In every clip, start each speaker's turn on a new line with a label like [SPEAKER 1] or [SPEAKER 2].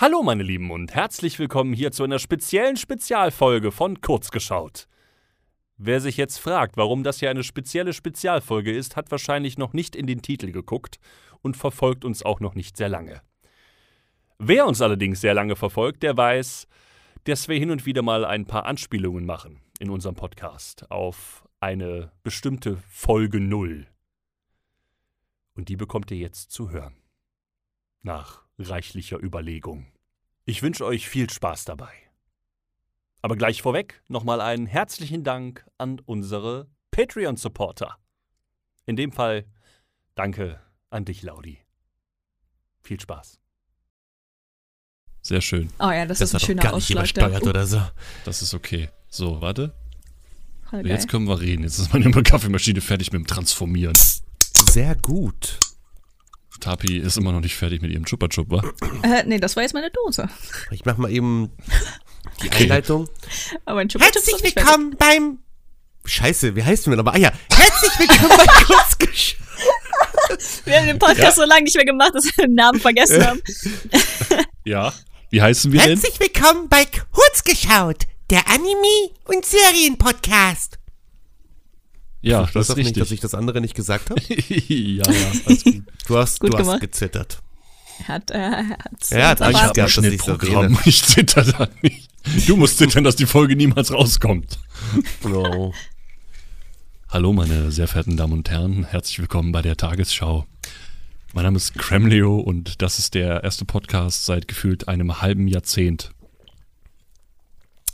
[SPEAKER 1] Hallo meine Lieben und herzlich willkommen hier zu einer speziellen Spezialfolge von Kurzgeschaut. Wer sich jetzt fragt, warum das hier eine spezielle Spezialfolge ist, hat wahrscheinlich noch nicht in den Titel geguckt und verfolgt uns auch noch nicht sehr lange. Wer uns allerdings sehr lange verfolgt, der weiß, dass wir hin und wieder mal ein paar Anspielungen machen in unserem Podcast auf eine bestimmte Folge Null. Und die bekommt ihr jetzt zu hören. Nach reichlicher Überlegung. Ich wünsche euch viel Spaß dabei. Aber gleich vorweg nochmal einen herzlichen Dank an unsere Patreon-Supporter. In dem Fall danke an dich, Laudi. Viel Spaß.
[SPEAKER 2] Sehr schön.
[SPEAKER 3] Oh ja, das, ist ein
[SPEAKER 4] Das, hat doch
[SPEAKER 3] schöner
[SPEAKER 4] gar nicht
[SPEAKER 3] Ausschlag. da.
[SPEAKER 4] übersteuert oder so.
[SPEAKER 2] Das ist okay. So, warte.
[SPEAKER 3] Uh, voll geil.
[SPEAKER 2] Jetzt können wir reden. Jetzt ist meine Kaffeemaschine fertig mit dem Transformieren.
[SPEAKER 4] Sehr gut.
[SPEAKER 2] Tapi ist immer noch nicht fertig mit ihrem Chupa Chup, wa?
[SPEAKER 3] Äh, nee, das war jetzt meine Dose.
[SPEAKER 4] Ich mach mal eben die
[SPEAKER 2] Okay.
[SPEAKER 4] Einleitung.
[SPEAKER 3] Aber ein Chupa Chups
[SPEAKER 4] Herzlich
[SPEAKER 3] ist nicht fertig.
[SPEAKER 4] willkommen beim. Scheiße, wie heißt du denn nochmal? Ah ja, herzlich willkommen bei Kurzgesch.
[SPEAKER 3] Wir haben den Podcast so lange nicht mehr gemacht, dass wir den Namen vergessen haben.
[SPEAKER 2] Ja. Wie heißen wir denn?
[SPEAKER 4] Herzlich willkommen bei Kurzgeschaut, der Anime- und Serienpodcast.
[SPEAKER 2] Ja,
[SPEAKER 4] Das
[SPEAKER 2] das ist
[SPEAKER 4] doch nicht, dass ich
[SPEAKER 2] richtig.
[SPEAKER 4] das andere nicht gesagt habe.
[SPEAKER 2] ja, ja, alles gut.
[SPEAKER 4] Du hast,
[SPEAKER 3] Gut
[SPEAKER 4] du hast
[SPEAKER 3] gemacht.
[SPEAKER 4] gezittert.
[SPEAKER 3] Hat, äh, hat's
[SPEAKER 4] Ja,
[SPEAKER 2] Ich
[SPEAKER 3] uns
[SPEAKER 4] hat Angst
[SPEAKER 3] aber-
[SPEAKER 2] habe ein
[SPEAKER 4] dass ich so
[SPEAKER 2] Schnittprogramm. Ich zitter da nicht. Du musst zittern, dass die Folge niemals rauskommt.
[SPEAKER 4] No.
[SPEAKER 2] Hallo, meine sehr verehrten Damen und Herren. Herzlich willkommen bei der Tagesschau. Mein Name ist Kremleo und das ist der erste Podcast seit gefühlt einem halben Jahrzehnt.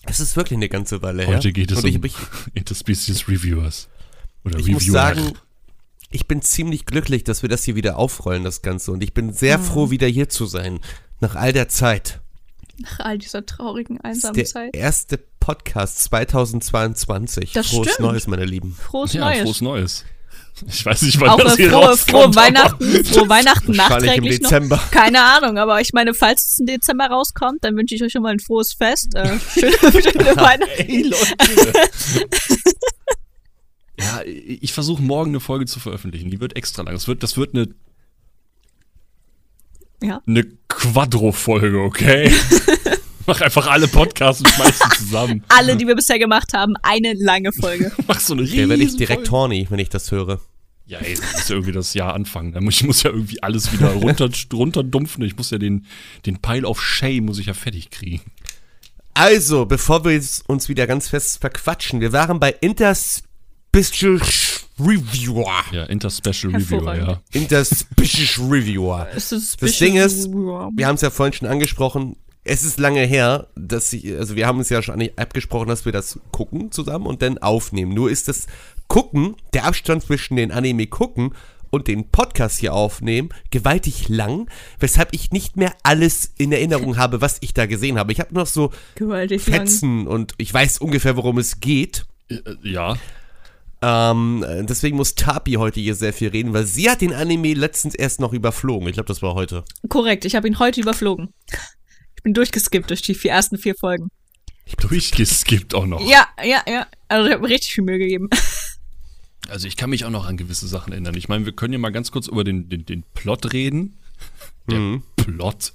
[SPEAKER 4] Es ist wirklich eine ganze Weile her.
[SPEAKER 2] Heute geht es
[SPEAKER 4] und ich,
[SPEAKER 2] um
[SPEAKER 4] ich,
[SPEAKER 2] Interspecies Reviewers. Oder
[SPEAKER 4] Ich muss sagen, ich bin ziemlich glücklich, dass wir das hier wieder aufrollen, das Ganze. Und ich bin sehr
[SPEAKER 3] Mhm.
[SPEAKER 4] froh, wieder hier zu sein. Nach all der Zeit.
[SPEAKER 3] Nach all dieser traurigen
[SPEAKER 4] Das ist
[SPEAKER 3] einsamen
[SPEAKER 4] der
[SPEAKER 3] Zeit.
[SPEAKER 4] erste Podcast 2022.
[SPEAKER 3] Das
[SPEAKER 4] Frohes
[SPEAKER 3] stimmt.
[SPEAKER 4] Neues, meine Lieben.
[SPEAKER 3] Frohes
[SPEAKER 2] ja,
[SPEAKER 3] Neues.
[SPEAKER 2] frohes Neues. Ich weiß nicht, wann
[SPEAKER 3] Auch
[SPEAKER 2] das
[SPEAKER 3] äh,
[SPEAKER 2] hier
[SPEAKER 3] frohe,
[SPEAKER 2] rauskommt,
[SPEAKER 3] frohe
[SPEAKER 2] aber-
[SPEAKER 3] Weihnachten, frohe Weihnachten
[SPEAKER 4] Wahrscheinlich im
[SPEAKER 3] nachträglich noch.
[SPEAKER 4] Dezember.
[SPEAKER 3] Keine Ahnung, aber ich meine, falls es im Dezember rauskommt, dann wünsche ich euch schon mal ein frohes Fest. Äh, schöne, schöne Weihnachten.
[SPEAKER 2] Ey, Leute. ja, ich ich versuche morgen eine Folge zu veröffentlichen. Die wird extra lang. Das wird, das wird eine,
[SPEAKER 3] Ja.
[SPEAKER 2] eine Quadro-Folge, okay? Mach einfach alle Podcasts und schmeiß sie zusammen.
[SPEAKER 3] Alle, die wir bisher gemacht haben, eine lange Folge.
[SPEAKER 2] Mach so eine
[SPEAKER 4] Da
[SPEAKER 2] riesen
[SPEAKER 4] werde ich direkt
[SPEAKER 2] Folge.
[SPEAKER 4] horny, wenn ich das höre.
[SPEAKER 2] Ja, ey, das muss ja irgendwie das Jahr anfangen. Da muss- Ich muss ja irgendwie alles wieder runter, runterdumpfen. Ich muss ja den, den Pile of Shame muss ich ja fertig kriegen.
[SPEAKER 4] Also, bevor wir jetzt uns wieder ganz fest verquatschen, wir waren bei Interspecial Reviewer.
[SPEAKER 2] Ja, Interspecial Reviewer,
[SPEAKER 3] Hervorragend.
[SPEAKER 2] ja.
[SPEAKER 4] Interspecial Reviewer.
[SPEAKER 3] Es ist
[SPEAKER 4] Das
[SPEAKER 3] bisschen-
[SPEAKER 4] Ding ist, wir haben es ja vorhin schon angesprochen. Es ist lange her, dass ich, also wir haben uns ja schon eigentlich abgesprochen, dass wir das gucken zusammen und dann aufnehmen. Nur ist das Gucken, der Abstand zwischen den Anime gucken und den Podcast hier aufnehmen, gewaltig lang, weshalb ich nicht mehr alles in Erinnerung habe, was ich da gesehen habe. Ich habe noch so
[SPEAKER 3] gewaltig lang.
[SPEAKER 4] Fetzen und ich weiß ungefähr, worum es geht.
[SPEAKER 2] Äh, Ja,
[SPEAKER 4] Ähm, deswegen muss Tapi heute hier sehr viel reden, weil sie hat den Anime letztens erst noch überflogen. Ich glaube, das war heute.
[SPEAKER 3] Korrekt, ich habe ihn heute überflogen. Ich bin durchgeskippt durch die vier, ersten vier Folgen.
[SPEAKER 2] durchgeskippt auch noch.
[SPEAKER 3] Ja, ja, ja. Also ich habe mir richtig viel Mühe gegeben.
[SPEAKER 2] Also ich kann mich auch noch an gewisse Sachen erinnern. Ich meine, wir können ja mal ganz kurz über den, den, den Plot reden. Der Plot.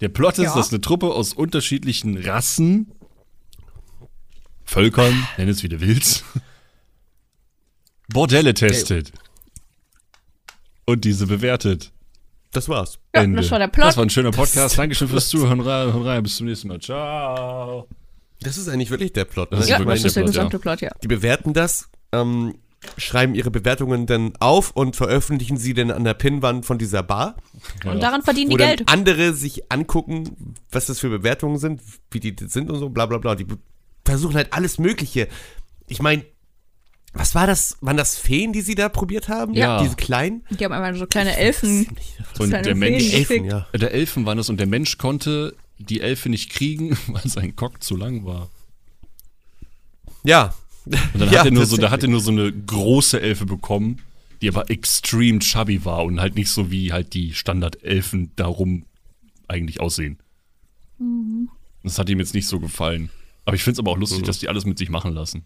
[SPEAKER 2] Der Plot ist,
[SPEAKER 3] Ja.
[SPEAKER 2] dass eine Truppe aus unterschiedlichen Rassen, Völkern, nenn es wie du willst, Bordelle testet. Und diese bewertet.
[SPEAKER 4] Das war's.
[SPEAKER 3] Ja,
[SPEAKER 2] Ende.
[SPEAKER 3] das war der Plot.
[SPEAKER 2] Das war ein schöner Podcast. Dankeschön fürs Zuhören. Rein, hören rein. Bis zum nächsten Mal. Ciao.
[SPEAKER 4] Das ist eigentlich wirklich der Plot.
[SPEAKER 2] Das ist
[SPEAKER 4] Ich
[SPEAKER 3] Ja,
[SPEAKER 2] wirklich
[SPEAKER 3] das ist der
[SPEAKER 2] Plot, ja.
[SPEAKER 3] gesamte Plot, ja.
[SPEAKER 4] Die bewerten das, ähm, schreiben ihre Bewertungen dann auf und veröffentlichen sie dann an der Pinnwand von dieser Bar,
[SPEAKER 3] Und daran verdienen
[SPEAKER 4] wo
[SPEAKER 3] die
[SPEAKER 4] dann
[SPEAKER 3] Geld.
[SPEAKER 4] andere sich angucken, was das für Bewertungen sind, wie die sind und so, bla bla bla. Die be- versuchen halt alles Mögliche. Ich meine, was war das? Waren das Feen, die sie da probiert haben?
[SPEAKER 2] Ja.
[SPEAKER 4] Diese kleinen?
[SPEAKER 3] Die haben einfach so kleine Elfen.
[SPEAKER 2] Und
[SPEAKER 3] kleine
[SPEAKER 2] der Mensch-
[SPEAKER 3] Feen
[SPEAKER 4] Elfen,
[SPEAKER 3] geschickt.
[SPEAKER 4] ja.
[SPEAKER 2] Der Elfen waren das und der Mensch konnte die Elfe nicht kriegen, weil sein Cock zu lang war.
[SPEAKER 4] Ja.
[SPEAKER 2] Und dann
[SPEAKER 4] Ja,
[SPEAKER 2] hat er nur so, da
[SPEAKER 4] tatsächlich.
[SPEAKER 2] hat er nur so eine große Elfe bekommen, die aber extrem chubby war und halt nicht so wie halt die Standard-Elfen darum eigentlich aussehen. Das hat ihm jetzt nicht so gefallen. Aber ich finde es aber auch
[SPEAKER 4] Also.
[SPEAKER 2] lustig, dass die alles mit sich machen lassen.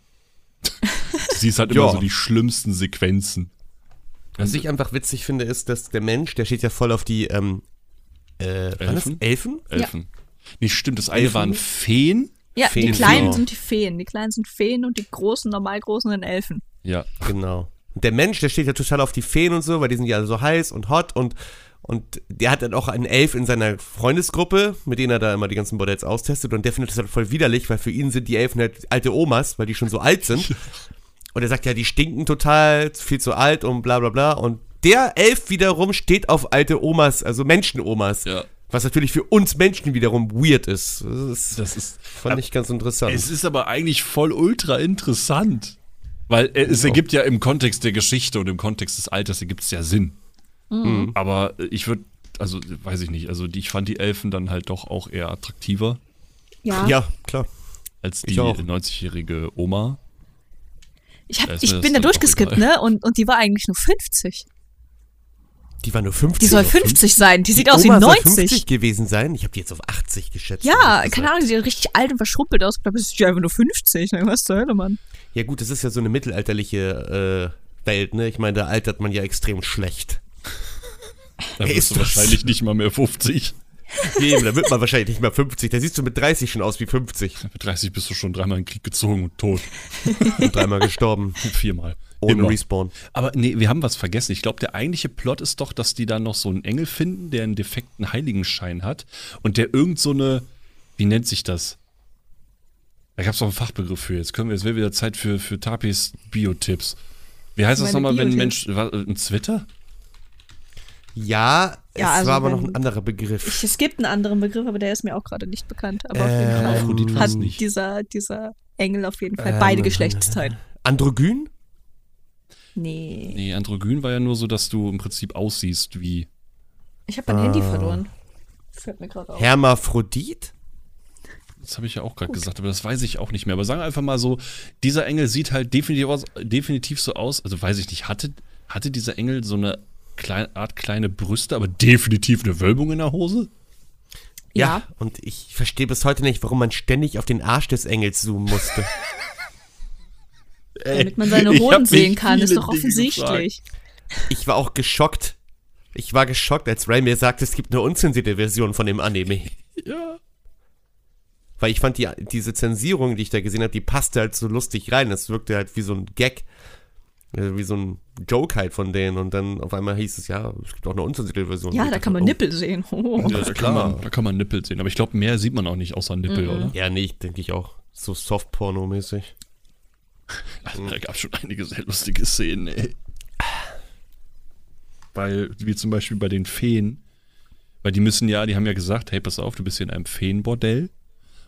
[SPEAKER 2] Du siehst halt immer
[SPEAKER 4] Ja.
[SPEAKER 2] so die schlimmsten Sequenzen.
[SPEAKER 4] Was ich einfach witzig finde, ist, dass der Mensch, der steht ja voll auf die ähm, Äh, waren das
[SPEAKER 2] Elfen?
[SPEAKER 4] Elfen?
[SPEAKER 2] Elfen. Nee, stimmt, das eine
[SPEAKER 4] Elfen?
[SPEAKER 2] waren Feen.
[SPEAKER 3] Ja,
[SPEAKER 4] Feen.
[SPEAKER 3] die Kleinen
[SPEAKER 2] Genau.
[SPEAKER 3] sind die Feen. Die Kleinen sind Feen und die Großen, normal Großen sind Elfen.
[SPEAKER 2] Ja.
[SPEAKER 4] Genau. Und der Mensch, der steht ja total auf die Feen und so, weil die sind ja so heiß und hot und, und der hat dann auch einen Elf in seiner Freundesgruppe, mit denen er da immer die ganzen Bordells austestet und der findet das halt voll widerlich, weil für ihn sind die Elfen halt alte Omas, weil die schon so alt sind. Und er sagt ja, die stinken total, viel zu alt und bla bla bla. Und der Elf wiederum steht auf alte Omas, also Menschenomas.
[SPEAKER 2] Ja.
[SPEAKER 4] Was natürlich für uns Menschen wiederum weird ist. Das, ist,
[SPEAKER 2] Das ist.
[SPEAKER 4] fand ich ganz interessant.
[SPEAKER 2] Es ist aber eigentlich voll ultra interessant. Weil äh, es
[SPEAKER 4] Genau.
[SPEAKER 2] ergibt ja im Kontext der Geschichte und im Kontext des Alters ergibt es ja Sinn.
[SPEAKER 4] Mhm.
[SPEAKER 2] Aber äh, ich würde, also äh, weiß ich nicht, also die, ich fand die Elfen dann halt doch auch eher attraktiver
[SPEAKER 4] ja, klar.
[SPEAKER 2] als
[SPEAKER 4] Ich
[SPEAKER 2] die
[SPEAKER 4] auch.
[SPEAKER 2] 90-jährige Oma.
[SPEAKER 3] Ich, hab,
[SPEAKER 2] Da ist mir
[SPEAKER 3] ich
[SPEAKER 2] das
[SPEAKER 3] bin da
[SPEAKER 2] dann doch
[SPEAKER 3] durchgeskippt,
[SPEAKER 2] egal.
[SPEAKER 3] ne? Und, und die war eigentlich nur 50.
[SPEAKER 4] Die war nur 50.
[SPEAKER 3] Die soll
[SPEAKER 4] oder
[SPEAKER 3] 50 sein. Die sieht aus wie
[SPEAKER 4] Oma soll
[SPEAKER 3] 90.
[SPEAKER 4] 50 gewesen sein. Ich habe die jetzt auf 80 geschätzt. Also ehrlich
[SPEAKER 3] Ja,
[SPEAKER 4] gesagt.
[SPEAKER 3] keine Ahnung, die sieht richtig alt und verschrumpelt aus. Ich glaube, das ist ja einfach nur 50. Ne? Was zur Hölle, Mann?
[SPEAKER 4] Ja gut, das ist ja so eine mittelalterliche äh, Welt, ne? Ich meine, da altert man ja extrem schlecht.
[SPEAKER 2] Da
[SPEAKER 4] Ey,
[SPEAKER 2] bist
[SPEAKER 4] ist
[SPEAKER 2] du
[SPEAKER 4] das-
[SPEAKER 2] wahrscheinlich nicht mal mehr 50.
[SPEAKER 4] Nee, da wird man wahrscheinlich nicht mehr 50. Da siehst du mit 30 schon aus wie 50.
[SPEAKER 2] Mit 30 bist du schon dreimal in den Krieg gezogen und tot.
[SPEAKER 4] Und dreimal gestorben.
[SPEAKER 2] Viermal.
[SPEAKER 4] Ohne
[SPEAKER 2] Immer.
[SPEAKER 4] Respawn.
[SPEAKER 2] Aber nee, wir haben was vergessen. Ich glaube, der eigentliche Plot ist doch, dass die da noch so einen Engel finden, der einen defekten Heiligenschein hat und der irgend so eine, wie nennt sich das? Da gab es noch einen Fachbegriff für. Jetzt können wir, jetzt wäre wieder Zeit für, für Tapis Biotipps. Wie heißt das
[SPEAKER 3] Meine
[SPEAKER 2] nochmal, wenn ein Mensch,
[SPEAKER 3] Biotipps.
[SPEAKER 2] wa- ein Zwitter?
[SPEAKER 4] Ja, es
[SPEAKER 3] Ja, also
[SPEAKER 4] war aber noch
[SPEAKER 3] wenn-
[SPEAKER 4] ein anderer Begriff.
[SPEAKER 3] Ich, es gibt einen anderen Begriff, aber der ist mir auch gerade nicht bekannt. Aber auf
[SPEAKER 4] Ähm,
[SPEAKER 3] jeden
[SPEAKER 2] Aphrodite
[SPEAKER 3] Fall
[SPEAKER 2] war's
[SPEAKER 3] hat
[SPEAKER 2] Hm. nicht. Äh,
[SPEAKER 3] dieser, dieser Engel auf jeden Fall beide
[SPEAKER 4] Ähm,
[SPEAKER 3] Geschlechtsteile.
[SPEAKER 4] Androgyn?
[SPEAKER 3] Nee.
[SPEAKER 2] Nee, Androgyn war ja nur so, dass du im Prinzip aussiehst wie.
[SPEAKER 3] Ich habe mein
[SPEAKER 2] Ah.
[SPEAKER 3] Handy verloren. Fällt mir gerade auf.
[SPEAKER 4] Hermaphrodit?
[SPEAKER 2] Das habe ich ja auch gerade gesagt, aber das weiß ich auch nicht mehr. Aber sagen wir einfach mal so, dieser Engel sieht halt definitiv, aus, definitiv so aus, also weiß ich nicht, hatte, hatte dieser Engel so eine klein, Art kleine Brüste, aber definitiv eine Wölbung in der Hose?
[SPEAKER 3] Ja.
[SPEAKER 4] Und ich verstehe bis heute nicht, warum man ständig auf den Arsch des Engels zoomen musste.
[SPEAKER 3] Damit man seine
[SPEAKER 2] ich hab
[SPEAKER 3] Hoden
[SPEAKER 2] mich
[SPEAKER 3] sehen kann, ist
[SPEAKER 2] viele
[SPEAKER 3] doch
[SPEAKER 2] Dinge
[SPEAKER 3] offensichtlich.
[SPEAKER 4] Ich war auch geschockt. Ich war geschockt, als Ray mir sagte, es gibt eine unzensierte Version von dem Anime.
[SPEAKER 2] Ja.
[SPEAKER 4] Weil ich fand, die, diese Zensierung, die ich da gesehen habe, die passte halt so lustig rein. Das wirkte halt wie so ein Gag. äh, Wie so ein Joke halt von denen. Und dann auf einmal hieß es, ja, es gibt auch eine unzensierte Version. Und
[SPEAKER 3] Ja,
[SPEAKER 4] ich
[SPEAKER 3] da
[SPEAKER 4] dachte,
[SPEAKER 3] kann man
[SPEAKER 4] oh.
[SPEAKER 3] Nippel sehen. Oh.
[SPEAKER 2] Ja, da,
[SPEAKER 4] klar.
[SPEAKER 2] kann man, da kann man Nippel sehen, aber ich glaube, mehr sieht man auch nicht außer Nippel, oder?
[SPEAKER 4] oh, Ja, nee, ich denke ich auch. So Softporno-mäßig.
[SPEAKER 2] Also, da gab es schon einige sehr lustige Szenen, ey. Weil, wie zum Beispiel bei den Feen, weil die müssen ja, die haben ja gesagt, hey, pass auf, du bist hier in einem Feenbordell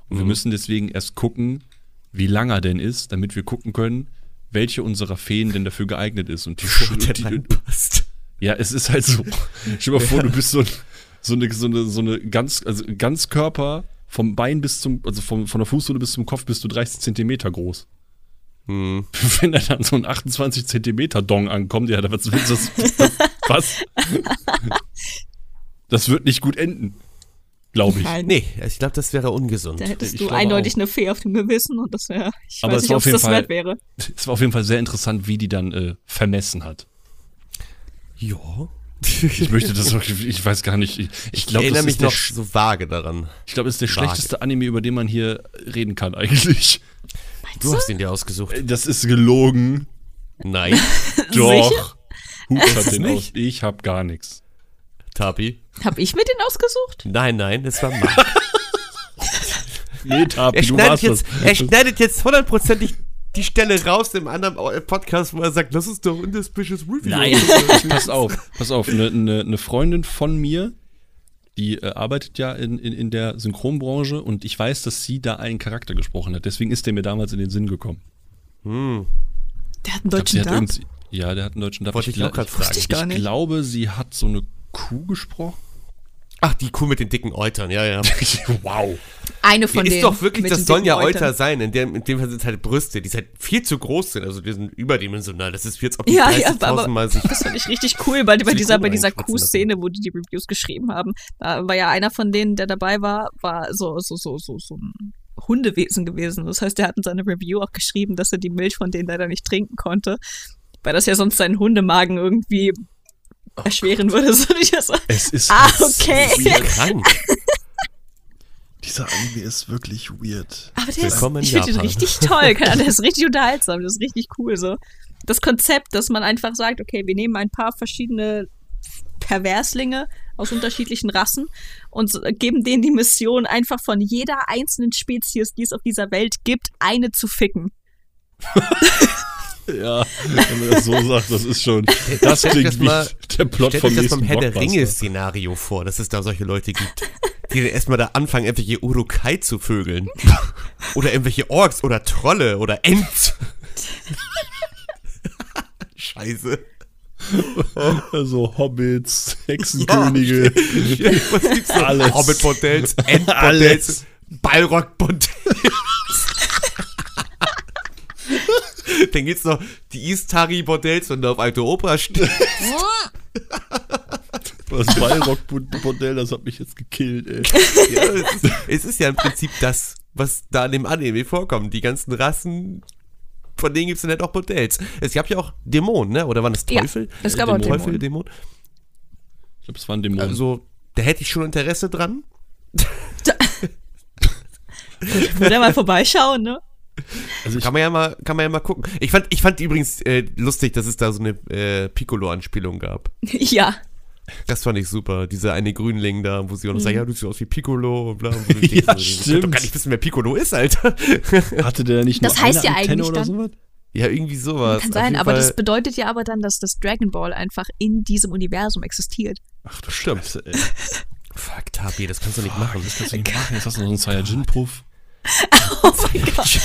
[SPEAKER 2] und wir müssen deswegen erst gucken, wie lang er denn ist, damit wir gucken können, welche unserer Feen denn dafür geeignet ist. Und die,
[SPEAKER 4] Der
[SPEAKER 2] und die,
[SPEAKER 4] reinpasst.
[SPEAKER 2] ja, es ist halt so. Stell dir mal vor, du bist so, ein- so eine, so eine, so eine ganz, also ganz Körper vom Bein bis zum, also vom, von der Fußsohle bis zum Kopf bist du 30 Zentimeter groß.
[SPEAKER 4] Hm.
[SPEAKER 2] Wenn da dann so ein 28 Zentimeter Dong ankommt, ja, da was willst du das, das, was? Das wird nicht gut enden, glaube ich.
[SPEAKER 3] Nein,
[SPEAKER 4] Nee, also ich glaube, das wäre ungesund.
[SPEAKER 3] da
[SPEAKER 2] ich
[SPEAKER 3] hättest du
[SPEAKER 2] glaube
[SPEAKER 3] eindeutig
[SPEAKER 2] auch.
[SPEAKER 3] eine Fee auf dem Gewissen und das wäre, ich
[SPEAKER 2] Aber
[SPEAKER 3] weiß
[SPEAKER 2] es
[SPEAKER 3] nicht,
[SPEAKER 2] war
[SPEAKER 3] ob
[SPEAKER 2] auf jeden
[SPEAKER 3] das
[SPEAKER 2] Fall-
[SPEAKER 3] wert wäre.
[SPEAKER 2] Es war auf jeden Fall sehr interessant, wie die dann äh, vermessen hat.
[SPEAKER 4] Ja.
[SPEAKER 2] Ich möchte das, auch- ich weiß gar nicht. Ich, ich glaube, das
[SPEAKER 4] Erinnere mich
[SPEAKER 2] ist der
[SPEAKER 4] noch so vage daran.
[SPEAKER 2] Ich glaube, es ist der
[SPEAKER 4] Vage.
[SPEAKER 2] schlechteste Anime, über den man hier reden kann, eigentlich.
[SPEAKER 4] Du hast ihn dir ausgesucht.
[SPEAKER 2] Das ist gelogen.
[SPEAKER 4] Nein,
[SPEAKER 2] Doch. Hut hat den aus.
[SPEAKER 4] nicht?
[SPEAKER 2] Ich hab gar nichts.
[SPEAKER 4] Tapi.
[SPEAKER 3] Hab ich mir den ausgesucht?
[SPEAKER 4] Nein, nein, das war Mark.
[SPEAKER 2] Nee, Tapi,
[SPEAKER 4] Er
[SPEAKER 2] du
[SPEAKER 4] schneidet,
[SPEAKER 2] warst
[SPEAKER 4] jetzt,
[SPEAKER 2] das.
[SPEAKER 4] er schneidet jetzt hundertprozentig die Stelle raus im anderen äh, Podcast, wo er sagt, lass uns doch Indespices Review
[SPEAKER 2] Nein, pass auf, pass auf. Eine ne, ne Freundin von mir, die äh, arbeitet ja in, in, in der Synchronbranche und ich weiß, dass sie da einen Charakter gesprochen hat. Deswegen ist der mir damals in den Sinn gekommen.
[SPEAKER 3] Der
[SPEAKER 2] Ich glaub,
[SPEAKER 3] hat einen
[SPEAKER 2] sie
[SPEAKER 3] deutschen
[SPEAKER 2] hat
[SPEAKER 3] Namen.
[SPEAKER 2] irgendwie- ja, der hat einen deutschen Dab.
[SPEAKER 4] Wollte ich auch
[SPEAKER 2] gla-
[SPEAKER 4] gerade fragen.
[SPEAKER 3] ich gar
[SPEAKER 2] ich
[SPEAKER 3] nicht.
[SPEAKER 2] glaube, sie hat so eine Kuh gesprochen.
[SPEAKER 4] Ach, die Kuh mit den dicken Eutern, ja, ja.
[SPEAKER 2] wow.
[SPEAKER 3] Eine von
[SPEAKER 4] Die
[SPEAKER 3] denen.
[SPEAKER 4] ist doch wirklich
[SPEAKER 3] mit
[SPEAKER 4] das
[SPEAKER 3] den
[SPEAKER 4] Sonja
[SPEAKER 3] dicken Eutern.
[SPEAKER 4] Euter sein. In dem, in dem Fall sind es halt Brüste, die halt viel zu groß sind. Also die sind überdimensional. Das ist jetzt ob die
[SPEAKER 3] Ja, ja,
[SPEAKER 4] 30.000
[SPEAKER 3] aber-
[SPEAKER 4] Mal sich.
[SPEAKER 3] Das fand ich richtig cool, bei, bei
[SPEAKER 4] die
[SPEAKER 3] dieser,
[SPEAKER 4] Kuh
[SPEAKER 3] bei dieser
[SPEAKER 4] reinschwitzen lassen.
[SPEAKER 3] Kuh-Szene, wo die die Reviews geschrieben haben. Da war ja einer von denen, der dabei war, war so, so, so, so, so ein Hundewesen gewesen. Das heißt, der hat in seiner Review auch geschrieben, dass er die Milch von denen leider nicht trinken konnte, weil das ja sonst seinen Hundemagen irgendwie erschweren würde, würde ich ja sagen.
[SPEAKER 2] Es ist
[SPEAKER 3] Ah,
[SPEAKER 2] halt so
[SPEAKER 3] okay.
[SPEAKER 2] weird.
[SPEAKER 4] Krank.
[SPEAKER 5] Dieser Anime ist wirklich weird.
[SPEAKER 3] Aber der ist,
[SPEAKER 4] Willkommen in
[SPEAKER 3] ich finde den
[SPEAKER 4] Japan.
[SPEAKER 3] richtig toll, keine Ahnung, der ist richtig unterhaltsam, der ist richtig cool so. Das Konzept, dass man einfach sagt, okay, wir nehmen ein paar verschiedene Perverslinge aus unterschiedlichen Rassen und s- geben denen die Mission, einfach von jeder einzelnen Spezies, die es auf dieser Welt gibt, eine zu ficken.
[SPEAKER 2] Ja, wenn man das so sagt, das ist schon. Das
[SPEAKER 4] Stellt euch
[SPEAKER 2] klingt
[SPEAKER 4] das mal-
[SPEAKER 2] wie der Plot
[SPEAKER 4] Stellt
[SPEAKER 2] vom
[SPEAKER 4] euch das
[SPEAKER 2] nächsten ne?
[SPEAKER 4] vom Herr der
[SPEAKER 2] Blockbuster.
[SPEAKER 4] Ringe-Szenario vor, dass es da solche Leute gibt, die dann erstmal da anfangen, irgendwelche Urukai zu vögeln. oder irgendwelche Orks oder Trolle oder Ents. Scheiße.
[SPEAKER 2] Also Hobbits, Hexenkönige,
[SPEAKER 4] Was gibt's da?
[SPEAKER 2] Alles.
[SPEAKER 4] Hobbit-Bordells,
[SPEAKER 2] Alles.
[SPEAKER 4] Ent-Bordells, Balrog-Bordells. Dann gibt's noch die Istari-Bordells, wenn du auf alte Oper stehst.
[SPEAKER 2] das Ballrock-Bordell, das hat mich jetzt gekillt, ey.
[SPEAKER 4] Ja, es, ist, es ist ja im Prinzip das, was da in dem Anime vorkommt. Die ganzen Rassen, von denen gibt es dann halt auch Bordells. Es gab ja auch Dämonen, ne? Oder waren das
[SPEAKER 3] Ja,
[SPEAKER 4] Teufel? Äh,
[SPEAKER 3] es gab auch
[SPEAKER 4] Teufel,
[SPEAKER 3] Dämonen.
[SPEAKER 4] Dämonen.
[SPEAKER 2] Ich glaube, es war ein Dämon.
[SPEAKER 4] Also, da hätte ich schon Interesse dran.
[SPEAKER 3] Würde er mal vorbeischauen, ne?
[SPEAKER 2] Also,
[SPEAKER 4] Kann man ja mal, kann man ja mal gucken. Ich fand, ich fand übrigens äh, lustig, dass es da so eine äh, Piccolo-Anspielung gab.
[SPEAKER 3] Ja.
[SPEAKER 4] Das fand ich super. Diese eine Grünling da, wo sie auch noch
[SPEAKER 3] Mhm.
[SPEAKER 4] sagt, ja, du siehst aus wie Piccolo und bla. Und so. Ich denk
[SPEAKER 2] Ja,
[SPEAKER 4] so, Ich kann doch gar
[SPEAKER 2] stimmt.
[SPEAKER 4] nicht wissen, wer Piccolo ist, Alter.
[SPEAKER 2] hatte der nicht
[SPEAKER 3] Das
[SPEAKER 2] nur
[SPEAKER 3] heißt
[SPEAKER 2] eine
[SPEAKER 3] ja
[SPEAKER 2] Antenne
[SPEAKER 3] eigentlich
[SPEAKER 2] oder
[SPEAKER 3] dann-
[SPEAKER 2] sowas?
[SPEAKER 4] ja, irgendwie sowas.
[SPEAKER 3] Kann
[SPEAKER 4] Auf
[SPEAKER 3] sein,
[SPEAKER 4] jeden
[SPEAKER 3] aber
[SPEAKER 4] Fall-
[SPEAKER 3] das bedeutet ja aber dann, dass das Dragon Ball einfach in diesem Universum existiert.
[SPEAKER 2] Ach du Scheiße, ey.
[SPEAKER 4] Fuck, Tabi, das kannst du nicht
[SPEAKER 2] Machen,
[SPEAKER 4] machen.
[SPEAKER 2] das kannst du nicht machen. Jetzt hast du noch so einen Saiyajin-Puff.
[SPEAKER 3] Oh mein Gott.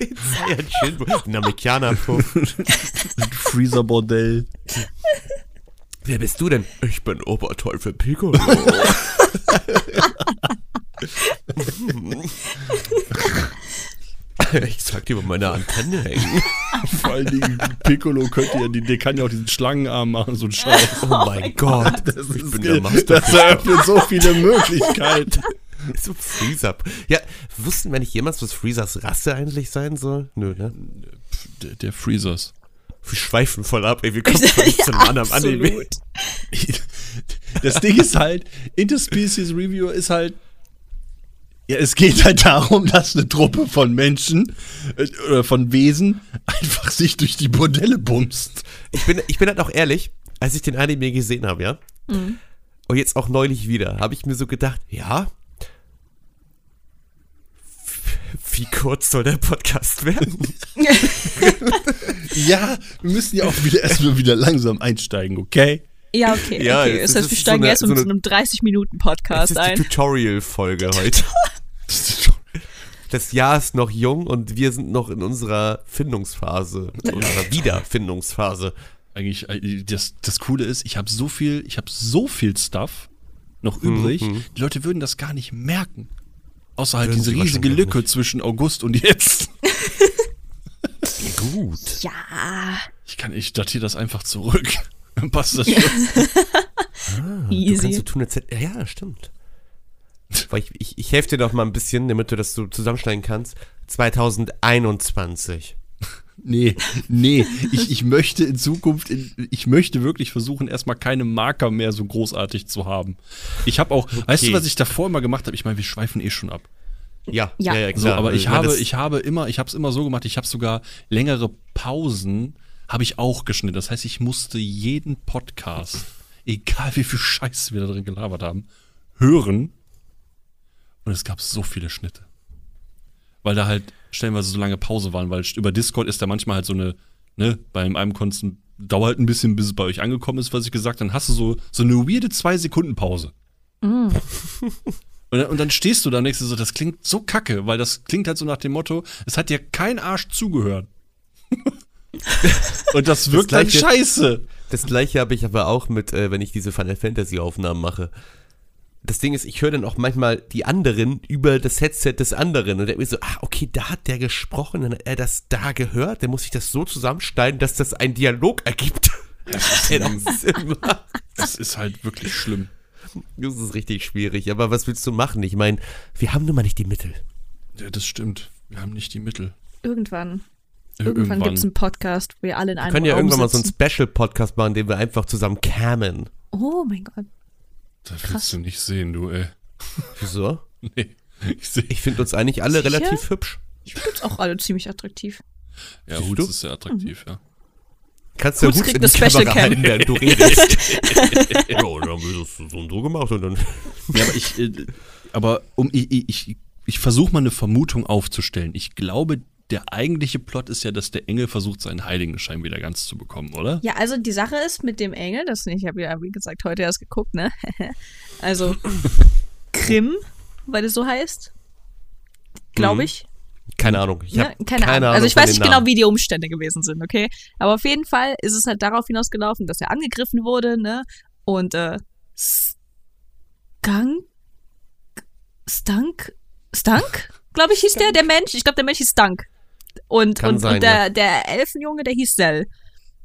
[SPEAKER 4] Den Saiyajin-Puff. Namekianer-Puff.
[SPEAKER 2] Freezer-Bordell.
[SPEAKER 4] Wer bist du denn? Ich bin Oberteufel Piccolo. ich sag dir, wo meine Antenne hängen.
[SPEAKER 2] Vor allen Dingen, Piccolo könnte ja, die, der kann ja auch diesen Schlangenarm machen, so ein Scheiß.
[SPEAKER 4] Oh mein Gott. ich bin der Master.
[SPEAKER 2] das eröffnet so viele Möglichkeiten.
[SPEAKER 4] So Freezer. Ja, wussten wir nicht jemals, was Freezers Rasse eigentlich sein soll? Nö, ne?
[SPEAKER 2] Der, der Freezers.
[SPEAKER 4] Wir schweifen voll ab, ey. Wir kommen von einem zum anderen Anime.
[SPEAKER 3] absolut.
[SPEAKER 2] Das Ding ist halt, Interspecies Reviewer ist halt. Ja, es geht halt darum, dass eine Truppe von Menschen äh, oder von Wesen einfach sich durch die Bordelle bumst.
[SPEAKER 4] Ich bin, ich bin halt auch ehrlich, als ich den Anime gesehen habe, ja,
[SPEAKER 3] Mhm.
[SPEAKER 4] und jetzt auch neulich wieder, habe ich mir so gedacht, ja, wie kurz soll der Podcast werden?
[SPEAKER 2] Ja, wir müssen ja auch wieder erstmal wieder langsam einsteigen, okay?
[SPEAKER 3] Ja, okay.
[SPEAKER 4] Ja,
[SPEAKER 3] okay.
[SPEAKER 4] es
[SPEAKER 3] Das heißt,
[SPEAKER 4] ist-
[SPEAKER 3] wir
[SPEAKER 4] es ist
[SPEAKER 3] steigen
[SPEAKER 4] so eine-
[SPEAKER 3] erst mit
[SPEAKER 4] so
[SPEAKER 3] so
[SPEAKER 4] eine-
[SPEAKER 3] einem 30-Minuten-Podcast
[SPEAKER 4] Das ist die
[SPEAKER 3] ein.
[SPEAKER 4] Tutorial-Folge heute. Das Jahr ist noch jung und wir sind noch in unserer Findungsphase oder Wiederfindungsphase.
[SPEAKER 2] Eigentlich, äh, das, das Coole ist, ich habe so viel, ich habe so viel Stuff noch übrig, die Leute würden das gar nicht merken. Außer halt
[SPEAKER 4] Würden
[SPEAKER 2] diese
[SPEAKER 4] sie
[SPEAKER 2] riesige
[SPEAKER 4] wahrscheinlich
[SPEAKER 2] Lücke zwischen August und jetzt.
[SPEAKER 4] Gut.
[SPEAKER 3] Ja,
[SPEAKER 2] Ich kann, ich datiere das einfach zurück. Dann passt das schon.
[SPEAKER 4] Du kannst so
[SPEAKER 3] easy.
[SPEAKER 4] tun, als hätt- Ja, stimmt. Weil ich, ich, ich helfe dir doch mal ein bisschen, damit du das so zusammenschneiden kannst. 2021.
[SPEAKER 2] Nee, nee. Ich, ich möchte in Zukunft, in, ich möchte wirklich versuchen, erstmal keine Marker mehr so großartig zu haben. Ich habe auch, weißt du, was ich davor immer gemacht habe? Ich meine, wir schweifen eh schon ab.
[SPEAKER 4] Ja,
[SPEAKER 3] Ja.
[SPEAKER 2] So, aber ich
[SPEAKER 4] meine,
[SPEAKER 2] habe,
[SPEAKER 4] das-
[SPEAKER 2] ich habe immer, ich habe es immer so gemacht, ich habe sogar längere Pausen habe ich auch geschnitten. Das heißt, ich musste jeden Podcast, egal wie viel Scheiße wir da drin gelabert haben, hören. Und es gab so viele Schnitte. Weil da halt stellenweise so lange Pause waren, weil über Discord ist da manchmal halt so eine, ne, bei einem Konsten dauert halt ein bisschen, bis es bei euch angekommen ist, was ich gesagt habe. Dann hast du so, so eine weirde Zwei-Sekunden-Pause. Mm. Und, dann- und dann stehst du da und denkst dir so, das klingt so kacke, weil das klingt halt so nach dem Motto, es hat dir kein Arsch zugehört. und das wirkt halt
[SPEAKER 4] Gleiche-
[SPEAKER 2] scheiße.
[SPEAKER 4] Das gleiche habe ich aber auch mit, äh, wenn ich diese Final Fantasy Aufnahmen mache. Das Ding ist, ich höre dann auch manchmal die anderen über das Headset des anderen und denke mir so, ah, okay, da hat der gesprochen, dann hat er das da gehört, dann muss ich das so zusammenschneiden, dass das einen Dialog ergibt. Das ist, immer,
[SPEAKER 2] Das ist halt wirklich schlimm.
[SPEAKER 4] das ist richtig schwierig, aber was willst du machen? Ich meine, wir haben nun mal nicht die Mittel.
[SPEAKER 2] Ja, das stimmt. Wir haben nicht die Mittel.
[SPEAKER 3] Irgendwann. Irgendwann
[SPEAKER 2] Irgendwann.
[SPEAKER 3] gibt es einen Podcast, wo wir alle in
[SPEAKER 4] Wir
[SPEAKER 3] einem
[SPEAKER 4] können ja
[SPEAKER 3] Raum
[SPEAKER 4] irgendwann mal so
[SPEAKER 3] sitzen.
[SPEAKER 4] einen Special-Podcast machen, den wir einfach zusammen cammen.
[SPEAKER 3] Oh mein Gott.
[SPEAKER 2] Das willst du nicht sehen, du, ey.
[SPEAKER 4] Wieso?
[SPEAKER 2] Nee. Ich sehe.
[SPEAKER 4] Ich finde uns eigentlich alle
[SPEAKER 3] Sicher?
[SPEAKER 4] relativ hübsch.
[SPEAKER 3] Ich finde uns auch alle ziemlich attraktiv.
[SPEAKER 2] Ja,
[SPEAKER 4] Siehst
[SPEAKER 2] Hutz
[SPEAKER 4] du?
[SPEAKER 2] ist sehr attraktiv,
[SPEAKER 3] Mhm.
[SPEAKER 2] ja.
[SPEAKER 4] Kannst du
[SPEAKER 3] Kurz
[SPEAKER 4] Hutz in
[SPEAKER 3] kriegt
[SPEAKER 4] die
[SPEAKER 3] eine Special
[SPEAKER 4] Kamera
[SPEAKER 3] Cam.
[SPEAKER 4] halten, während du redest. ja, und dann haben wir das so und so gemacht und dann.
[SPEAKER 2] Ja, aber ich, äh, aber um, ich, ich, ich, ich versuche mal eine Vermutung aufzustellen. Ich glaube, der eigentliche Plot ist ja, dass der Engel versucht, seinen Heiligenschein wieder ganz zu bekommen, oder?
[SPEAKER 3] Ja, also die Sache ist mit dem Engel, das ich habe ja, wie gesagt, heute erst geguckt, ne? also Krim, weil es so heißt. Glaube
[SPEAKER 4] Mhm.
[SPEAKER 3] ich.
[SPEAKER 4] Keine Ahnung. Ich
[SPEAKER 3] Ne?
[SPEAKER 4] hab
[SPEAKER 3] Keine, Ahnung. Also ich
[SPEAKER 4] von
[SPEAKER 3] weiß
[SPEAKER 4] den
[SPEAKER 3] nicht genau,
[SPEAKER 4] Namen.
[SPEAKER 3] wie die Umstände gewesen sind, okay? Aber auf jeden Fall ist es halt darauf hinausgelaufen, dass er angegriffen wurde, ne? Und äh, Skunk, Stunk, Stunk, glaube ich, hieß der, der Mensch. Ich glaube, der Mensch hieß Stunk. Und,
[SPEAKER 4] Kann
[SPEAKER 3] und,
[SPEAKER 4] sein,
[SPEAKER 3] und der, der Elfenjunge, der hieß Sel.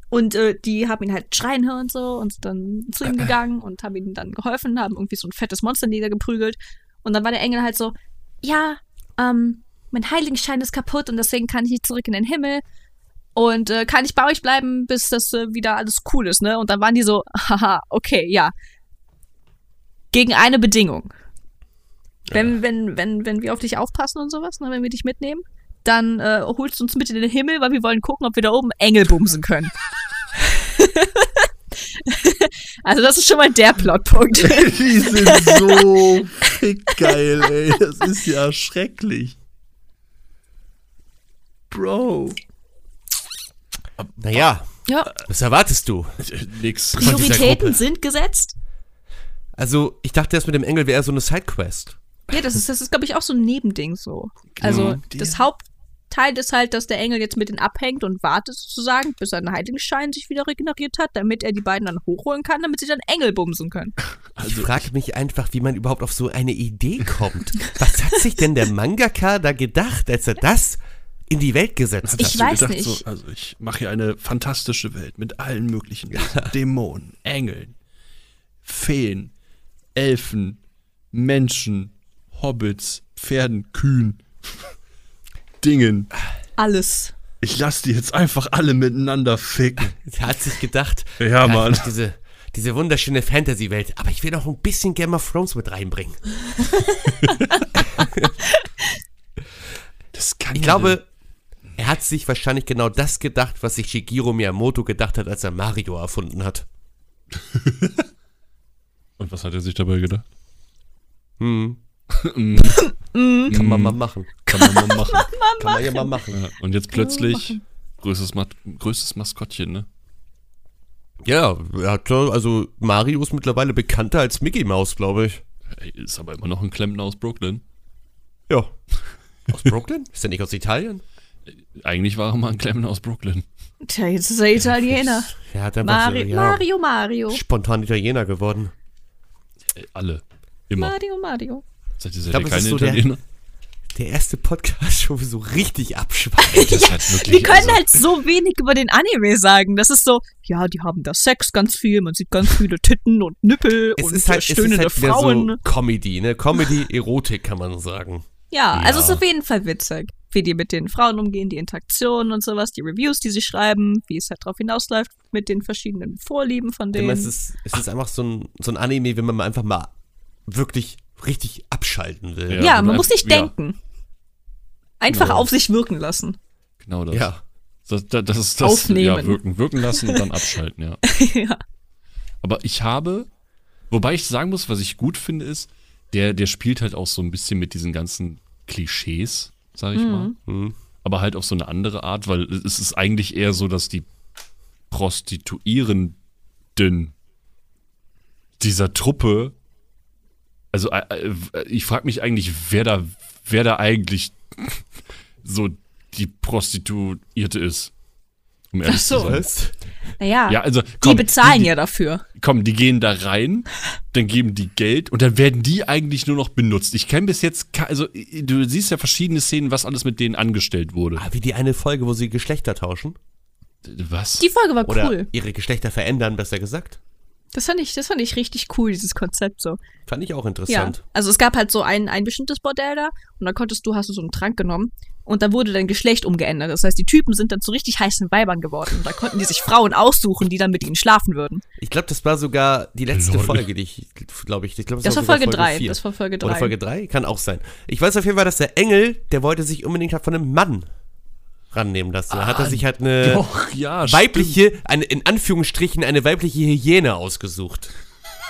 [SPEAKER 3] Und äh, die haben ihn halt schreien hören und so und sind dann zu ihm gegangen und haben ihm dann geholfen, haben irgendwie so ein fettes Monster niedergeprügelt. Und dann war der Engel halt so, ja, ähm, mein Heiligenschein ist kaputt und deswegen kann ich nicht zurück in den Himmel. Und äh, kann ich bei euch bleiben, bis das äh, wieder alles cool ist, ne? Und dann waren die so, haha, okay, ja. Gegen eine Bedingung. Wenn, wenn, wenn, wenn wir auf dich aufpassen und sowas, ne, wenn wir dich mitnehmen, dann äh, holst du uns mit in den Himmel, weil wir wollen gucken, ob wir da oben Engel bumsen können. also das ist schon mal der Plotpunkt.
[SPEAKER 5] Die sind so fick geil, ey. Das ist ja schrecklich. Bro.
[SPEAKER 4] Naja,
[SPEAKER 3] ja,
[SPEAKER 4] was erwartest du?
[SPEAKER 2] Äh, Nix.
[SPEAKER 4] dieser Gruppe.
[SPEAKER 3] Prioritäten sind gesetzt.
[SPEAKER 4] Also, ich dachte, das mit dem Engel wäre so eine Sidequest.
[SPEAKER 3] Ja, das ist, das ist glaube ich, auch so ein Nebending so.
[SPEAKER 4] Genau,
[SPEAKER 3] Also das Hauptteil ist halt, dass der Engel jetzt mit denen abhängt und wartet sozusagen, bis sein Heiligenschein sich wieder regeneriert hat, damit er die beiden dann hochholen kann, damit sie dann Engel bumsen können.
[SPEAKER 4] Also ich frage mich einfach, wie man überhaupt auf so eine Idee kommt. was hat sich denn der Mangaka da gedacht, als er das in die Welt gesetzt
[SPEAKER 3] Ich
[SPEAKER 4] hat?
[SPEAKER 2] Hast du
[SPEAKER 3] weiß nicht.
[SPEAKER 2] So, also ich mache hier eine fantastische Welt mit allen möglichen Wesen. Dämonen, Engeln, Feen, Elfen, Menschen, Hobbits, Pferden, Kühen, Dingen.
[SPEAKER 3] Alles.
[SPEAKER 2] Ich lasse die jetzt einfach alle miteinander ficken.
[SPEAKER 4] Er hat sich gedacht,
[SPEAKER 2] Ja,
[SPEAKER 4] ich
[SPEAKER 2] Mann.
[SPEAKER 4] mach Diese, diese wunderschöne Fantasy-Welt, aber ich will noch ein bisschen Game of Thrones mit reinbringen.
[SPEAKER 2] Das kann
[SPEAKER 4] Ich glaube, er hat sich wahrscheinlich genau das gedacht, was sich Shigeru Miyamoto gedacht hat, als er Mario erfunden hat.
[SPEAKER 2] Und was hat er sich dabei gedacht?
[SPEAKER 4] Hm. Mhm. Kann man mal machen.
[SPEAKER 2] Kann man mal machen.
[SPEAKER 4] Kann man ja mal machen.
[SPEAKER 2] Ja, und jetzt plötzlich größtes, Ma größtes Maskottchen, ne?
[SPEAKER 4] Ja, ja, klar, also Mario ist mittlerweile bekannter als Mickey Mouse, glaube ich.
[SPEAKER 2] Ey, Ist aber immer noch ein Klempner aus Brooklyn.
[SPEAKER 4] Ja. Aus Brooklyn? ist er nicht aus Italien?
[SPEAKER 2] Eigentlich war er mal ein Klempner aus Brooklyn.
[SPEAKER 3] Tja, jetzt ist er Italiener.
[SPEAKER 4] Er hat einfach
[SPEAKER 3] Mari
[SPEAKER 4] so, ja,
[SPEAKER 3] Mario, Mario.
[SPEAKER 4] spontan Italiener geworden.
[SPEAKER 2] Ey, alle. Immer.
[SPEAKER 3] Mario, Mario.
[SPEAKER 2] Seid ihr, seid
[SPEAKER 4] glaub,
[SPEAKER 2] ihr
[SPEAKER 4] es
[SPEAKER 2] keine
[SPEAKER 4] ist so der- Genau,
[SPEAKER 2] Italiener?
[SPEAKER 4] Der erste Podcast, wo wir so richtig abschweifen.
[SPEAKER 2] Das ist halt wirklich,
[SPEAKER 3] Wir können
[SPEAKER 2] also-
[SPEAKER 3] halt so wenig über den Anime sagen. Das ist so, ja, die haben da Sex ganz viel, man sieht ganz viele Titten und Nippel
[SPEAKER 4] Es
[SPEAKER 3] und
[SPEAKER 4] ist halt,
[SPEAKER 3] äh,
[SPEAKER 4] es ist
[SPEAKER 3] stöhnende
[SPEAKER 4] halt wieder
[SPEAKER 3] Frauen.
[SPEAKER 4] so Comedy, ne? Comedy-Erotik kann man sagen.
[SPEAKER 3] Ja,
[SPEAKER 2] Ja.
[SPEAKER 3] also ist auf jeden Fall witzig, wie die mit den Frauen umgehen, die Interaktionen und sowas, die Reviews, die sie schreiben, wie es halt drauf hinausläuft mit den verschiedenen Vorlieben von denen.
[SPEAKER 4] Immer Es ist, es ist einfach so ein, so ein Anime, wenn man mal einfach mal wirklich richtig abschalten will.
[SPEAKER 3] ja,
[SPEAKER 2] Ja,
[SPEAKER 3] man
[SPEAKER 2] und
[SPEAKER 3] muss
[SPEAKER 2] einfach-
[SPEAKER 3] nicht
[SPEAKER 2] ja.
[SPEAKER 3] denken.
[SPEAKER 2] Ja.
[SPEAKER 3] Einfach
[SPEAKER 4] Genau.
[SPEAKER 3] auf sich wirken lassen.
[SPEAKER 2] Genau das.
[SPEAKER 4] ja.
[SPEAKER 2] Das, das, das ist das.
[SPEAKER 3] Aufnehmen.
[SPEAKER 2] Ja, wirken, wirken lassen und dann abschalten, ja.
[SPEAKER 3] ja.
[SPEAKER 2] Aber ich habe, wobei ich sagen muss, was ich gut finde, ist, der, der spielt halt auch so ein bisschen mit diesen ganzen Klischees, sag ich mal. Aber halt auf so eine andere Art, weil es ist eigentlich eher so, dass die Prostituierenden dieser Truppe, also äh, äh, ich frage mich eigentlich, wer da, wer da eigentlich so die Prostituierte ist. Um ehrlich
[SPEAKER 3] Ach so.
[SPEAKER 2] zu sein.
[SPEAKER 4] Was?
[SPEAKER 3] Naja,
[SPEAKER 2] Ja, also
[SPEAKER 3] die
[SPEAKER 2] komm,
[SPEAKER 3] bezahlen
[SPEAKER 2] die-
[SPEAKER 3] ja dafür.
[SPEAKER 2] komm, die gehen da rein, dann geben die Geld und dann werden die eigentlich nur noch benutzt. Ich kenne bis jetzt, ke- also i- du siehst ja verschiedene Szenen, was alles mit denen angestellt wurde.
[SPEAKER 4] Ah, Wie die eine Folge, wo sie Geschlechter tauschen.
[SPEAKER 2] Was?
[SPEAKER 3] Die Folge war
[SPEAKER 4] Oder
[SPEAKER 3] cool.
[SPEAKER 4] ihre Geschlechter verändern, besser gesagt.
[SPEAKER 3] Das fand ich, das fand ich richtig cool, dieses Konzept so.
[SPEAKER 4] Fand ich auch
[SPEAKER 3] Ja.
[SPEAKER 4] interessant.
[SPEAKER 3] Also es gab halt so ein, ein bestimmtes Bordell da und da konntest du, hast du so einen Trank genommen und da wurde dein Geschlecht umgeändert. Das heißt, die Typen sind dann zu richtig heißen Weibern geworden und da konnten die sich Frauen aussuchen, die dann mit ihnen schlafen würden.
[SPEAKER 4] Ich glaube, das war sogar die letzte
[SPEAKER 2] Lol.
[SPEAKER 4] Folge, die ich, glaube ich, ich glaub,
[SPEAKER 3] Das war
[SPEAKER 4] sogar
[SPEAKER 3] Folge drei,
[SPEAKER 4] vier.
[SPEAKER 3] das war Folge
[SPEAKER 4] Oder
[SPEAKER 3] drei.
[SPEAKER 4] Folge 3? Kann auch sein. Ich weiß auf jeden Fall, dass der Engel, der wollte sich unbedingt halt von einem Mann rannehmen lassen. Da
[SPEAKER 3] Ah,
[SPEAKER 4] hat er sich halt eine
[SPEAKER 2] Doch, ja,
[SPEAKER 4] weibliche, eine, in Anführungsstrichen, eine weibliche Hyäne ausgesucht.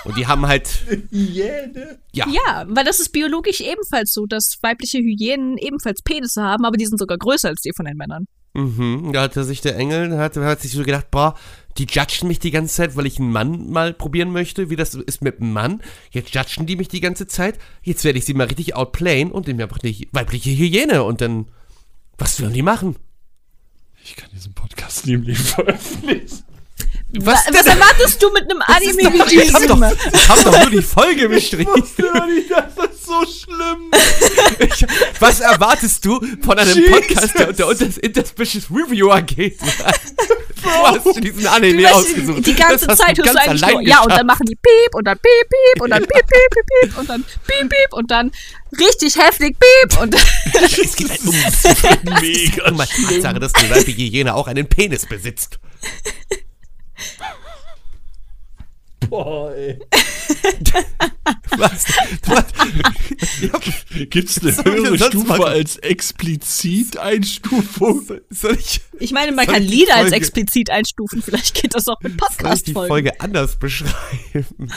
[SPEAKER 4] Und die haben halt,
[SPEAKER 5] Jene.
[SPEAKER 4] ja,
[SPEAKER 3] Ja, weil das ist biologisch ebenfalls so, dass weibliche Hyänen ebenfalls Penisse haben, aber die sind sogar größer als die von den Männern.
[SPEAKER 4] Mhm, da hatte sich der Engel, hat, hat sich so gedacht, boah, die judgen mich die ganze Zeit, weil ich einen Mann mal probieren möchte, wie das so ist mit einem Mann. Jetzt judgen die mich die ganze Zeit, jetzt werde ich sie mal richtig outplayen und nehme einfach eine weibliche Hygiene und dann, was sollen die machen?
[SPEAKER 2] Ich kann diesen Podcast nie im Leben veröffentlichen.
[SPEAKER 4] Was
[SPEAKER 3] Wa- was
[SPEAKER 4] denn?
[SPEAKER 3] erwartest du mit einem Anime wie
[SPEAKER 4] Ich hab doch,
[SPEAKER 3] diesem?
[SPEAKER 4] ich hab doch nur die Folge beschrieben.
[SPEAKER 5] Das ist so schlimm.
[SPEAKER 4] Was erwartest du von einem
[SPEAKER 5] Jesus.
[SPEAKER 4] Podcast, der unter unter das Interspecies Reviewer geht? Du hast dir diesen Anime
[SPEAKER 3] Du weißt,
[SPEAKER 4] ausgesucht.
[SPEAKER 3] die ganze
[SPEAKER 4] Das hast
[SPEAKER 3] Zeit hörst du
[SPEAKER 4] ganz
[SPEAKER 3] eigentlich
[SPEAKER 4] allein
[SPEAKER 3] nur, ja, und
[SPEAKER 4] geschafft.
[SPEAKER 3] dann machen die piep und dann piep, piep und dann piep, piep, piep, piep und dann piep, piep und dann richtig heftig piep und
[SPEAKER 4] Es geht halt um Mega um die Tatsache, dass die weibliche Hyäne auch einen Penis besitzt.
[SPEAKER 5] Boah, ey.
[SPEAKER 4] Was? Was?
[SPEAKER 2] Gibt's eine
[SPEAKER 4] Soll ich
[SPEAKER 2] höhere
[SPEAKER 4] denn sonst
[SPEAKER 2] Stufe
[SPEAKER 4] machen?
[SPEAKER 2] als explizit Einstufung?
[SPEAKER 4] Soll ich,
[SPEAKER 3] ich meine, man
[SPEAKER 4] Soll
[SPEAKER 3] kann
[SPEAKER 4] ich die
[SPEAKER 3] Lieder als
[SPEAKER 4] Folge-
[SPEAKER 3] explizit einstufen, vielleicht geht das auch mit
[SPEAKER 4] soll ich die
[SPEAKER 3] Podcast-Folgen.
[SPEAKER 4] Folge anders beschreiben?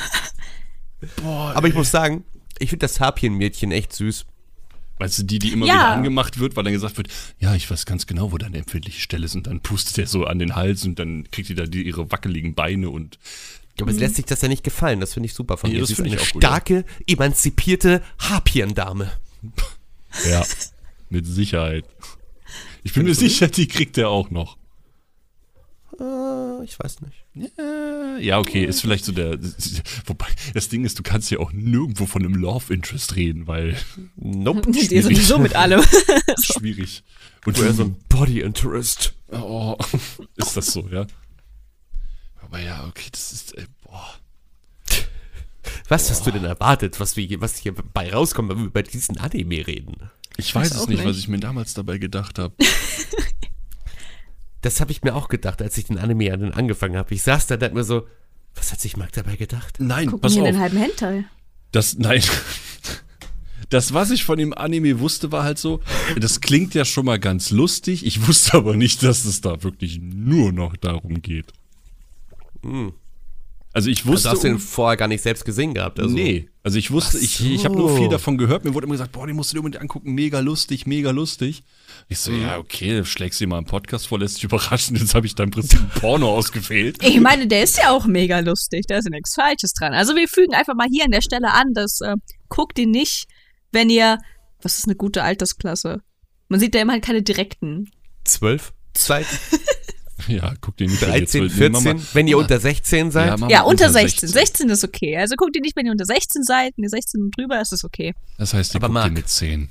[SPEAKER 4] Aber ich muss sagen, ich finde das Harpienmädchen echt süß.
[SPEAKER 2] Weißt du, die, die immer
[SPEAKER 3] Ja.
[SPEAKER 2] wieder angemacht wird, weil dann gesagt wird, ja, ich weiß ganz genau, wo deine empfindliche Stelle ist. Und dann pustet der so an den Hals und dann kriegt die da die, ihre wackeligen Beine und
[SPEAKER 4] Aber es lässt sich das ja nicht gefallen. Das finde ich super von
[SPEAKER 2] Mhm. Nee,
[SPEAKER 4] ihr.
[SPEAKER 2] das
[SPEAKER 4] Sie ist
[SPEAKER 2] finde
[SPEAKER 4] eine
[SPEAKER 2] ich auch gut, ja.
[SPEAKER 4] starke, emanzipierte Harpiendame.
[SPEAKER 2] ja, mit Sicherheit. Ich bin mir sicher, die kriegt der auch noch.
[SPEAKER 4] Äh, ich weiß nicht.
[SPEAKER 2] Äh, Ja, okay, ist vielleicht so der. Wobei, das Ding ist, du kannst ja auch nirgendwo von einem Love Interest reden, weil
[SPEAKER 4] Nope.
[SPEAKER 3] Die sowieso mit allem.
[SPEAKER 2] schwierig. Und
[SPEAKER 4] Woher so ein Body Interest?
[SPEAKER 2] Oh, ist das so, ja? Aber ja, okay, das ist. Ey, boah.
[SPEAKER 4] Was hast du denn erwartet, was, wir, hier- was hier bei rauskommt, wenn wir über diesen Anime reden?
[SPEAKER 2] Ich weiß,
[SPEAKER 3] auch
[SPEAKER 2] es nicht,
[SPEAKER 3] nicht.
[SPEAKER 2] was ich mir damals dabei gedacht habe.
[SPEAKER 4] Das habe ich mir auch gedacht, als ich den Anime an- angefangen habe. Ich saß da und dachte mir so, was hat sich Marc dabei gedacht?
[SPEAKER 2] Nein,
[SPEAKER 3] Gucken halt.
[SPEAKER 2] pass
[SPEAKER 3] hier den
[SPEAKER 2] auf.
[SPEAKER 3] halben Hentai.
[SPEAKER 2] Das, nein. Das, was ich von dem Anime wusste, war halt so, das klingt ja schon mal ganz lustig. Ich wusste aber nicht, dass es da wirklich nur noch darum geht. Also ich
[SPEAKER 4] Hm. Also
[SPEAKER 2] wusste.
[SPEAKER 4] hast du den
[SPEAKER 2] um-
[SPEAKER 4] vorher gar nicht selbst gesehen gehabt. Also.
[SPEAKER 2] Nee, also ich wusste,
[SPEAKER 4] Ach
[SPEAKER 2] ich,
[SPEAKER 4] so.
[SPEAKER 2] ich habe nur viel davon gehört. Mir wurde immer gesagt, boah, den musst du dir unbedingt angucken, mega lustig, mega lustig. Ich so,
[SPEAKER 4] Hm.
[SPEAKER 2] ja, okay, schlägst dir mal einen Podcast vor, lässt dich überraschen. Jetzt habe ich da im Prinzip ein Porno ausgewählt.
[SPEAKER 3] Ich meine, der ist ja auch mega lustig, da ist ja nichts Falsches dran. Also wir fügen einfach mal hier an der Stelle an, dass äh, guckt ihn nicht, wenn ihr, was ist eine gute Altersklasse? Man sieht da immer halt keine direkten.
[SPEAKER 4] Zwölf? Zwei,
[SPEAKER 2] Ja, guck dir nicht an, jetzt
[SPEAKER 4] 13,
[SPEAKER 2] wird- nee, Mama-
[SPEAKER 4] 14, wenn ihr unter 16 seid.
[SPEAKER 2] Mama,
[SPEAKER 3] Ja, unter 16. 16. ist okay. Also guckt ihr nicht, wenn ihr unter 16 seid, wenn ihr 16 und drüber ist, ist okay.
[SPEAKER 2] Das heißt, die
[SPEAKER 4] Aber
[SPEAKER 2] guckt
[SPEAKER 4] Marc.
[SPEAKER 2] dir mit 10.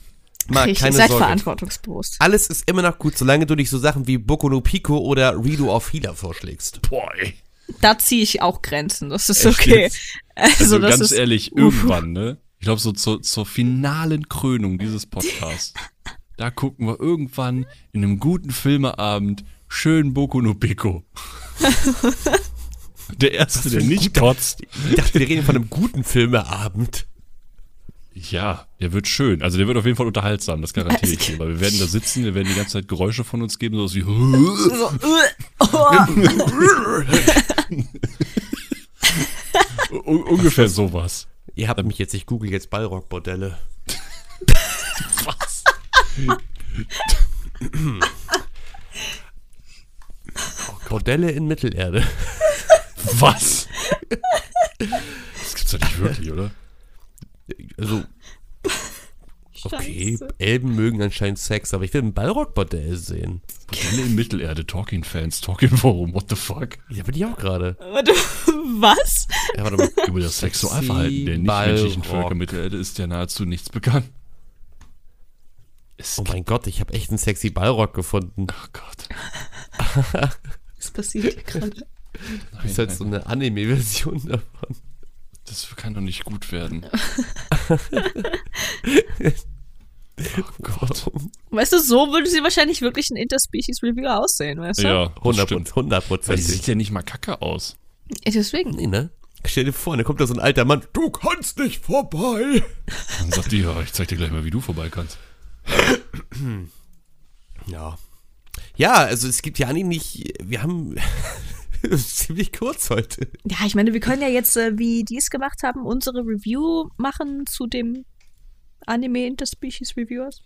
[SPEAKER 4] Marc,
[SPEAKER 3] Richtig,
[SPEAKER 4] keine
[SPEAKER 3] seid
[SPEAKER 4] Sorge.
[SPEAKER 3] verantwortungsbewusst.
[SPEAKER 4] Alles ist immer noch gut, solange du nicht so Sachen wie Boku no Pico oder Rido of Healer vorschlägst.
[SPEAKER 2] Boah, ey.
[SPEAKER 3] Da ziehe ich auch Grenzen, das ist
[SPEAKER 2] Echt
[SPEAKER 3] okay.
[SPEAKER 2] jetzt?
[SPEAKER 3] Also,
[SPEAKER 2] Also
[SPEAKER 3] das
[SPEAKER 2] ganz
[SPEAKER 3] ist,
[SPEAKER 2] ehrlich, irgendwann, ne? Ich glaube, so zur, zur finalen Krönung dieses Podcasts, da gucken wir irgendwann in einem guten Filmeabend schön Boku no Pico. Der Erste, der nicht kotzt.
[SPEAKER 4] Ich dachte, wir reden von einem guten Filmeabend.
[SPEAKER 2] Ja, der wird schön. Also der wird auf jeden Fall unterhaltsam, das garantiere ich dir. Weil wir werden da sitzen, wir werden die ganze Zeit Geräusche von uns geben, sowas wie
[SPEAKER 3] so, äh, oh,
[SPEAKER 2] un ungefähr sowas.
[SPEAKER 4] Ihr habt mich jetzt, ich google jetzt Ballrock-Bordelle.
[SPEAKER 2] Was?
[SPEAKER 4] Bordelle in Mittelerde.
[SPEAKER 2] Was? Das gibt's doch nicht wirklich, oder?
[SPEAKER 4] Also, okay,
[SPEAKER 3] Scheiße.
[SPEAKER 4] Elben mögen anscheinend Sex, aber ich will ein Ballrock-Bordell sehen.
[SPEAKER 2] Bordelle in Mittelerde, Talking-Fans, Talking-Forum, what the fuck?
[SPEAKER 4] Ja, bin ich auch gerade.
[SPEAKER 3] Warte, was?
[SPEAKER 4] Ja, warte mal.
[SPEAKER 2] Über das Sexualverhalten der nichtmenschlichen Völker Mittelerde ist ja nahezu nichts bekannt. Es
[SPEAKER 4] Oh mein Gott, ich habe echt einen sexy Ballrock gefunden.
[SPEAKER 2] oh Gott.
[SPEAKER 3] Was passiert hier gerade?
[SPEAKER 4] Du bist halt so eine Anime-Version davon.
[SPEAKER 2] Das kann doch nicht gut werden. Oh
[SPEAKER 4] Oh Warum?
[SPEAKER 3] Weißt du, so würde sie wahrscheinlich wirklich ein Interspecies Reviewer aussehen, weißt du?
[SPEAKER 2] Ja,
[SPEAKER 4] 100
[SPEAKER 2] Prozent.
[SPEAKER 4] Prozent. 100
[SPEAKER 2] Weil
[SPEAKER 4] Prozent.
[SPEAKER 2] die sieht ja nicht mal kacke aus.
[SPEAKER 3] Deswegen.
[SPEAKER 4] Nee, ne? Stell dir vor, da kommt da so ein alter Mann. Du kannst nicht vorbei.
[SPEAKER 2] Dann sagt die, ja, ich zeig dir gleich mal, wie du vorbei kannst.
[SPEAKER 4] Ja. Ja, also es gibt ja Anime nicht. Wir haben. es ist ziemlich kurz heute.
[SPEAKER 3] Ja, ich meine, wir können ja jetzt, äh, wie die es gemacht haben, unsere Review machen zu dem Anime Interspecies Reviewers.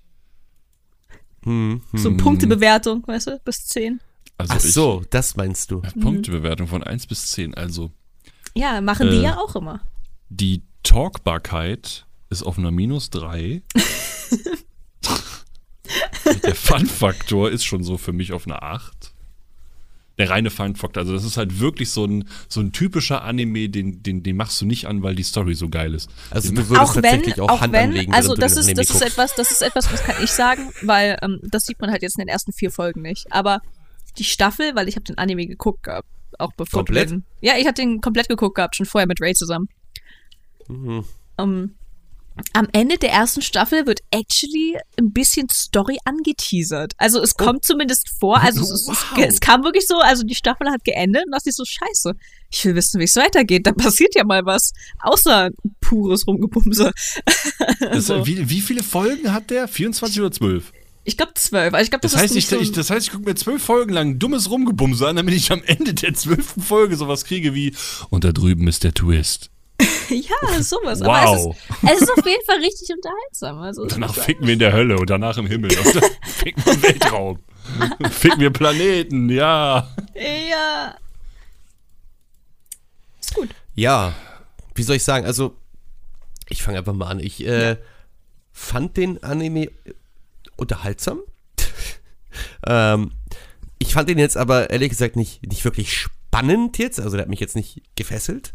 [SPEAKER 4] Hm,
[SPEAKER 3] So Punktebewertung, weißt du, bis 10.
[SPEAKER 2] Also
[SPEAKER 4] Ach
[SPEAKER 2] ich-
[SPEAKER 4] so, das meinst du.
[SPEAKER 2] Punktebewertung von 1 bis 10. Also
[SPEAKER 3] Ja, machen die
[SPEAKER 2] Äh.
[SPEAKER 3] ja auch immer.
[SPEAKER 2] die Talkbarkeit ist auf einer minus 3. Der Fun-Faktor ist schon so für mich auf einer 8. Der reine Fun-Faktor. Also das ist halt wirklich so ein, so ein typischer Anime, den, den, den machst du nicht an, weil die Story so geil ist.
[SPEAKER 4] Also
[SPEAKER 2] Den
[SPEAKER 4] du
[SPEAKER 2] mach-
[SPEAKER 4] würdest
[SPEAKER 3] auch
[SPEAKER 4] tatsächlich
[SPEAKER 3] wenn,
[SPEAKER 4] auch,
[SPEAKER 3] auch
[SPEAKER 4] Hand
[SPEAKER 3] wenn,
[SPEAKER 4] anlegen, während
[SPEAKER 3] also
[SPEAKER 4] du
[SPEAKER 3] das
[SPEAKER 4] den
[SPEAKER 3] ist,
[SPEAKER 4] Anime
[SPEAKER 3] das ist
[SPEAKER 4] guckst.
[SPEAKER 3] etwas, das ist etwas, was kann ich sagen, weil ähm, das sieht man halt jetzt in den ersten vier Folgen nicht. Aber die Staffel, weil ich habe den Anime geguckt gehabt, auch bevor du
[SPEAKER 4] Komplett?
[SPEAKER 3] den, ja, ich habe den komplett geguckt gehabt, schon vorher mit Ray zusammen. Ähm, am Ende der ersten Staffel wird actually ein bisschen Story angeteasert. Also es kommt zumindest vor, also es, es,
[SPEAKER 2] Wow.
[SPEAKER 3] es kam wirklich so, also die Staffel hat geendet und dachte ich so, scheiße, ich will wissen, wie es weitergeht. Da passiert ja mal was, außer pures Rumgebumse.
[SPEAKER 2] Das,
[SPEAKER 3] Also-
[SPEAKER 2] wie, wie viele Folgen hat der? 24 oder 12?
[SPEAKER 3] Ich glaube zwölf. Also ich glaube, das,
[SPEAKER 2] Das, heißt,
[SPEAKER 3] ist
[SPEAKER 2] ich,
[SPEAKER 3] nicht so
[SPEAKER 2] ich, das heißt, ich gucke mir zwölf Folgen lang dummes Rumgebumse an, damit ich am Ende der zwölften Folge sowas kriege wie Und da drüben ist der Twist.
[SPEAKER 3] ja sowas.
[SPEAKER 2] Wow.
[SPEAKER 3] Aber es ist, es ist auf jeden Fall richtig unterhaltsam. Also es
[SPEAKER 2] Danach ficken wir in der Hölle und danach im Himmel. Und dann ficken wir im Weltraum. ficken wir Planeten, ja.
[SPEAKER 3] ist, ja, ist gut.
[SPEAKER 4] Ja, wie soll ich sagen? Also, ich fange einfach mal an. Ich äh, fand den Anime unterhaltsam. ähm, ich fand den jetzt aber ehrlich gesagt nicht, nicht wirklich spannend jetzt. Also, der hat mich jetzt nicht gefesselt.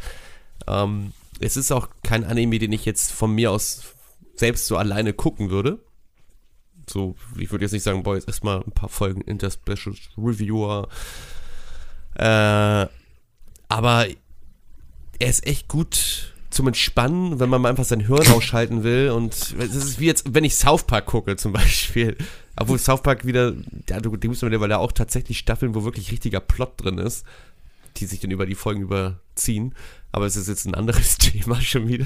[SPEAKER 4] Ähm, es ist auch kein Anime, den ich jetzt von mir aus selbst so alleine gucken würde. So, ich würde jetzt nicht sagen, boah, jetzt erstmal ein paar Folgen Interspecial Reviewer. Äh, aber er ist echt gut zum Entspannen, wenn man mal einfach sein Hirn ausschalten will. Und es ist wie jetzt, wenn ich South Park gucke zum Beispiel. Obwohl South Park wieder, ja, du, die musst du mittlerweile auch tatsächlich Staffeln, wo wirklich richtiger Plot drin ist, die sich dann über die Folgen überziehen. Aber es ist jetzt ein anderes Thema schon wieder.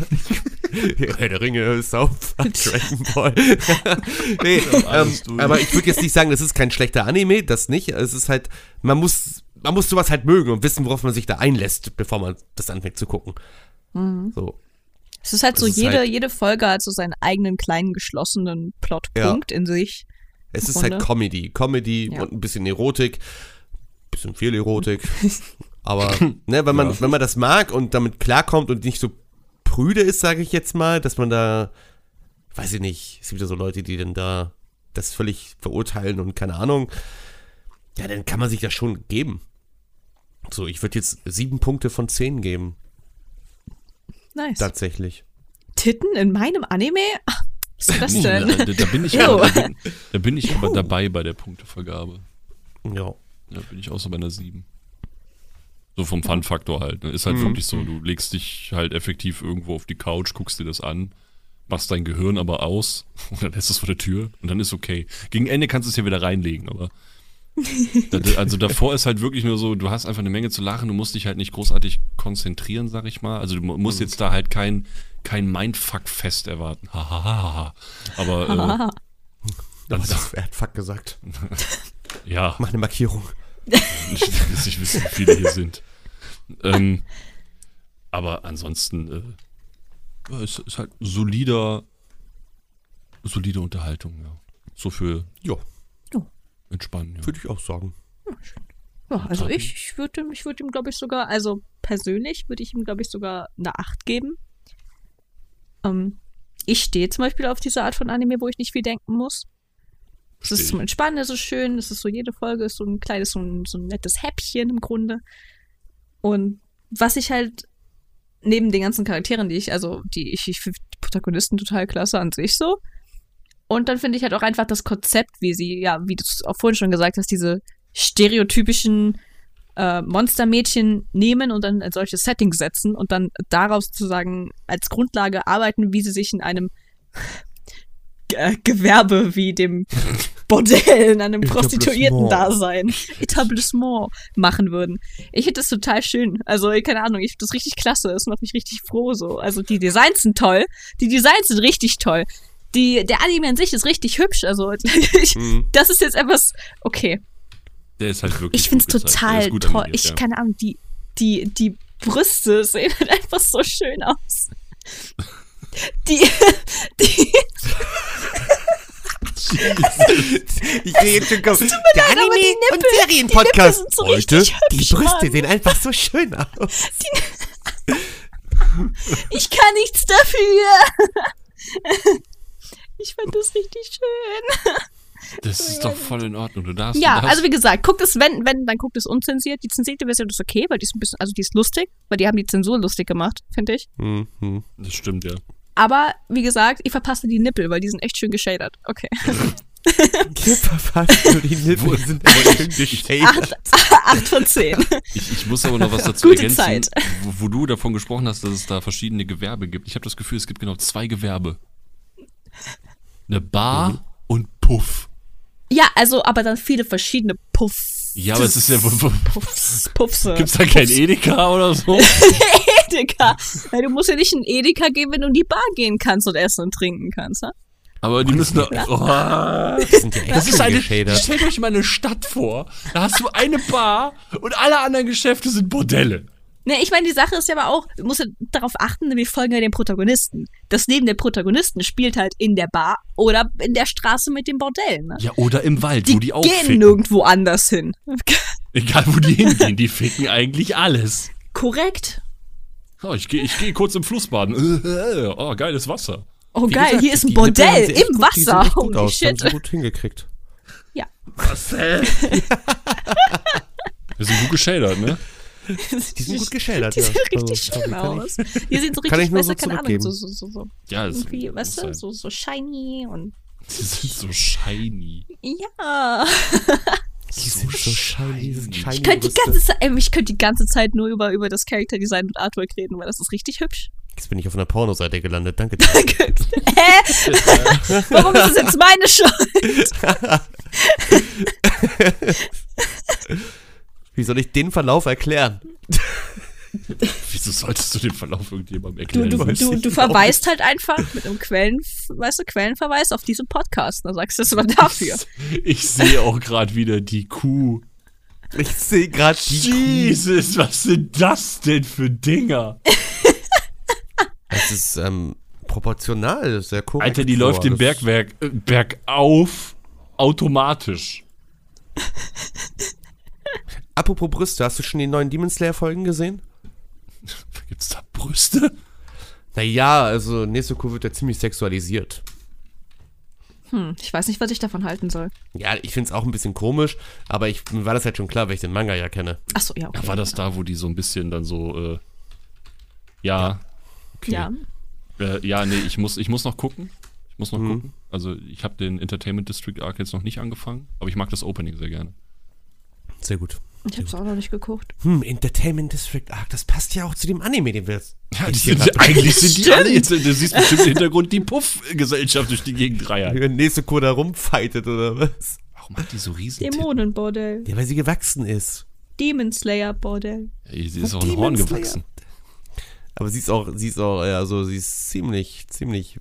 [SPEAKER 4] Herr der Ringe, South Park, Dragon Ball. nee, ähm,
[SPEAKER 2] durch.
[SPEAKER 4] aber ich würde jetzt nicht sagen, das ist kein schlechter Anime, das nicht. Es ist halt, man muss, man muss sowas halt mögen und wissen, worauf man sich da einlässt, bevor man das anfängt zu gucken. So.
[SPEAKER 3] Es ist halt
[SPEAKER 4] Es
[SPEAKER 3] so,
[SPEAKER 4] ist
[SPEAKER 3] jede,
[SPEAKER 4] halt-
[SPEAKER 3] jede Folge hat so seinen eigenen kleinen geschlossenen Plotpunkt in sich.
[SPEAKER 4] Es ist
[SPEAKER 3] Runde.
[SPEAKER 4] halt Comedy. Comedy
[SPEAKER 3] Ja.
[SPEAKER 4] und ein bisschen Erotik. Bisschen viel Erotik. Aber ne, wenn, man, wenn man das mag und damit klarkommt und nicht so prüde ist, sage ich jetzt mal, dass man da, weiß ich nicht, es gibt ja so Leute, die dann da das völlig verurteilen und keine Ahnung. Ja, dann kann man sich das schon geben. So, ich würde jetzt sieben Punkte von zehn geben,
[SPEAKER 3] Nice.
[SPEAKER 4] tatsächlich.
[SPEAKER 3] Titten in meinem Anime? Ah, Was ist das
[SPEAKER 2] Da,
[SPEAKER 3] denn?
[SPEAKER 2] da, bin ich
[SPEAKER 3] Jo.
[SPEAKER 2] aber, da, bin, da bin ich aber dabei bei der Punktevergabe.
[SPEAKER 4] Ja.
[SPEAKER 2] Da bin ich auch so bei einer 7. So vom Fun-Faktor halt. Ne? Ist halt wirklich so, du legst dich halt effektiv irgendwo auf die Couch, guckst dir das an, machst dein Gehirn aber aus und dann lässt es vor der Tür und dann ist okay. Gegen Ende kannst du es ja wieder reinlegen, aber. da, da- also davor ist halt wirklich nur so, du hast einfach eine Menge zu lachen, du musst dich halt nicht großartig konzentrieren, sag ich mal. Also du mu- musst jetzt da halt kein, kein Mindfuck-Fest erwarten. Hahaha.
[SPEAKER 3] Ah.
[SPEAKER 2] aber
[SPEAKER 4] Da hat er fuck gesagt.
[SPEAKER 2] äh, ja.
[SPEAKER 4] Mach eine Markierung.
[SPEAKER 2] Nicht, dass ich wissen, wie viele hier sind. ähm, aber ansonsten äh, ja, es ist halt solider, solide Unterhaltung, ja. So für
[SPEAKER 4] Ja,
[SPEAKER 2] entspannen, ja.
[SPEAKER 4] würde ich auch sagen.
[SPEAKER 3] Ja, also ich, ich würde ihm, ich würd ihm glaube ich, sogar, also persönlich würde ich ihm, glaube ich, sogar eine 8 geben. Ähm, ich stehe zum Beispiel auf diese Art von Anime, wo ich nicht viel denken muss. Es
[SPEAKER 2] Steh
[SPEAKER 3] ist
[SPEAKER 2] ich.
[SPEAKER 3] zum Entspannen, es ist schön, es ist so, jede Folge ist so ein kleines, so ein, so ein nettes Häppchen im Grunde. Und was ich halt neben den ganzen Charakteren, die ich, also die ich, ich finde die Protagonisten total klasse an sich so. Und dann finde ich halt auch einfach das Konzept, wie sie, ja, wie du es auch vorhin schon gesagt hast, diese stereotypischen äh, Monstermädchen nehmen und dann als solches Setting setzen und dann daraus sozusagen als Grundlage arbeiten, wie sie sich in einem Ge- Gewerbe wie dem Bordell, in einem Prostituierten-Dasein, Etablissement machen würden. Ich hätte das total schön. Also, keine Ahnung, ich finde das richtig klasse. Das macht mich richtig froh so. Also, die Designs sind toll. Die Designs sind richtig toll. Die, der Anime an sich ist richtig hübsch. Also, ich,
[SPEAKER 4] Mhm.
[SPEAKER 3] das ist jetzt etwas, okay.
[SPEAKER 2] Der ist halt wirklich
[SPEAKER 3] Ich find's
[SPEAKER 2] gut gezeigt. Der
[SPEAKER 3] total
[SPEAKER 2] ist gut
[SPEAKER 3] toll.
[SPEAKER 2] animiert,
[SPEAKER 3] Ich,
[SPEAKER 2] ja.
[SPEAKER 3] keine Ahnung, die, die, die Brüste sehen halt einfach so schön aus. Die, die,
[SPEAKER 4] Ich sehe jetzt schon kommen. Der
[SPEAKER 3] leid, aber die
[SPEAKER 4] Anime- und
[SPEAKER 3] Nippel- die Nippel
[SPEAKER 4] Serienpodcast.
[SPEAKER 3] sind so
[SPEAKER 4] Heute,
[SPEAKER 3] richtig
[SPEAKER 4] die
[SPEAKER 3] hübsch,
[SPEAKER 4] Brüste
[SPEAKER 3] Mann.
[SPEAKER 4] sehen einfach so schön aus.
[SPEAKER 3] ich kann nichts dafür. Ich fand das richtig schön.
[SPEAKER 2] Das ist doch voll in Ordnung. Du darfst.
[SPEAKER 3] Ja,
[SPEAKER 2] du darfst.
[SPEAKER 3] also wie gesagt, guckt es, wenn, wenn, dann guckt es unzensiert. Die zensierte Version ist okay, weil die ist ein bisschen, also die ist lustig, weil die haben die Zensur lustig gemacht, finde ich.
[SPEAKER 4] Mhm.
[SPEAKER 2] das stimmt, ja.
[SPEAKER 3] Aber wie gesagt, ich verpasse die Nippel, weil die sind echt schön geschadert. Okay.
[SPEAKER 4] Kipper fast nur die Nippel sind aber schön geshaded.
[SPEAKER 3] Acht, acht von zehn.
[SPEAKER 2] Ich, ich muss aber noch was dazu
[SPEAKER 3] Gute
[SPEAKER 2] ergänzen,
[SPEAKER 3] Zeit.
[SPEAKER 2] Wo, wo du davon gesprochen hast, dass es da verschiedene Gewerbe gibt. Ich habe das Gefühl, es gibt genau zwei Gewerbe. Eine Bar und Puff.
[SPEAKER 3] Ja, also, aber dann viele verschiedene Puffs.
[SPEAKER 2] Ja, aber es ist ja...
[SPEAKER 3] Puffs, Puffse.
[SPEAKER 2] Gibt's da kein Edeka oder so?
[SPEAKER 3] Edeka. Na, du musst ja nicht in Edeka gehen, wenn du in die Bar gehen kannst und essen und trinken kannst. Ne?
[SPEAKER 2] Aber die müssen... da- Oh,
[SPEAKER 4] Die sind ja echt
[SPEAKER 2] das ist
[SPEAKER 4] schön
[SPEAKER 2] eine...
[SPEAKER 4] geshadert.
[SPEAKER 2] Stellt euch mal eine Stadt vor. Da hast du eine Bar und alle anderen Geschäfte sind Bordelle.
[SPEAKER 3] Ne, ich meine, die Sache ist ja aber auch, du musst ja darauf achten, wir folgen ja dem Protagonisten. Das Leben der Protagonisten spielt halt in der Bar oder in der Straße mit dem Bordell. Ne?
[SPEAKER 2] Ja, oder im Wald, wo
[SPEAKER 3] Die
[SPEAKER 2] die auch
[SPEAKER 3] gehen
[SPEAKER 2] ficken.
[SPEAKER 3] nirgendwo anders hin.
[SPEAKER 2] Egal, wo die hingehen, die ficken eigentlich alles.
[SPEAKER 3] Korrekt.
[SPEAKER 2] Oh, ich gehe ich geh kurz im Fluss baden. Äh, äh, Oh, geiles Wasser.
[SPEAKER 3] Oh
[SPEAKER 4] Wie
[SPEAKER 3] geil,
[SPEAKER 4] gesagt,
[SPEAKER 3] hier ist ein
[SPEAKER 4] die Nippel haben
[SPEAKER 3] Bordell
[SPEAKER 4] sie echt
[SPEAKER 3] im
[SPEAKER 4] gut- die sehen
[SPEAKER 3] Wasser.
[SPEAKER 4] echt Gut
[SPEAKER 3] Holy
[SPEAKER 4] aus, haben
[SPEAKER 3] shit.
[SPEAKER 4] sie gut hingekriegt.
[SPEAKER 2] Wir sind gut geschadert, ne?
[SPEAKER 4] Die sind gut geschadert,
[SPEAKER 3] Die
[SPEAKER 4] ja.
[SPEAKER 3] sehen richtig
[SPEAKER 4] Also,
[SPEAKER 3] schön
[SPEAKER 4] kann ich-
[SPEAKER 3] aus. Die sehen so
[SPEAKER 4] kann
[SPEAKER 3] richtig,
[SPEAKER 4] ich nur
[SPEAKER 3] weißt du,
[SPEAKER 4] so
[SPEAKER 3] keine Ahnung,
[SPEAKER 4] zurückgeben.
[SPEAKER 3] so, so, so, so
[SPEAKER 2] Ja, es
[SPEAKER 3] irgendwie, weißt du,
[SPEAKER 2] muss
[SPEAKER 3] so, so shiny und
[SPEAKER 2] sein. Die sind so shiny.
[SPEAKER 3] ja.
[SPEAKER 4] Die sind so shiny, die sind shiny.
[SPEAKER 3] Ich könnte die
[SPEAKER 4] Brüste.
[SPEAKER 3] ganze Zeit, ähm, ich könnte die ganze Zeit nur über, über das Charakterdesign und Artwork reden, weil das ist richtig hübsch.
[SPEAKER 4] Jetzt bin ich auf einer Pornoseite gelandet, danke.
[SPEAKER 3] Hä? Warum ist das jetzt meine Schuld?
[SPEAKER 4] Wie soll ich den Verlauf erklären?
[SPEAKER 2] Wieso solltest du den Verlauf irgendjemandem
[SPEAKER 3] Du,
[SPEAKER 2] erklären?
[SPEAKER 3] du,
[SPEAKER 2] müssen?
[SPEAKER 3] du, du verweist halt einfach mit einem Quellen, weißt du, Quellenverweis auf diesen Podcast. Dann sagst du das aber dafür.
[SPEAKER 2] Ich sehe auch gerade wieder die Kuh.
[SPEAKER 4] Ich sehe gerade die.
[SPEAKER 2] Jesus, was sind das denn für Dinger?
[SPEAKER 4] Das ist ähm, proportional, sehr korrekt.
[SPEAKER 2] Alter, die
[SPEAKER 4] vor.
[SPEAKER 2] läuft im
[SPEAKER 4] Das-
[SPEAKER 2] Bergwerk äh, bergauf automatisch.
[SPEAKER 4] Apropos Brüste, hast du schon die neuen Demon Slayer Folgen gesehen?
[SPEAKER 2] Gibt's da Brüste?
[SPEAKER 4] Naja, also Nezuko wird ja ziemlich sexualisiert.
[SPEAKER 3] Hm, ich weiß nicht, was ich davon halten soll.
[SPEAKER 4] Ja, ich find's auch ein bisschen komisch, aber ich, mir war das halt schon klar, weil ich den Manga ja kenne.
[SPEAKER 3] Achso, ja, okay.
[SPEAKER 2] War das da, wo die so ein bisschen dann so, äh, ja,
[SPEAKER 3] Ja.
[SPEAKER 2] Äh, ja, nee, ich muss, ich muss noch gucken. Ich muss noch gucken. Also ich habe den Entertainment District Arc jetzt noch nicht angefangen, aber ich mag das Opening sehr gerne.
[SPEAKER 4] Sehr gut.
[SPEAKER 3] Ich hab's auch noch nicht geguckt.
[SPEAKER 4] Hm, Entertainment District Arc, das passt ja auch zu dem Anime, den wir jetzt.
[SPEAKER 2] die sind, eigentlich sind die alle jetzt, du siehst bestimmt im Hintergrund die Puff-Gesellschaft durch die Gegend reiern.
[SPEAKER 4] Wenn Nezuko da rumfightet oder was?
[SPEAKER 2] Warum hat die so riesen Titten?
[SPEAKER 3] Dämonenbordell.
[SPEAKER 4] Ja, weil sie gewachsen ist.
[SPEAKER 3] Demon Slayer Bordell.
[SPEAKER 2] Ey, sie ist auch ein Horn
[SPEAKER 4] Demon Slayer.
[SPEAKER 2] gewachsen.
[SPEAKER 4] Aber sie ist auch, sie ist auch, ja, also sie ist ziemlich, ziemlich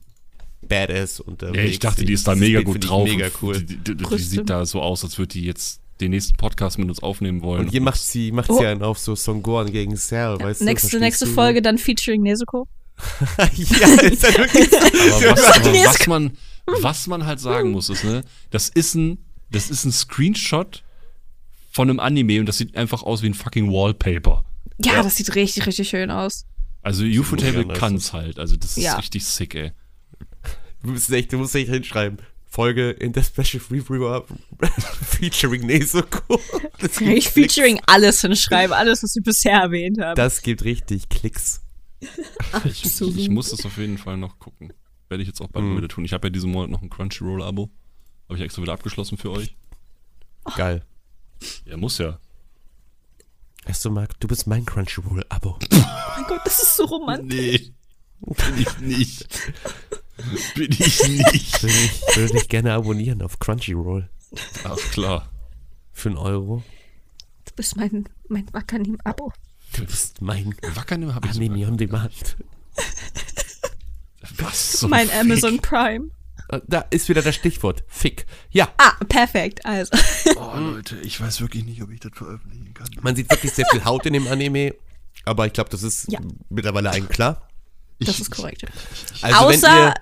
[SPEAKER 4] badass unterwegs.
[SPEAKER 2] Ja, ich dachte, die ist da
[SPEAKER 4] Das
[SPEAKER 2] mega
[SPEAKER 4] Bild
[SPEAKER 2] gut
[SPEAKER 4] find ich
[SPEAKER 2] drauf.
[SPEAKER 4] Mega cool.
[SPEAKER 2] Die, die, die, die
[SPEAKER 3] Brüste.
[SPEAKER 2] sieht da so aus, als würde die jetzt den nächsten Podcast mit uns aufnehmen wollen.
[SPEAKER 4] Und hier macht sie, macht
[SPEAKER 3] Oh.
[SPEAKER 4] sie einen auf so Songoran gegen Cell, weißt du?
[SPEAKER 3] nächste
[SPEAKER 4] verstehst
[SPEAKER 3] nächste
[SPEAKER 4] du?
[SPEAKER 3] Folge dann featuring Nezuko.
[SPEAKER 4] ja, ist ja wirklich so.
[SPEAKER 2] Aber was, aber
[SPEAKER 3] Yes.
[SPEAKER 2] was, man,
[SPEAKER 3] Mhm.
[SPEAKER 2] was man halt sagen muss, ist, ne, das ist ein, das ist ein Screenshot von einem Anime und das sieht einfach aus wie ein fucking Wallpaper.
[SPEAKER 3] Ja, das sieht richtig, richtig schön aus.
[SPEAKER 2] Also Ufotable
[SPEAKER 4] anders.
[SPEAKER 2] kann's halt. Also das ist
[SPEAKER 3] Ja.
[SPEAKER 2] richtig sick, ey.
[SPEAKER 4] Du musst echt, du musst echt hinschreiben. Folge in der Special Reviewer featuring Nezuko. Das gibt
[SPEAKER 3] Ich
[SPEAKER 4] Klicks.
[SPEAKER 3] featuring alles hinschreibe, alles, was wir bisher erwähnt haben.
[SPEAKER 4] Das gibt richtig Klicks.
[SPEAKER 2] Ich, Mhm. ich, ich muss das auf jeden Fall noch gucken. Werde ich jetzt auch bald mal wieder tun. Ich habe ja diesen Monat noch ein Crunchyroll-Abo. Habe
[SPEAKER 3] Oh.
[SPEAKER 2] ich extra wieder abgeschlossen für euch.
[SPEAKER 4] Geil.
[SPEAKER 2] Ja, muss ja.
[SPEAKER 4] Weißt du, Marc, du bist mein Crunchyroll-Abo.
[SPEAKER 3] Mein Oh Gott, das ist so romantisch.
[SPEAKER 2] Nee. Bin ich nicht. Bin ich nicht.
[SPEAKER 4] Würde ich, würde ich gerne abonnieren auf Crunchyroll.
[SPEAKER 2] Ach klar.
[SPEAKER 4] Für einen Euro.
[SPEAKER 3] Du bist mein, mein Wackernim-Abo.
[SPEAKER 4] Du bist mein
[SPEAKER 2] Wackernim
[SPEAKER 3] Ah,
[SPEAKER 2] habe ne, ich sogar.
[SPEAKER 4] Anime on Demand.
[SPEAKER 2] Was zum
[SPEAKER 3] mein
[SPEAKER 2] Fick?
[SPEAKER 3] Amazon Prime.
[SPEAKER 4] Da ist wieder das Stichwort. Fick. Ja,
[SPEAKER 3] Ah, perfekt. Also,
[SPEAKER 5] Oh,
[SPEAKER 2] Hm.
[SPEAKER 5] Leute, ich weiß wirklich nicht, ob ich das veröffentlichen kann.
[SPEAKER 4] man sieht wirklich sehr viel Haut in dem Anime. Aber ich glaube, das ist
[SPEAKER 3] Ja.
[SPEAKER 4] mittlerweile allen klar.
[SPEAKER 3] das ist korrekt.
[SPEAKER 4] Also
[SPEAKER 3] Außer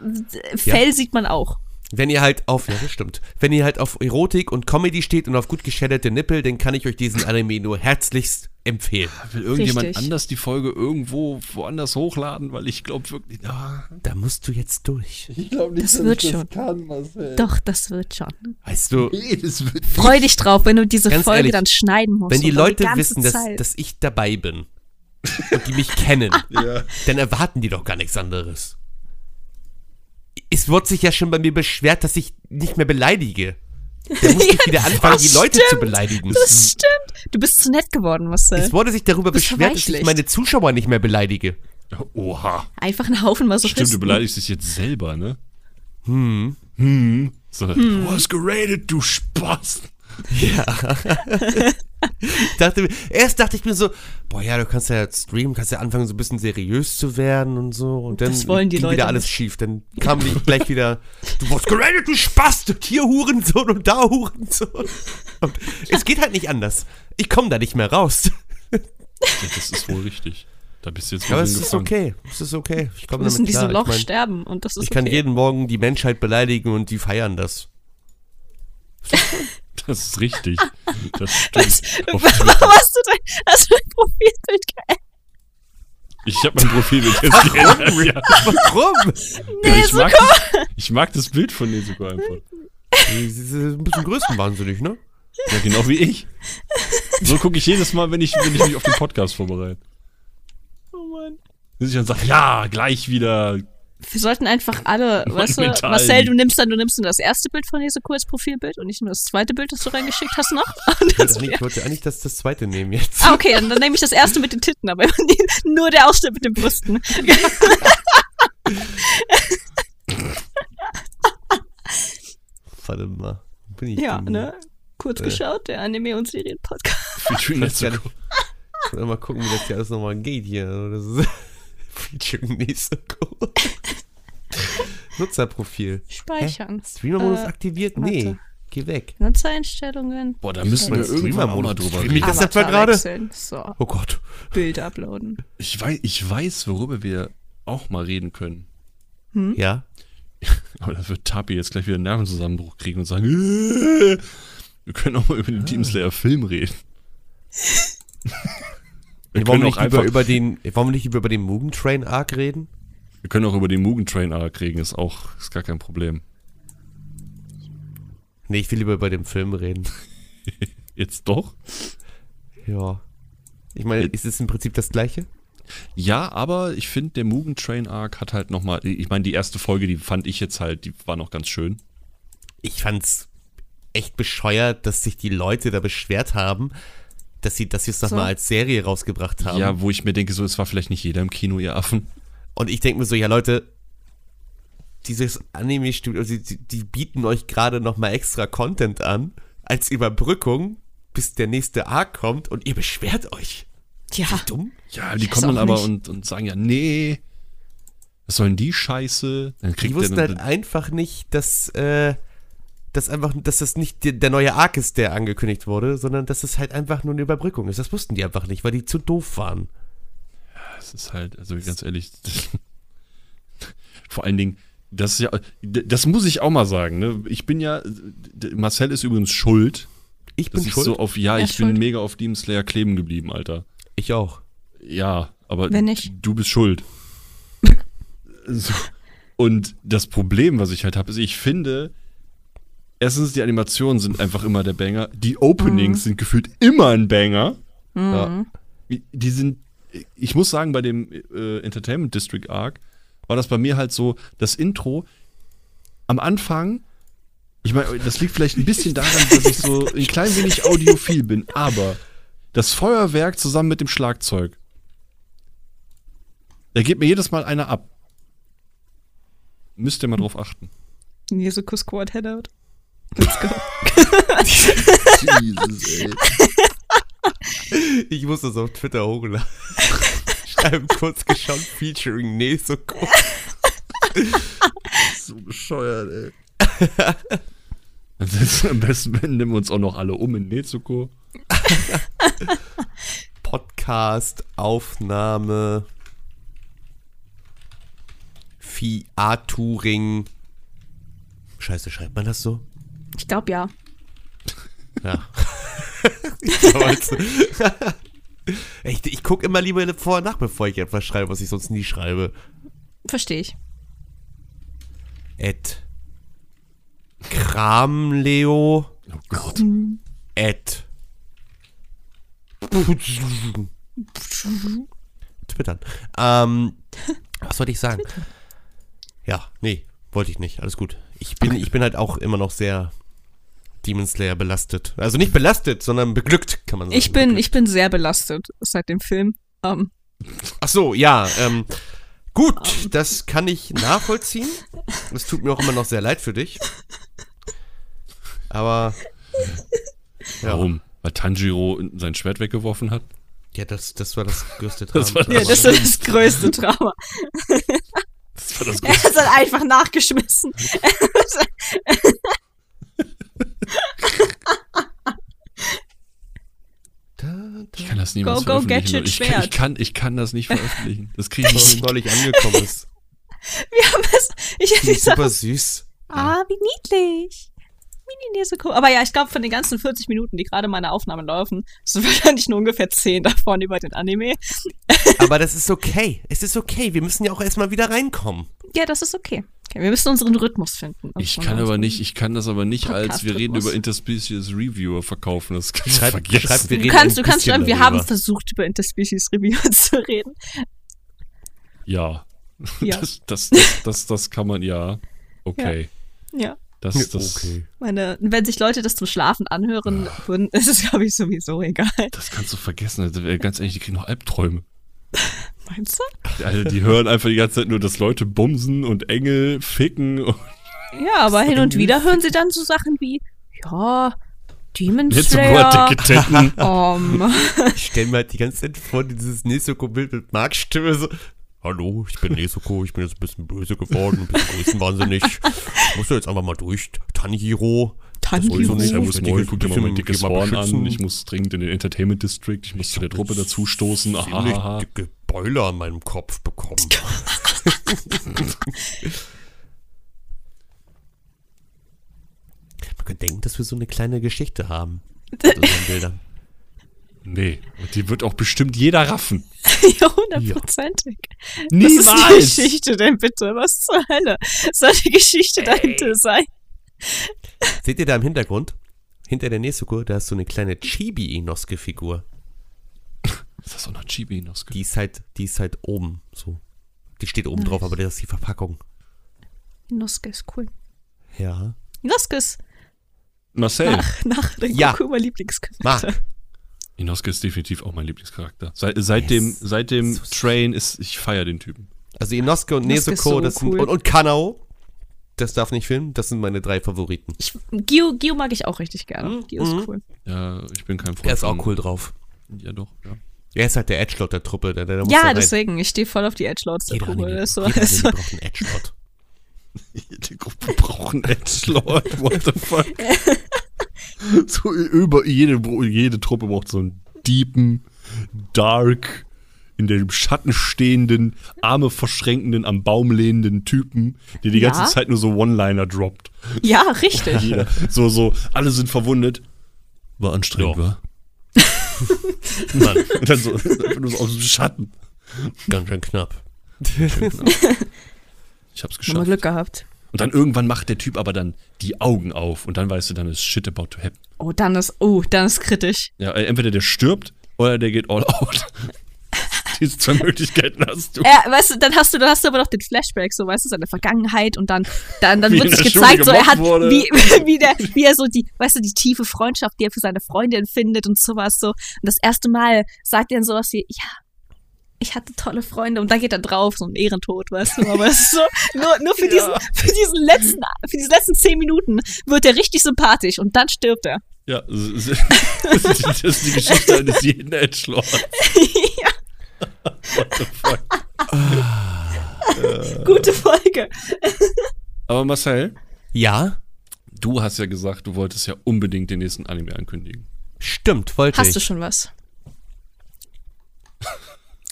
[SPEAKER 4] wenn
[SPEAKER 3] äh, Fell sieht man auch.
[SPEAKER 4] ihr, wenn ihr halt auf, ja, das stimmt. Wenn ihr halt auf Erotik und Comedy steht und auf gut geschäderte Nippel, dann kann ich euch diesen Anime nur herzlichst empfehlen.
[SPEAKER 2] Will irgendjemand
[SPEAKER 3] Richtig.
[SPEAKER 2] anders die Folge irgendwo woanders hochladen, weil ich glaube wirklich. Ah,
[SPEAKER 4] Da musst du jetzt durch.
[SPEAKER 5] Ich glaube nicht,
[SPEAKER 3] Das dass wird ich das schon.
[SPEAKER 5] kann,
[SPEAKER 4] äh,
[SPEAKER 5] Marcel.
[SPEAKER 3] Doch, das wird schon.
[SPEAKER 4] Weißt du,
[SPEAKER 5] Nee, das wird
[SPEAKER 3] Freu dich drauf, wenn du diese
[SPEAKER 4] Ganz
[SPEAKER 3] Folge
[SPEAKER 4] ehrlich,
[SPEAKER 3] dann schneiden musst.
[SPEAKER 4] wenn die
[SPEAKER 3] und dann
[SPEAKER 4] Leute
[SPEAKER 3] ganze
[SPEAKER 4] wissen, dass,
[SPEAKER 3] Zeit.
[SPEAKER 4] dass ich dabei bin und die mich kennen,
[SPEAKER 5] ja.
[SPEAKER 4] dann erwarten die doch gar nichts anderes. Es wurde sich ja schon bei mir beschwert, dass ich nicht mehr beleidige. Da musste ich wieder anfangen,
[SPEAKER 3] das
[SPEAKER 4] die Leute zu
[SPEAKER 3] stimmt.
[SPEAKER 4] beleidigen.
[SPEAKER 3] Das stimmt. Du bist zu nett geworden, Marcel.
[SPEAKER 4] Es wurde sich darüber
[SPEAKER 3] bist
[SPEAKER 4] beschwert, dass ich
[SPEAKER 3] verweichlicht.
[SPEAKER 4] meine Zuschauer nicht mehr beleidige.
[SPEAKER 2] Oha.
[SPEAKER 3] Einfach ein Haufen Masochisten.
[SPEAKER 2] Stimmt, du beleidigst dich jetzt selber, ne? Hm. Hm. So,
[SPEAKER 3] Hm.
[SPEAKER 2] Du hast geradet, du Spaß.
[SPEAKER 4] Ich dachte, mir- erst dachte ich mir so, boah ja, du kannst ja jetzt streamen, kannst ja anfangen, so ein bisschen seriös zu werden und so. Und dann
[SPEAKER 3] Das wollen die
[SPEAKER 4] ging
[SPEAKER 3] Leute
[SPEAKER 4] wieder alles schief. Dann kam die gleich wieder, du wurdest geradet, du Spast, und hier Hurensohn und da Hurensohn. Und es geht halt nicht anders. Ich komme da nicht mehr raus.
[SPEAKER 2] Ja, das ist wohl richtig. Da bist du jetzt
[SPEAKER 4] Aber
[SPEAKER 2] mal
[SPEAKER 4] es ist
[SPEAKER 2] hingefangen.
[SPEAKER 4] okay. Es ist okay. Ich komme
[SPEAKER 3] müssen
[SPEAKER 4] damit
[SPEAKER 3] diesem
[SPEAKER 4] klar.
[SPEAKER 3] Loch
[SPEAKER 4] ich mein,
[SPEAKER 3] sterben und das ist
[SPEAKER 4] ich kann
[SPEAKER 3] okay.
[SPEAKER 4] jeden Morgen die Menschheit beleidigen und die feiern das.
[SPEAKER 2] Das ist richtig. Das
[SPEAKER 3] Was,
[SPEAKER 2] stimmt.
[SPEAKER 3] warum
[SPEAKER 2] Auf Twitter.
[SPEAKER 3] hast du dein, hast du dein Profilbild geändert?
[SPEAKER 2] Ich habe mein Profilbild jetzt geändert. Ja.
[SPEAKER 4] Warum?
[SPEAKER 2] Nee, ich, mag das, ich mag das Bild von Nezuko einfach.
[SPEAKER 4] Sie sind ein bisschen größenwahnsinnig, ne?
[SPEAKER 2] Ja, genau wie ich. So gucke ich jedes Mal, wenn ich, wenn ich mich auf den Podcast vorbereite.
[SPEAKER 3] Oh Mann.
[SPEAKER 2] Dass ich dann sage, ja, gleich wieder.
[SPEAKER 3] Wir sollten einfach alle, weißt du,
[SPEAKER 2] mental.
[SPEAKER 3] Marcel, du nimmst dann, du nimmst dann das erste Bild von Jesuko als Profilbild und ich nehme das zweite Bild, das du reingeschickt hast noch. Und
[SPEAKER 4] Ich wollte
[SPEAKER 3] das
[SPEAKER 4] eigentlich, ich wollte eigentlich das, das zweite nehmen jetzt.
[SPEAKER 3] ah, okay, dann, dann nehme ich das erste mit den Titten, aber nur der Ausschnitt mit den Brüsten.
[SPEAKER 4] Warte mal. Wo Bin ich
[SPEAKER 3] Ja,
[SPEAKER 4] denn?
[SPEAKER 3] ne? Kurz geschaut, der Anime- und Serien-Podcast.
[SPEAKER 2] Featuring
[SPEAKER 4] weiß gar
[SPEAKER 2] Nezuko.
[SPEAKER 4] Ich will mal gucken, wie das hier alles nochmal geht hier. Das ist Featuring Nesoko. Nutzerprofil.
[SPEAKER 3] Speichern.
[SPEAKER 4] Streamer-Modus
[SPEAKER 3] Äh,
[SPEAKER 4] aktiviert? Nee.
[SPEAKER 3] warte.
[SPEAKER 4] Geh weg.
[SPEAKER 3] Nutzereinstellungen.
[SPEAKER 2] Boah, da müssen wir
[SPEAKER 4] Mein
[SPEAKER 2] irgendwann auch mal
[SPEAKER 4] Streamer-Modus.
[SPEAKER 2] drüber
[SPEAKER 4] Stream ich
[SPEAKER 2] reden.
[SPEAKER 4] das jetzt mal
[SPEAKER 3] Avatar
[SPEAKER 4] gerade?
[SPEAKER 3] wechseln. So,
[SPEAKER 4] Oh Gott.
[SPEAKER 3] Bild uploaden.
[SPEAKER 2] Ich weiß, ich weiß, worüber wir auch mal reden können.
[SPEAKER 3] Hm?
[SPEAKER 4] Ja.
[SPEAKER 2] Aber das wird Tapi jetzt gleich wieder einen Nervenzusammenbruch kriegen und sagen, "Äh, wir können auch mal über den Demon Slayer Film reden. Wir können,
[SPEAKER 4] Wollen wir
[SPEAKER 2] auch
[SPEAKER 4] nicht lieber
[SPEAKER 2] einfach,
[SPEAKER 4] über den, wollen wir nicht lieber über den Mugen Train Arc reden?
[SPEAKER 2] wir können auch über den Mugen Train Arc reden, ist auch ist gar kein Problem.
[SPEAKER 4] Nee, ich will lieber über den Film reden.
[SPEAKER 2] Jetzt doch?
[SPEAKER 4] Ja. Ich meine,
[SPEAKER 2] Äh.
[SPEAKER 4] ist es im Prinzip das gleiche?
[SPEAKER 2] Ja, aber ich finde, der Mugen Train Arc hat halt nochmal, ich meine, die erste Folge, die fand ich jetzt halt, die war noch ganz schön.
[SPEAKER 4] ich fand's echt bescheuert, dass sich die Leute da beschwert haben, dass sie das jetzt nochmal mal als Serie rausgebracht haben.
[SPEAKER 2] Ja, wo ich mir denke, so, es war vielleicht nicht jeder im Kino, ihr Affen.
[SPEAKER 4] Und ich denke mir so, ja Leute, dieses Anime-Studio, also die, die, die bieten euch gerade nochmal extra Content an, als Überbrückung, bis der nächste Arc kommt und ihr beschwert euch.
[SPEAKER 2] Ah.
[SPEAKER 3] Ja.
[SPEAKER 4] Dumm?
[SPEAKER 2] Ja, die
[SPEAKER 3] Ich
[SPEAKER 2] kommen dann
[SPEAKER 3] weiß auch
[SPEAKER 2] aber und,
[SPEAKER 3] nicht.
[SPEAKER 2] und sagen ja, nee, was sollen die Scheiße? Dann
[SPEAKER 4] Die
[SPEAKER 2] kriegt
[SPEAKER 4] wussten
[SPEAKER 2] der,
[SPEAKER 4] halt einfach nicht, dass, äh, dass einfach, dass das nicht der, der neue Arc ist, der angekündigt wurde, sondern dass es halt einfach nur eine Überbrückung ist. Das wussten die einfach nicht, weil die zu doof waren.
[SPEAKER 2] Das ist halt, also ganz ehrlich, das, vor allen Dingen, das ist ja, das muss ich auch mal sagen, ne? Ich bin ja, d- Marcel ist übrigens schuld,
[SPEAKER 4] Ich bin
[SPEAKER 2] dass ich
[SPEAKER 4] schuld.
[SPEAKER 2] so auf, ja,
[SPEAKER 3] Er
[SPEAKER 2] ich
[SPEAKER 3] ist
[SPEAKER 2] bin
[SPEAKER 3] schuld.
[SPEAKER 2] mega auf Demon Slayer kleben geblieben, Alter.
[SPEAKER 4] ich auch.
[SPEAKER 2] Ja, aber
[SPEAKER 3] Wenn nicht.
[SPEAKER 2] du bist schuld. so. Und das Problem, was ich halt habe, ist, ich finde, erstens, die Animationen sind einfach immer der Banger. Die
[SPEAKER 3] Mhm.
[SPEAKER 2] Openings sind gefühlt immer ein Banger.
[SPEAKER 4] Ja.
[SPEAKER 2] Die sind, ich muss sagen, bei dem äh, Entertainment District Arc war das bei mir halt so, das Intro am Anfang. Ich meine, das liegt vielleicht ein bisschen daran, dass ich so ein klein wenig audiophil bin, aber Das Feuerwerk zusammen mit dem Schlagzeug. Da geht mir jedes Mal einer ab. Müsst ihr mal drauf achten.
[SPEAKER 3] Jesuko Squad Headout. Let's go.
[SPEAKER 5] Jesus, ey.
[SPEAKER 4] Ich muss das auf Twitter hochladen. Schreiben kurz geschaut, featuring Nesoko.
[SPEAKER 5] So bescheuert, ey.
[SPEAKER 2] Ansonsten am besten nehmen wir uns auch noch alle um in Nezuko.
[SPEAKER 4] Podcast, Aufnahme, Fiaturing. Scheiße, schreibt man das so?
[SPEAKER 3] Ich glaube ja.
[SPEAKER 4] Ja. ich glaub, ich, ich gucke immer lieber vor und nach, bevor ich etwas schreibe, was ich sonst nie schreibe.
[SPEAKER 3] Verstehe ich.
[SPEAKER 4] Ed. Kramleo.
[SPEAKER 2] Oh Gott.
[SPEAKER 4] Ed. Twittern. Ähm, was wollte ich sagen? Ja, nee, wollte ich nicht. Alles gut. Ich bin, ich bin halt auch immer noch sehr Demon Slayer belastet. Also nicht belastet, sondern beglückt, kann man sagen.
[SPEAKER 3] Ich bin, ich bin sehr belastet seit dem Film. Ähm,
[SPEAKER 4] Ach so, ja. Ähm, gut, das kann ich nachvollziehen. Das tut mir auch immer noch sehr leid für dich. Aber. Ja.
[SPEAKER 2] Warum? Weil Tanjiro sein Schwert weggeworfen hat?
[SPEAKER 4] Ja, das, das war das größte Drama.
[SPEAKER 2] Das war
[SPEAKER 3] ja, das ist das größte Trauma.
[SPEAKER 2] Das war das
[SPEAKER 3] Er ist halt einfach nachgeschmissen.
[SPEAKER 2] Ich kann das niemals
[SPEAKER 3] Go, go,
[SPEAKER 2] veröffentlichen.
[SPEAKER 3] gadget,
[SPEAKER 2] ich, kann, ich,
[SPEAKER 3] Schwert.
[SPEAKER 2] kann, ich kann das nicht veröffentlichen. Das kriege ich
[SPEAKER 4] was
[SPEAKER 2] nicht.
[SPEAKER 4] neulich angekommen ist.
[SPEAKER 3] Wir haben es. Ich
[SPEAKER 4] Die
[SPEAKER 3] habe
[SPEAKER 4] ist super süß.
[SPEAKER 3] Ah, wie niedlich. Mini Nezuko. Aber ja, ich glaube, von den ganzen 40 Minuten, die gerade meine Aufnahmen laufen, sind wahrscheinlich nur ungefähr 10 davon über den Anime.
[SPEAKER 4] Aber das ist okay. Es ist okay. Wir müssen ja auch erstmal wieder reinkommen.
[SPEAKER 3] Ja, das ist okay. okay wir müssen unseren Rhythmus finden.
[SPEAKER 2] Ich kann aber nicht, ich kann das aber nicht als wir reden
[SPEAKER 3] Podcast-Rhythmus.
[SPEAKER 2] über Interspecies Reviewer verkaufen. Das kannst du
[SPEAKER 4] Schreib-
[SPEAKER 2] vergessen.
[SPEAKER 4] schreib- wir
[SPEAKER 3] Du
[SPEAKER 4] reden
[SPEAKER 3] kannst, du
[SPEAKER 4] ein
[SPEAKER 3] kannst
[SPEAKER 4] bisschen
[SPEAKER 3] schreiben, wir
[SPEAKER 4] darüber.
[SPEAKER 3] haben versucht, über Interspecies Review zu reden.
[SPEAKER 2] ja.
[SPEAKER 3] Ja.
[SPEAKER 2] Das, das, das, das, das kann man ja. Okay.
[SPEAKER 3] Ja.
[SPEAKER 2] Das, das,
[SPEAKER 3] Meine, wenn sich Leute das zum Schlafen anhören würden, ist es, glaube ich, sowieso egal.
[SPEAKER 2] Ah. das kannst du vergessen. Also, äh, Ganz ehrlich, die kriegen noch Albträume.
[SPEAKER 3] Meinst du?
[SPEAKER 2] Also, die hören einfach die ganze Zeit nur, dass Leute bumsen und Engel ficken. Und
[SPEAKER 3] Ja, aber hin und wieder hören sie dann so Sachen wie, ja, Demon
[SPEAKER 2] jetzt sogar
[SPEAKER 3] Slayer.
[SPEAKER 2] dicke Titten.
[SPEAKER 3] Um,
[SPEAKER 4] Ich stelle mir halt die ganze Zeit vor, dieses Nesoko-Bild mit Marks Stimme so. Hallo, ich bin Nesoko, ich bin jetzt ein bisschen böse geworden, ein bisschen größenwahnsinnig. Ich muss ja jetzt einfach mal durch. Tanjiro. das soll
[SPEAKER 3] Tanjiro.
[SPEAKER 4] so nicht.
[SPEAKER 2] Ich muss
[SPEAKER 4] Ich
[SPEAKER 2] morgen,
[SPEAKER 4] werd
[SPEAKER 2] guck
[SPEAKER 4] dich
[SPEAKER 2] dir mal
[SPEAKER 4] jetzt ein
[SPEAKER 2] mein
[SPEAKER 4] bisschen
[SPEAKER 2] dickes Horn
[SPEAKER 4] beschützen.
[SPEAKER 2] an. Ich muss dringend in den Entertainment District. Ich muss zu der Truppe dazustoßen.
[SPEAKER 4] ziemlich
[SPEAKER 2] Ahaha.
[SPEAKER 4] dicke Beule an meinem Kopf bekommen. Man könnte denken, dass wir so eine kleine Geschichte haben. Mit unseren Bildern.
[SPEAKER 2] Nee. Und die wird auch bestimmt jeder raffen.
[SPEAKER 3] Ja, hundertprozentig. Das
[SPEAKER 2] Niemals!
[SPEAKER 3] ist eine Geschichte denn bitte? Was zur Hölle? Soll die Geschichte dahinter sein?
[SPEAKER 4] Seht ihr da im Hintergrund? Hinter der Nesuko, da ist so eine kleine Chibi-Inosuke-Figur.
[SPEAKER 2] Ist das auch noch Chibi noch
[SPEAKER 4] Die ist halt, die ist halt oben, so. Die steht oben drauf, aber das ist die Verpackung.
[SPEAKER 3] Inosuke ist cool.
[SPEAKER 4] Ja.
[SPEAKER 3] Inosuke ist
[SPEAKER 2] Marcel.
[SPEAKER 3] nach, nach der
[SPEAKER 4] Ja.
[SPEAKER 3] Kurkuma Lieblingscharakter.
[SPEAKER 4] Marc,
[SPEAKER 2] Inosuke ist definitiv auch mein Lieblingscharakter. Seit, seit dem, seit dem Train ist, ich feier den Typen.
[SPEAKER 4] also Inosuke und
[SPEAKER 3] Inosuke
[SPEAKER 4] Nesuko,
[SPEAKER 3] ist so
[SPEAKER 4] das sind,
[SPEAKER 3] cool.
[SPEAKER 4] und, und Kanao, das darf nicht filmen, das sind meine drei Favoriten.
[SPEAKER 3] Ich, Gio, Gio mag ich auch richtig gerne.
[SPEAKER 4] Mhm.
[SPEAKER 3] Gio ist cool.
[SPEAKER 2] Ja, ich bin kein Freund.
[SPEAKER 4] Er ist
[SPEAKER 2] von-
[SPEAKER 4] auch cool drauf.
[SPEAKER 2] Ja, doch. Ja.
[SPEAKER 4] Er ist halt der Edgelord der Truppe, der, der muss da
[SPEAKER 3] Ja,
[SPEAKER 4] rein.
[SPEAKER 3] deswegen, ich stehe voll auf die Edgelords der
[SPEAKER 4] Jeder
[SPEAKER 3] Kurve.
[SPEAKER 4] Anime,
[SPEAKER 3] Das ist so,
[SPEAKER 4] jeder
[SPEAKER 3] das ist so.
[SPEAKER 4] Anime braucht einen Edgelord.
[SPEAKER 2] Die Gruppe braucht einen Edgelord. What the fuck? so über jede, jede Truppe braucht so einen deepen, dark, in dem Schatten stehenden, Arme verschränkenden, am Baum lehnenden Typen, der die
[SPEAKER 3] Ja.
[SPEAKER 2] ganze Zeit nur so One-Liner droppt.
[SPEAKER 3] Ja, richtig.
[SPEAKER 2] Jeder. So, so, alle sind verwundet. War anstrengend,
[SPEAKER 4] Ja.
[SPEAKER 2] war.
[SPEAKER 4] Mann,
[SPEAKER 2] Und dann so, einfach nur so aus dem Schatten.
[SPEAKER 4] ganz schön knapp.
[SPEAKER 2] Ich hab's
[SPEAKER 3] Haben wir
[SPEAKER 2] geschafft.
[SPEAKER 3] Glück gehabt.
[SPEAKER 2] Und dann irgendwann macht der Typ aber dann die Augen auf und dann weißt du, dann ist shit about to happen.
[SPEAKER 3] Oh, dann ist, oh, dann ist kritisch.
[SPEAKER 2] Ja, äh, entweder der stirbt oder der geht all out. Diese zwei Möglichkeiten hast du.
[SPEAKER 3] Er, weißt du, dann hast du, dann hast du aber noch den Flashback, so weißt du, seine Vergangenheit und dann, dann, dann
[SPEAKER 2] Wie
[SPEAKER 3] wird
[SPEAKER 2] in
[SPEAKER 3] sich
[SPEAKER 2] der Schule
[SPEAKER 3] gezeigt, so er hat,
[SPEAKER 2] gemobbt wurde.
[SPEAKER 3] wie, wie der, wie er so die, weißt du, die tiefe Freundschaft, die er für seine Freunde empfindet und sowas so. Und das erste Mal sagt er dann sowas wie, ja, ich hatte tolle Freunde und dann geht er drauf, so ein Ehrentod, weißt du, aber es ist so, nur, nur für diesen, für diesen letzten, für diese letzten zehn Minuten wird er richtig sympathisch und dann stirbt er.
[SPEAKER 2] Ja, das ist das ist die Geschichte eines jeden Edgelords.
[SPEAKER 3] ja.
[SPEAKER 2] What the fuck? Äh,
[SPEAKER 3] Gute Folge.
[SPEAKER 2] Aber Marcel,
[SPEAKER 4] Ja,
[SPEAKER 2] du hast ja gesagt, du wolltest ja unbedingt den nächsten Anime ankündigen.
[SPEAKER 4] stimmt, wollte
[SPEAKER 3] Hast
[SPEAKER 4] ich.
[SPEAKER 3] du schon was?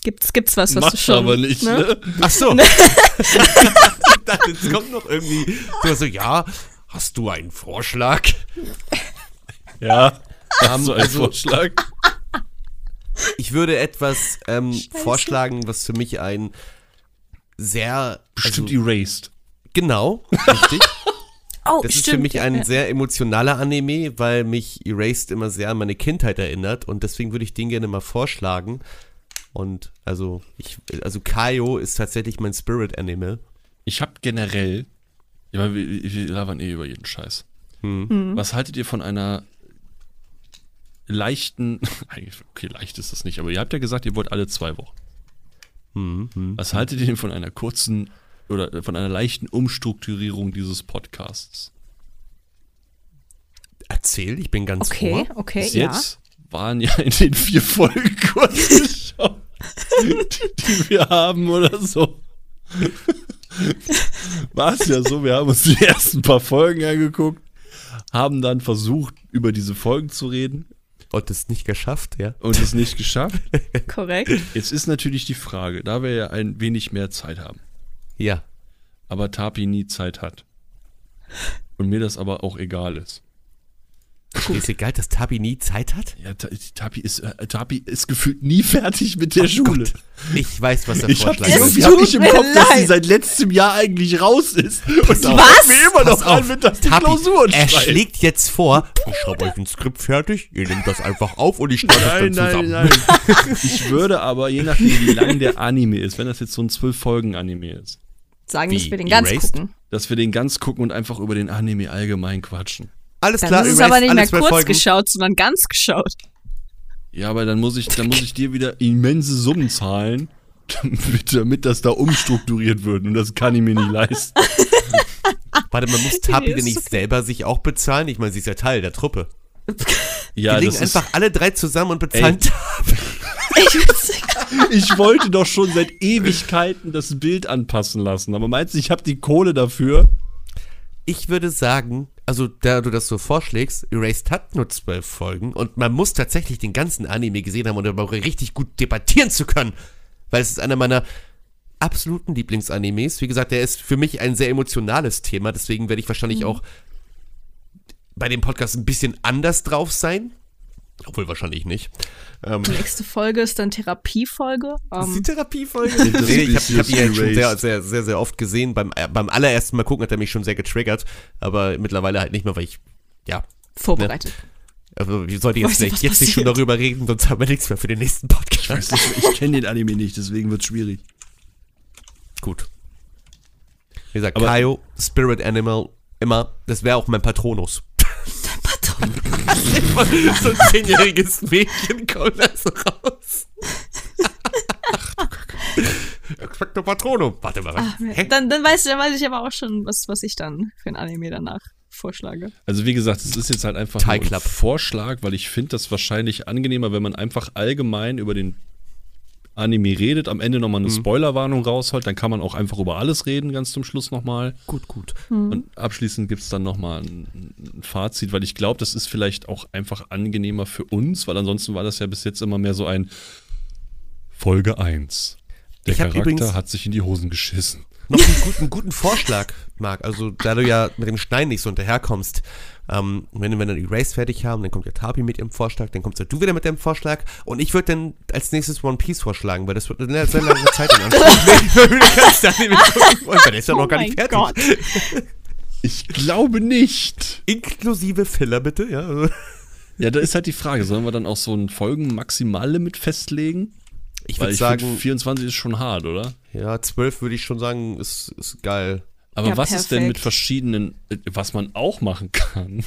[SPEAKER 3] Gibt's, gibt's was, was
[SPEAKER 2] Mach
[SPEAKER 3] du schon.
[SPEAKER 2] aber nicht, ne?
[SPEAKER 4] Ach so. Jetzt kommt noch irgendwie so, so, ja, hast du einen Vorschlag?
[SPEAKER 2] Ja.
[SPEAKER 4] Ähm,
[SPEAKER 2] So ein
[SPEAKER 4] also,
[SPEAKER 2] Vorschlag.
[SPEAKER 4] ich würde etwas ähm, vorschlagen, was für mich ein sehr, also,
[SPEAKER 2] Bestimmt erased.
[SPEAKER 4] genau, richtig.
[SPEAKER 3] Oh,
[SPEAKER 4] Das
[SPEAKER 3] stimmt.
[SPEAKER 4] ist für mich ein
[SPEAKER 3] Ja.
[SPEAKER 4] sehr emotionaler Anime, weil mich Erased immer sehr an meine Kindheit erinnert und deswegen würde ich den gerne mal vorschlagen. Und also, ich, also Kaio ist tatsächlich mein Spirit Anime.
[SPEAKER 2] Ich habe generell, ich meine, wir, wir labern eh über jeden Scheiß. Was haltet ihr von einer leichten, eigentlich- okay, leicht ist das nicht, aber ihr habt ja gesagt, ihr wollt alle zwei Wochen. Was haltet ihr denn von einer kurzen oder von einer leichten Umstrukturierung dieses Podcasts?
[SPEAKER 4] Erzähl, ich bin ganz
[SPEAKER 3] Okay,
[SPEAKER 4] vor.
[SPEAKER 3] okay,
[SPEAKER 2] Bis
[SPEAKER 3] Äh, ja.
[SPEAKER 2] jetzt waren ja in den vier Folgen kurz geschaut, die wir haben oder so. War es ja so, wir haben uns die ersten paar Folgen angeguckt, haben dann versucht, über diese Folgen zu reden
[SPEAKER 4] Und es nicht geschafft, ja.
[SPEAKER 2] und es nicht geschafft.
[SPEAKER 3] Korrekt.
[SPEAKER 2] Jetzt ist natürlich die Frage, da wir ja ein wenig mehr Zeit haben,
[SPEAKER 4] Ja.
[SPEAKER 2] aber Tapi nie Zeit hat und mir das aber auch egal ist.
[SPEAKER 4] Ist egal, dass Tabi nie Zeit hat?
[SPEAKER 2] Ja, Ta- Tapi ist, äh, Tapi ist gefühlt nie fertig mit der Schule.
[SPEAKER 4] Gott. Ich weiß, was der
[SPEAKER 2] Ich hab,
[SPEAKER 4] Vorschlag
[SPEAKER 3] Es
[SPEAKER 2] irgendwie
[SPEAKER 4] ist.
[SPEAKER 3] tut
[SPEAKER 2] hab ich im
[SPEAKER 3] mir
[SPEAKER 2] Kopf, dass sie
[SPEAKER 3] leid.
[SPEAKER 2] seit letztem Jahr eigentlich raus ist. Und die
[SPEAKER 3] auf.
[SPEAKER 2] holt mir immer noch
[SPEAKER 4] Pass
[SPEAKER 2] an, mit dass die
[SPEAKER 4] Tabi,
[SPEAKER 2] Klausuren
[SPEAKER 4] er
[SPEAKER 2] schreibt.
[SPEAKER 4] schlägt jetzt vor, ich schreibe euch ein Skript fertig, ihr nehmt das einfach auf und ich schneide das dann
[SPEAKER 2] Nein, nein,
[SPEAKER 4] zusammen.
[SPEAKER 2] nein. Ich würde aber, je nachdem, wie lang der Anime ist, wenn das jetzt so ein Zwölf-Folgen-Anime ist,
[SPEAKER 3] Sagen,
[SPEAKER 4] Wie,
[SPEAKER 3] dass wir den ganz
[SPEAKER 4] erased?
[SPEAKER 3] gucken.
[SPEAKER 2] dass wir den ganz gucken und einfach über den Anime allgemein quatschen.
[SPEAKER 4] Alles
[SPEAKER 3] Dann
[SPEAKER 4] klar,
[SPEAKER 3] ist es
[SPEAKER 4] erased,
[SPEAKER 3] aber nicht
[SPEAKER 4] alle
[SPEAKER 3] mehr
[SPEAKER 4] zwölf
[SPEAKER 3] kurz
[SPEAKER 4] Folgen.
[SPEAKER 3] geschaut, sondern ganz geschaut.
[SPEAKER 2] Ja, aber dann muss ich, dann muss ich dir wieder immense Summen zahlen, damit, damit das da umstrukturiert wird. Und das kann ich mir nicht leisten.
[SPEAKER 4] Warte, man muss Tapi
[SPEAKER 3] ist
[SPEAKER 4] denn nicht
[SPEAKER 3] okay.
[SPEAKER 4] selber sich auch bezahlen? Ich meine, sie ist ja Teil der Truppe. Die
[SPEAKER 2] Ja,
[SPEAKER 4] legen
[SPEAKER 2] das ist,
[SPEAKER 4] einfach alle drei zusammen und bezahlen.
[SPEAKER 3] Ich will's-
[SPEAKER 2] Ich wollte doch schon seit Ewigkeiten das Bild anpassen lassen. Aber meinst du, ich habe die Kohle dafür?
[SPEAKER 4] Ich würde sagen, also da du das so vorschlägst, Erased hat nur zwölf Folgen und man muss tatsächlich den ganzen Anime gesehen haben, um darüber richtig gut debattieren zu können. Weil es ist einer meiner absoluten Lieblingsanimes. Wie gesagt, der ist für mich ein sehr emotionales Thema, deswegen werde ich wahrscheinlich auch bei dem Podcast ein bisschen anders drauf sein. Obwohl wahrscheinlich nicht. Ähm,
[SPEAKER 3] Nächste Folge ist dann Therapiefolge.
[SPEAKER 4] Das ist die
[SPEAKER 3] Ähm,
[SPEAKER 4] Therapiefolge.
[SPEAKER 2] Das
[SPEAKER 4] Nee, ich habe
[SPEAKER 2] Species
[SPEAKER 4] hab ihn ja schon sehr,
[SPEAKER 2] erased.
[SPEAKER 4] sehr, sehr, sehr oft gesehen. Beim, äh, beim allerersten Mal gucken hat er mich schon sehr getriggert. Aber mittlerweile halt nicht mehr, weil ich, ja,
[SPEAKER 3] vorbereitet.
[SPEAKER 4] also wir sollten jetzt,
[SPEAKER 3] Weißt du,
[SPEAKER 4] nicht,
[SPEAKER 3] was
[SPEAKER 4] jetzt nicht schon
[SPEAKER 3] passiert?
[SPEAKER 4] darüber reden, sonst haben wir nichts mehr für den nächsten Podcast.
[SPEAKER 2] Ich kenne den Anime nicht, deswegen wird's schwierig.
[SPEAKER 4] Gut. Wie gesagt,
[SPEAKER 2] Aber-
[SPEAKER 4] Kaio, Spirit Animal, immer, das wäre auch mein Patronus. Hm, Patronus. so ein zehnjähriges Mädchen kommt da so raus. Expecto Patronum. Warte mal.
[SPEAKER 3] Ah,
[SPEAKER 4] was? Hä?
[SPEAKER 3] Dann, dann, weiß, dann weiß ich aber auch schon, was, was ich dann für ein Anime danach vorschlage.
[SPEAKER 2] Also wie gesagt, es ist jetzt halt einfach
[SPEAKER 4] Thai
[SPEAKER 2] nur ein
[SPEAKER 4] Club.
[SPEAKER 2] Vorschlag, weil ich finde das wahrscheinlich angenehmer, wenn man einfach allgemein über den Anime redet, am Ende nochmal eine
[SPEAKER 4] Mhm.
[SPEAKER 2] Spoilerwarnung rausholt, dann kann man auch einfach über alles reden, ganz zum Schluss nochmal.
[SPEAKER 4] Gut, gut.
[SPEAKER 2] Und abschließend gibt es dann nochmal ein, ein Fazit, weil ich glaube, das ist vielleicht auch einfach angenehmer für uns, weil ansonsten war das ja bis jetzt immer mehr so ein Folge 1. Der
[SPEAKER 4] Ich hab übrigens-
[SPEAKER 2] Charakter hat sich in die Hosen geschissen.
[SPEAKER 4] noch einen guten, guten Vorschlag, Marc. Also, da du ja mit dem Stein nicht so hinterherkommst, ähm, wenn, wenn wir dann die Race fertig haben, dann kommt ja Tapi mit ihrem Vorschlag, dann kommst ja du wieder mit deinem Vorschlag und ich würde dann als nächstes One Piece vorschlagen, weil das wird eine sehr lange Zeit in Anspruch nehmen, weil wir ganz Anime gucken wollen, weil der ist ja
[SPEAKER 3] Oh
[SPEAKER 4] noch gar nicht fertig.
[SPEAKER 2] Ich glaube nicht.
[SPEAKER 4] Inklusive Filler, bitte, ja. Also,
[SPEAKER 2] Ja, da ist halt die Frage, sollen wir dann auch so ein Folgenmaximallimit festlegen?
[SPEAKER 4] Ich
[SPEAKER 2] Weil
[SPEAKER 4] würde
[SPEAKER 2] ich
[SPEAKER 4] sagen,
[SPEAKER 2] find, 24 ist schon hart, oder?
[SPEAKER 4] ja, 12 würde ich schon sagen, ist, ist geil.
[SPEAKER 2] Aber
[SPEAKER 3] Ja,
[SPEAKER 2] was ist denn mit
[SPEAKER 3] perfekt.
[SPEAKER 2] verschiedenen, äh, was man auch machen kann?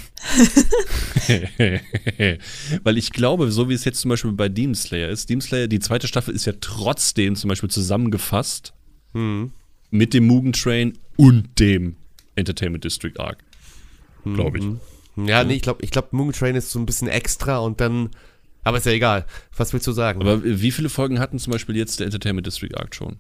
[SPEAKER 2] Weil ich glaube, so wie es jetzt zum Beispiel bei Demon Slayer ist, Demon Slayer, die zweite Staffel ist ja trotzdem zum Beispiel zusammengefasst
[SPEAKER 4] Hm.
[SPEAKER 2] mit dem Mugen Train und dem Entertainment District Arc. Glaube ich.
[SPEAKER 4] Mhm. Ja, nee, ich glaube, ich glaub, Moon Train ist so ein bisschen extra und dann. Aber ist ja egal. Was willst du sagen?
[SPEAKER 2] Aber äh, wie viele Folgen hatten zum Beispiel jetzt der Entertainment District Arc schon?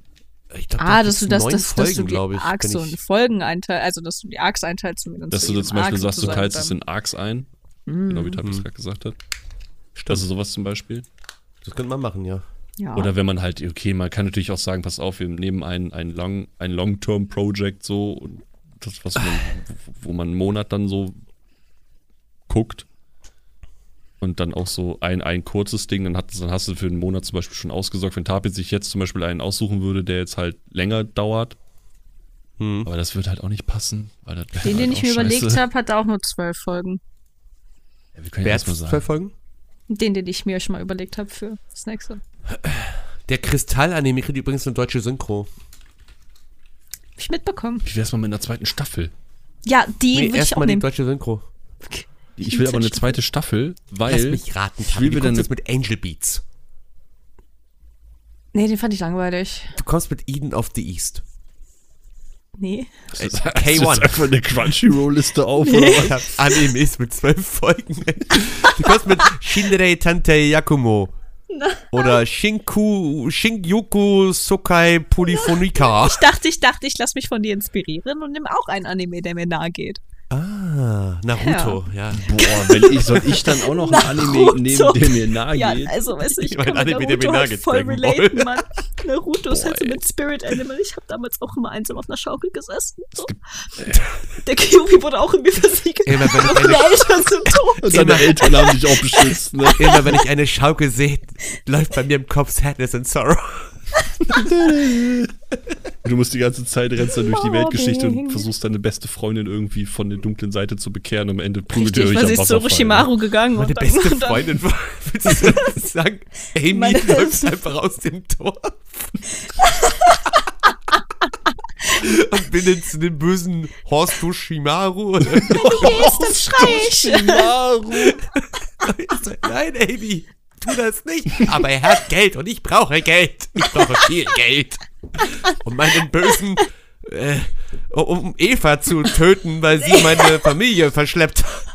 [SPEAKER 4] ich glaub,
[SPEAKER 3] Ah,
[SPEAKER 4] da
[SPEAKER 3] dass du
[SPEAKER 4] gibt's
[SPEAKER 3] das,
[SPEAKER 4] neun
[SPEAKER 3] das, dass du
[SPEAKER 4] Folgen,
[SPEAKER 3] die
[SPEAKER 4] glaub ich,
[SPEAKER 3] Arcs
[SPEAKER 4] wenn
[SPEAKER 3] und
[SPEAKER 4] ich-
[SPEAKER 3] Folgen einteilst, also dass du die Arcs einteilst zumindest.
[SPEAKER 2] Dass
[SPEAKER 3] zu
[SPEAKER 2] du da
[SPEAKER 3] jedem
[SPEAKER 2] zum Beispiel
[SPEAKER 3] Arc
[SPEAKER 2] sagst, du
[SPEAKER 3] sozusagen
[SPEAKER 2] teilst es
[SPEAKER 3] beim- Mm.
[SPEAKER 2] in Arcs ein. Genau wie Tabis gerade gesagt hat.
[SPEAKER 4] Stimmt.
[SPEAKER 2] Also sowas zum Beispiel.
[SPEAKER 4] Das könnte man machen, ja.
[SPEAKER 3] ja.
[SPEAKER 2] Oder wenn man halt, okay, man kann natürlich auch sagen, pass auf, wir nehmen ein, ein, Long, ein Long-Term-Project so, und das, was man, wo man einen Monat dann so guckt. Und dann auch so ein, ein kurzes Ding, dann, hat, dann hast du für einen Monat zum Beispiel schon ausgesorgt. Wenn Tapit sich jetzt zum Beispiel einen aussuchen würde, der jetzt halt länger dauert.
[SPEAKER 4] Hm.
[SPEAKER 2] Aber das wird halt auch nicht passen, weil das wär halt
[SPEAKER 3] den, den ich
[SPEAKER 2] auch
[SPEAKER 3] mir
[SPEAKER 4] oh,
[SPEAKER 2] scheiße.
[SPEAKER 3] überlegt habe, hat auch nur zwölf Folgen.
[SPEAKER 2] Ja, wir können ja
[SPEAKER 4] Wer hat
[SPEAKER 2] erstmal
[SPEAKER 4] zwölf
[SPEAKER 2] sagen.
[SPEAKER 4] Folgen?
[SPEAKER 3] Den, den ich mir schon mal überlegt habe für das nächste.
[SPEAKER 4] Der Kristall-Anime kriegt übrigens eine deutsche Synchro.
[SPEAKER 3] Hab ich mitbekommen.
[SPEAKER 2] Wie wär's mal mit einer zweiten Staffel?
[SPEAKER 3] Ja, die
[SPEAKER 4] Nee,
[SPEAKER 3] würde ich auch
[SPEAKER 4] erstmal die
[SPEAKER 3] nehmen.
[SPEAKER 4] deutsche Synchro.
[SPEAKER 2] Ich will aber eine zweite Staffel, weil.
[SPEAKER 4] Lass mich raten,
[SPEAKER 2] ich
[SPEAKER 4] Tabi.
[SPEAKER 2] will
[SPEAKER 4] Du
[SPEAKER 2] mir dann
[SPEAKER 4] kommst
[SPEAKER 2] eine
[SPEAKER 4] jetzt mit Angel Beats.
[SPEAKER 3] Nee, den fand ich langweilig.
[SPEAKER 4] Du kommst mit Eden of the East. Äh,
[SPEAKER 3] Nee.
[SPEAKER 2] Das ist,
[SPEAKER 4] K1.
[SPEAKER 2] K1. einfach eine Crunchyroll-Liste auf, oder
[SPEAKER 4] Ich hab Animes mit zwölf Folgen. Du kommst mit Shinrei Tante Yakumo. Oder Shinku, Shinjuku Sokai Polyphonica.
[SPEAKER 3] Ich dachte, ich dachte, ich lass mich von dir inspirieren und nimm auch einen Anime, der mir nahe geht.
[SPEAKER 4] Ah, Naruto, ja.
[SPEAKER 2] Boah, wenn ich, soll ich dann auch noch einen Anime nehmen, der mir
[SPEAKER 4] Ah,
[SPEAKER 2] nahe
[SPEAKER 3] ja,
[SPEAKER 2] geht?
[SPEAKER 3] also weißt du, ich
[SPEAKER 4] mein
[SPEAKER 3] kann mit
[SPEAKER 4] Anime, der
[SPEAKER 3] Naruto
[SPEAKER 4] mir nahe
[SPEAKER 3] halt
[SPEAKER 4] geht,
[SPEAKER 3] voll
[SPEAKER 4] Dragon
[SPEAKER 3] relaten, Mann. Naruto ist halt so mit Spirit Animal. Ich habe damals auch immer einsam auf einer Schaukel gesessen. So. Der Kyuri wurde auch in mir versiegelt.
[SPEAKER 4] Immer wenn, ich
[SPEAKER 3] Meine
[SPEAKER 4] eine,
[SPEAKER 3] Eltern sind tot.
[SPEAKER 2] Und deine Eltern haben dich auch beschützt, ne?
[SPEAKER 4] immer wenn ich eine Schaukel sehe, läuft bei mir im Kopf Sadness and Sorrow.
[SPEAKER 2] Du musst die ganze Zeit rennst dann
[SPEAKER 3] Oh,
[SPEAKER 2] durch die Weltgeschichte und versuchst deine beste Freundin irgendwie von der dunklen Seite zu bekehren. Am Ende prügelt ihr euch
[SPEAKER 3] Richtig, weil
[SPEAKER 2] am
[SPEAKER 3] sie ist zu
[SPEAKER 2] Wasserfall. ne?
[SPEAKER 3] Rishimaru gegangen
[SPEAKER 4] Meine
[SPEAKER 3] und dann,
[SPEAKER 4] beste
[SPEAKER 3] und dann
[SPEAKER 4] Freundin war, willst du das sagen, Amy
[SPEAKER 3] Meine-
[SPEAKER 4] läuft einfach aus dem Tor. Und bin jetzt in den bösen Horst Shimaru.
[SPEAKER 3] das Streich.
[SPEAKER 4] Nein, Amy, tu das nicht. Aber er hat Geld und ich brauche Geld. Ich brauche viel Geld. Um meinen bösen, äh, um Eva zu töten, weil sie meine Familie verschleppt hat.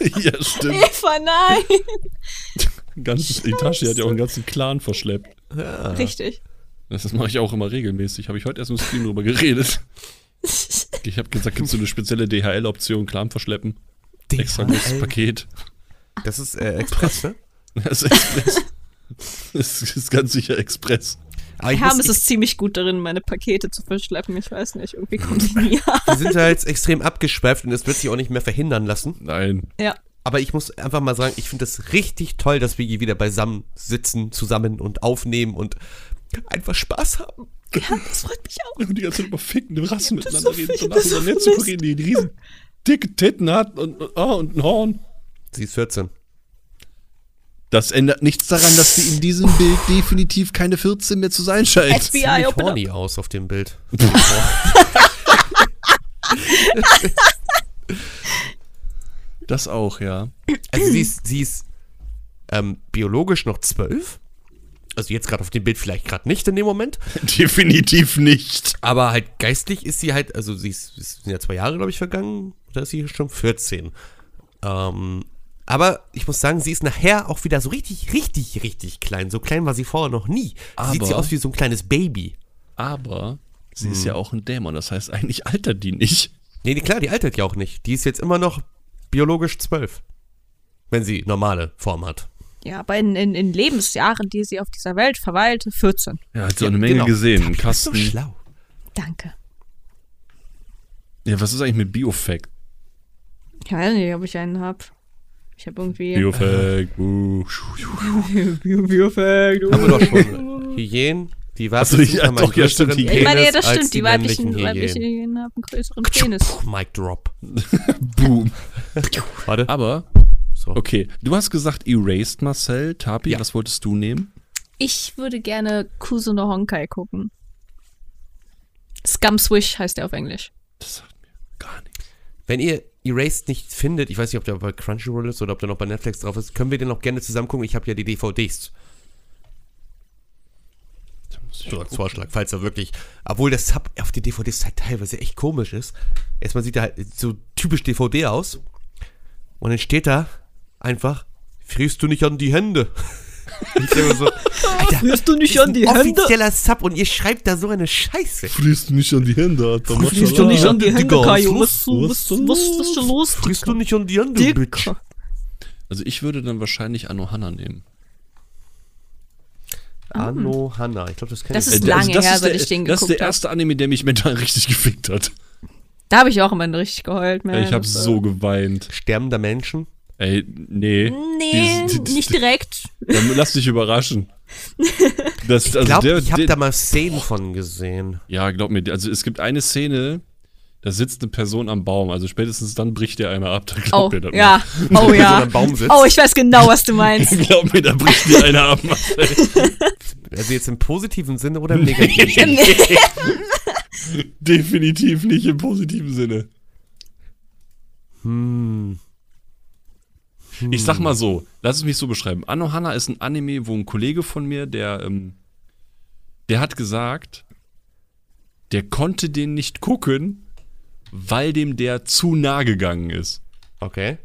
[SPEAKER 2] Ja, stimmt.
[SPEAKER 3] Eva, nein.
[SPEAKER 2] Ein ganzes Itachi hat ja auch einen ganzen Clan verschleppt.
[SPEAKER 3] Äh, Richtig.
[SPEAKER 2] Das, das mache ich auch immer regelmäßig. Habe ich heute erst im Stream drüber geredet. Ich habe gesagt, gibt es so eine spezielle DHL-Option, Clan verschleppen. Extra großes Paket.
[SPEAKER 4] Das ist äh, Express, ne?
[SPEAKER 2] Das ist Express. das ist ganz sicher Express.
[SPEAKER 4] Aber ich muss-
[SPEAKER 3] Hermes ist ziemlich gut darin, meine Pakete zu verschleppen. Ich weiß nicht, irgendwie kommt sie nie an.
[SPEAKER 4] Wir sind da jetzt extrem abgeschweift und es wird sich auch nicht mehr verhindern lassen.
[SPEAKER 2] Nein.
[SPEAKER 3] Ja.
[SPEAKER 4] Aber ich muss einfach mal sagen, ich finde das richtig toll, dass wir hier wieder beisammen sitzen, zusammen und aufnehmen und einfach Spaß haben.
[SPEAKER 3] ja, das freut mich auch.
[SPEAKER 2] Und die ganze Zeit über fickende Rassen
[SPEAKER 3] Das
[SPEAKER 2] miteinander
[SPEAKER 3] so
[SPEAKER 2] reden.
[SPEAKER 3] viel,
[SPEAKER 2] Danach
[SPEAKER 3] das so
[SPEAKER 2] über Netzukorea,
[SPEAKER 3] vermisst.
[SPEAKER 2] die einen riesen dicke Titten hat und, und, ah, und ein Horn.
[SPEAKER 4] Sie ist 14.
[SPEAKER 2] Das ändert nichts daran, dass sie in diesem Bild definitiv keine 14 mehr zu sein scheint.
[SPEAKER 3] FBI, open
[SPEAKER 4] Sieht
[SPEAKER 3] up.
[SPEAKER 4] horny aus auf dem Bild.
[SPEAKER 2] Das auch, ja.
[SPEAKER 4] Also sie ist, sie ist ähm, biologisch noch 12. Also jetzt gerade auf dem Bild vielleicht gerade nicht in dem Moment.
[SPEAKER 2] Definitiv nicht.
[SPEAKER 4] Aber halt geistlich ist sie halt, also sie ist, es sind ja zwei Jahre, glaube ich, vergangen. Oder ist sie schon 14? Ähm, aber ich muss sagen, sie ist nachher auch wieder so richtig, richtig, richtig klein. So klein war sie vorher noch nie. Sieht
[SPEAKER 2] Aber-
[SPEAKER 4] sie aus wie so ein kleines Baby.
[SPEAKER 2] Aber sie ist ja auch ein Dämon. Das heißt, eigentlich altert die nicht.
[SPEAKER 4] Nee, nee, klar, die altert ja auch nicht. Die ist jetzt immer noch biologisch 12. Wenn sie normale Form hat.
[SPEAKER 3] Ja, aber in, in, in Lebensjahren, die sie auf dieser Welt verweilte, 14.
[SPEAKER 2] Ja, hat so
[SPEAKER 4] Ja,
[SPEAKER 2] eine Menge
[SPEAKER 4] genau.
[SPEAKER 2] gesehen. Im
[SPEAKER 4] Du bist so
[SPEAKER 2] Kasten.
[SPEAKER 4] schlau.
[SPEAKER 3] Danke.
[SPEAKER 2] ja, was ist eigentlich mit Biofact?
[SPEAKER 3] Ich weiß nicht, ob ich einen hab. Ich habe irgendwie.
[SPEAKER 2] Biofact. Uh.
[SPEAKER 3] Biofact.
[SPEAKER 4] Haben wir doch schon. Hyänen, die
[SPEAKER 2] so,
[SPEAKER 4] weiblichen
[SPEAKER 2] ja,
[SPEAKER 4] haben einen
[SPEAKER 2] doch, ja, stimmt,
[SPEAKER 4] größeren
[SPEAKER 2] Hyänen.
[SPEAKER 3] Ich meine, ja, das
[SPEAKER 4] Penis als
[SPEAKER 3] stimmt. Die weiblichen, weiblichen Hyänen haben einen größeren Penis.
[SPEAKER 4] Hyänen. Mic drop.
[SPEAKER 2] Boom.
[SPEAKER 4] Warte.
[SPEAKER 2] Aber
[SPEAKER 4] So.
[SPEAKER 2] Okay, du hast gesagt Erased, Marcel. Tapi,
[SPEAKER 4] Ja.
[SPEAKER 2] was wolltest du nehmen?
[SPEAKER 3] Ich würde gerne Kusuno Honkai gucken. Scum Swish heißt der auf Englisch.
[SPEAKER 2] Das sagt mir gar nichts.
[SPEAKER 4] Wenn ihr Erased nicht findet, ich weiß nicht, ob der bei Crunchyroll ist oder ob der noch bei Netflix drauf ist, können wir den auch gerne zusammen gucken. Ich habe ja die DVDs. So als Vorschlag, falls er wirklich. Obwohl der Sub auf den DVDs halt teilweise echt komisch ist. Erstmal sieht er halt so typisch DVD aus. Und dann steht da einfach: Frierst du nicht an die Hände? Ich denke mir so, Alter,
[SPEAKER 3] Hörst du nicht
[SPEAKER 4] ist ein offizieller Sub und ihr schreibt da so eine Scheiße.
[SPEAKER 5] Friest nicht an die Hände, Alter.
[SPEAKER 3] Friest du nicht an die Hände,
[SPEAKER 4] Digga,
[SPEAKER 3] Kaio?
[SPEAKER 4] was
[SPEAKER 3] Was, was, was, was, was ist denn los?
[SPEAKER 4] Frierst du nicht an die Hände, Bitch?
[SPEAKER 3] Dicker.
[SPEAKER 2] Also ich würde dann wahrscheinlich Anohana nehmen.
[SPEAKER 3] Ah.
[SPEAKER 4] Anno Hanna, ich glaube, das kenn
[SPEAKER 3] Das
[SPEAKER 4] ich.
[SPEAKER 3] ist lange her, seit ich den
[SPEAKER 2] Äh, also Das ist der
[SPEAKER 3] geguckt habe.
[SPEAKER 2] erste Anime, der mich mental richtig gefickt hat.
[SPEAKER 3] Da habe ich auch immer richtig geheult, man.
[SPEAKER 2] ich habe
[SPEAKER 3] Das, äh,
[SPEAKER 2] so geweint.
[SPEAKER 4] Sterbender Menschen.
[SPEAKER 2] Ey, nee.
[SPEAKER 3] Nee,
[SPEAKER 2] Dieses-
[SPEAKER 3] nicht direkt.
[SPEAKER 2] Dann lass dich überraschen. Das,
[SPEAKER 4] Ich
[SPEAKER 2] also
[SPEAKER 4] glaube,
[SPEAKER 2] der,
[SPEAKER 4] ich habe
[SPEAKER 2] der,
[SPEAKER 4] da mal Szenen von gesehen.
[SPEAKER 2] ja, glaub mir, also es gibt eine Szene, da sitzt eine Person am Baum. Also spätestens dann bricht der einer ab. Da
[SPEAKER 3] Oh,
[SPEAKER 2] glaubt mir das
[SPEAKER 3] ja. Oh,
[SPEAKER 4] Wenn so
[SPEAKER 3] ja.
[SPEAKER 4] ein Baum sitzt.
[SPEAKER 3] Oh, ich weiß genau, was du meinst.
[SPEAKER 2] mal. Glaub mir, da bricht dir einer ab. Marcel.
[SPEAKER 4] Also jetzt im positiven Sinne oder im negativen?
[SPEAKER 2] Definitiv nicht im positiven Sinne. Ich sag mal so, lass es mich so beschreiben. Anohana ist ein Anime, wo ein Kollege von mir, der, ähm, der hat gesagt, der konnte den nicht gucken, weil dem der zu nah gegangen ist.
[SPEAKER 4] Okay.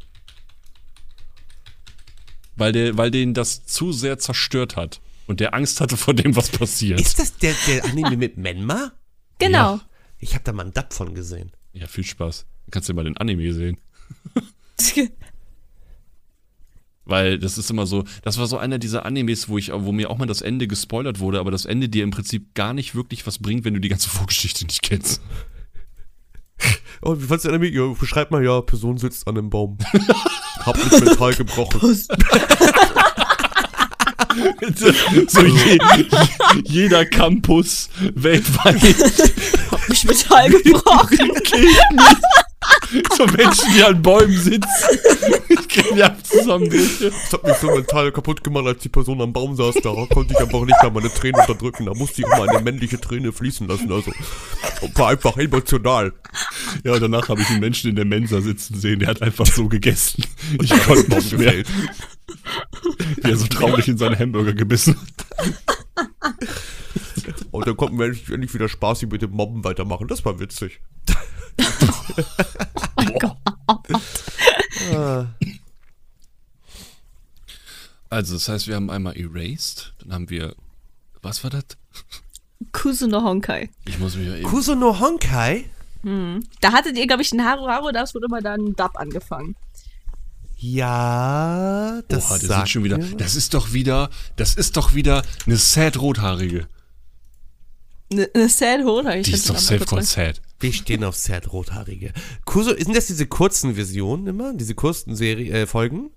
[SPEAKER 2] Weil, der, weil den das zu sehr zerstört hat. Und der Angst hatte vor dem, was passiert.
[SPEAKER 4] Ist das der, der Anime mit Menma?
[SPEAKER 3] Genau.
[SPEAKER 4] Ich habe da mal einen Dub von gesehen.
[SPEAKER 2] ja, viel Spaß. Kannst du mal den Anime sehen. Weil das ist immer so, das war so einer dieser Animes, wo ich, wo mir auch mal das Ende gespoilert wurde, aber das Ende dir im Prinzip gar nicht wirklich was bringt, wenn du die ganze Vorgeschichte nicht kennst.
[SPEAKER 4] Oh, wie fandst du den Anime? Ja, beschreib mal, ja, Person sitzt an einem Baum. hab mich mental gebrochen.
[SPEAKER 2] so je, jeder Campus weltweit,
[SPEAKER 3] Hab mich Metall gebrochen.
[SPEAKER 2] so Menschen, die an Bäumen sitzen. Ich kenne ja zusammen welche.
[SPEAKER 4] Das hat mich so mental kaputt gemacht, als die Person am Baum saß. Da konnte ich einfach nicht mehr meine Tränen unterdrücken. Da musste ich immer eine männliche Träne fließen lassen. Also, war einfach emotional.
[SPEAKER 2] Ja, danach habe ich einen Menschen in der Mensa sitzen sehen, der hat einfach so gegessen. Ich konnte nicht mehr. Der so traurig in seinen Hamburger gebissen hat.
[SPEAKER 4] Und dann konnten wir endlich, endlich wieder Spaß hier mit dem Mobben weitermachen. Das war witzig.
[SPEAKER 2] Also, das heißt, wir haben einmal Erased, dann haben wir. Was war das?
[SPEAKER 3] Kusuno Honkai.
[SPEAKER 2] Ich muss mich ja eben.
[SPEAKER 4] Kuso no Honkai?
[SPEAKER 3] Da hattet ihr, glaube ich, einen Haru Haru, das wurde immer dann Dub angefangen.
[SPEAKER 4] Ja, das
[SPEAKER 2] Oha, das
[SPEAKER 4] sagt
[SPEAKER 2] sind schon wieder.
[SPEAKER 4] mir-
[SPEAKER 2] Das ist doch wieder. Das ist doch wieder eine sad rothaarige.
[SPEAKER 3] Eine ne Sad Honkai.
[SPEAKER 2] Die ist doch safe called sad.
[SPEAKER 4] Wir stehen auf Zert Rothaarige. Kuso, sind das diese kurzen Versionen immer? Diese kurzen Serie, äh, Folgen?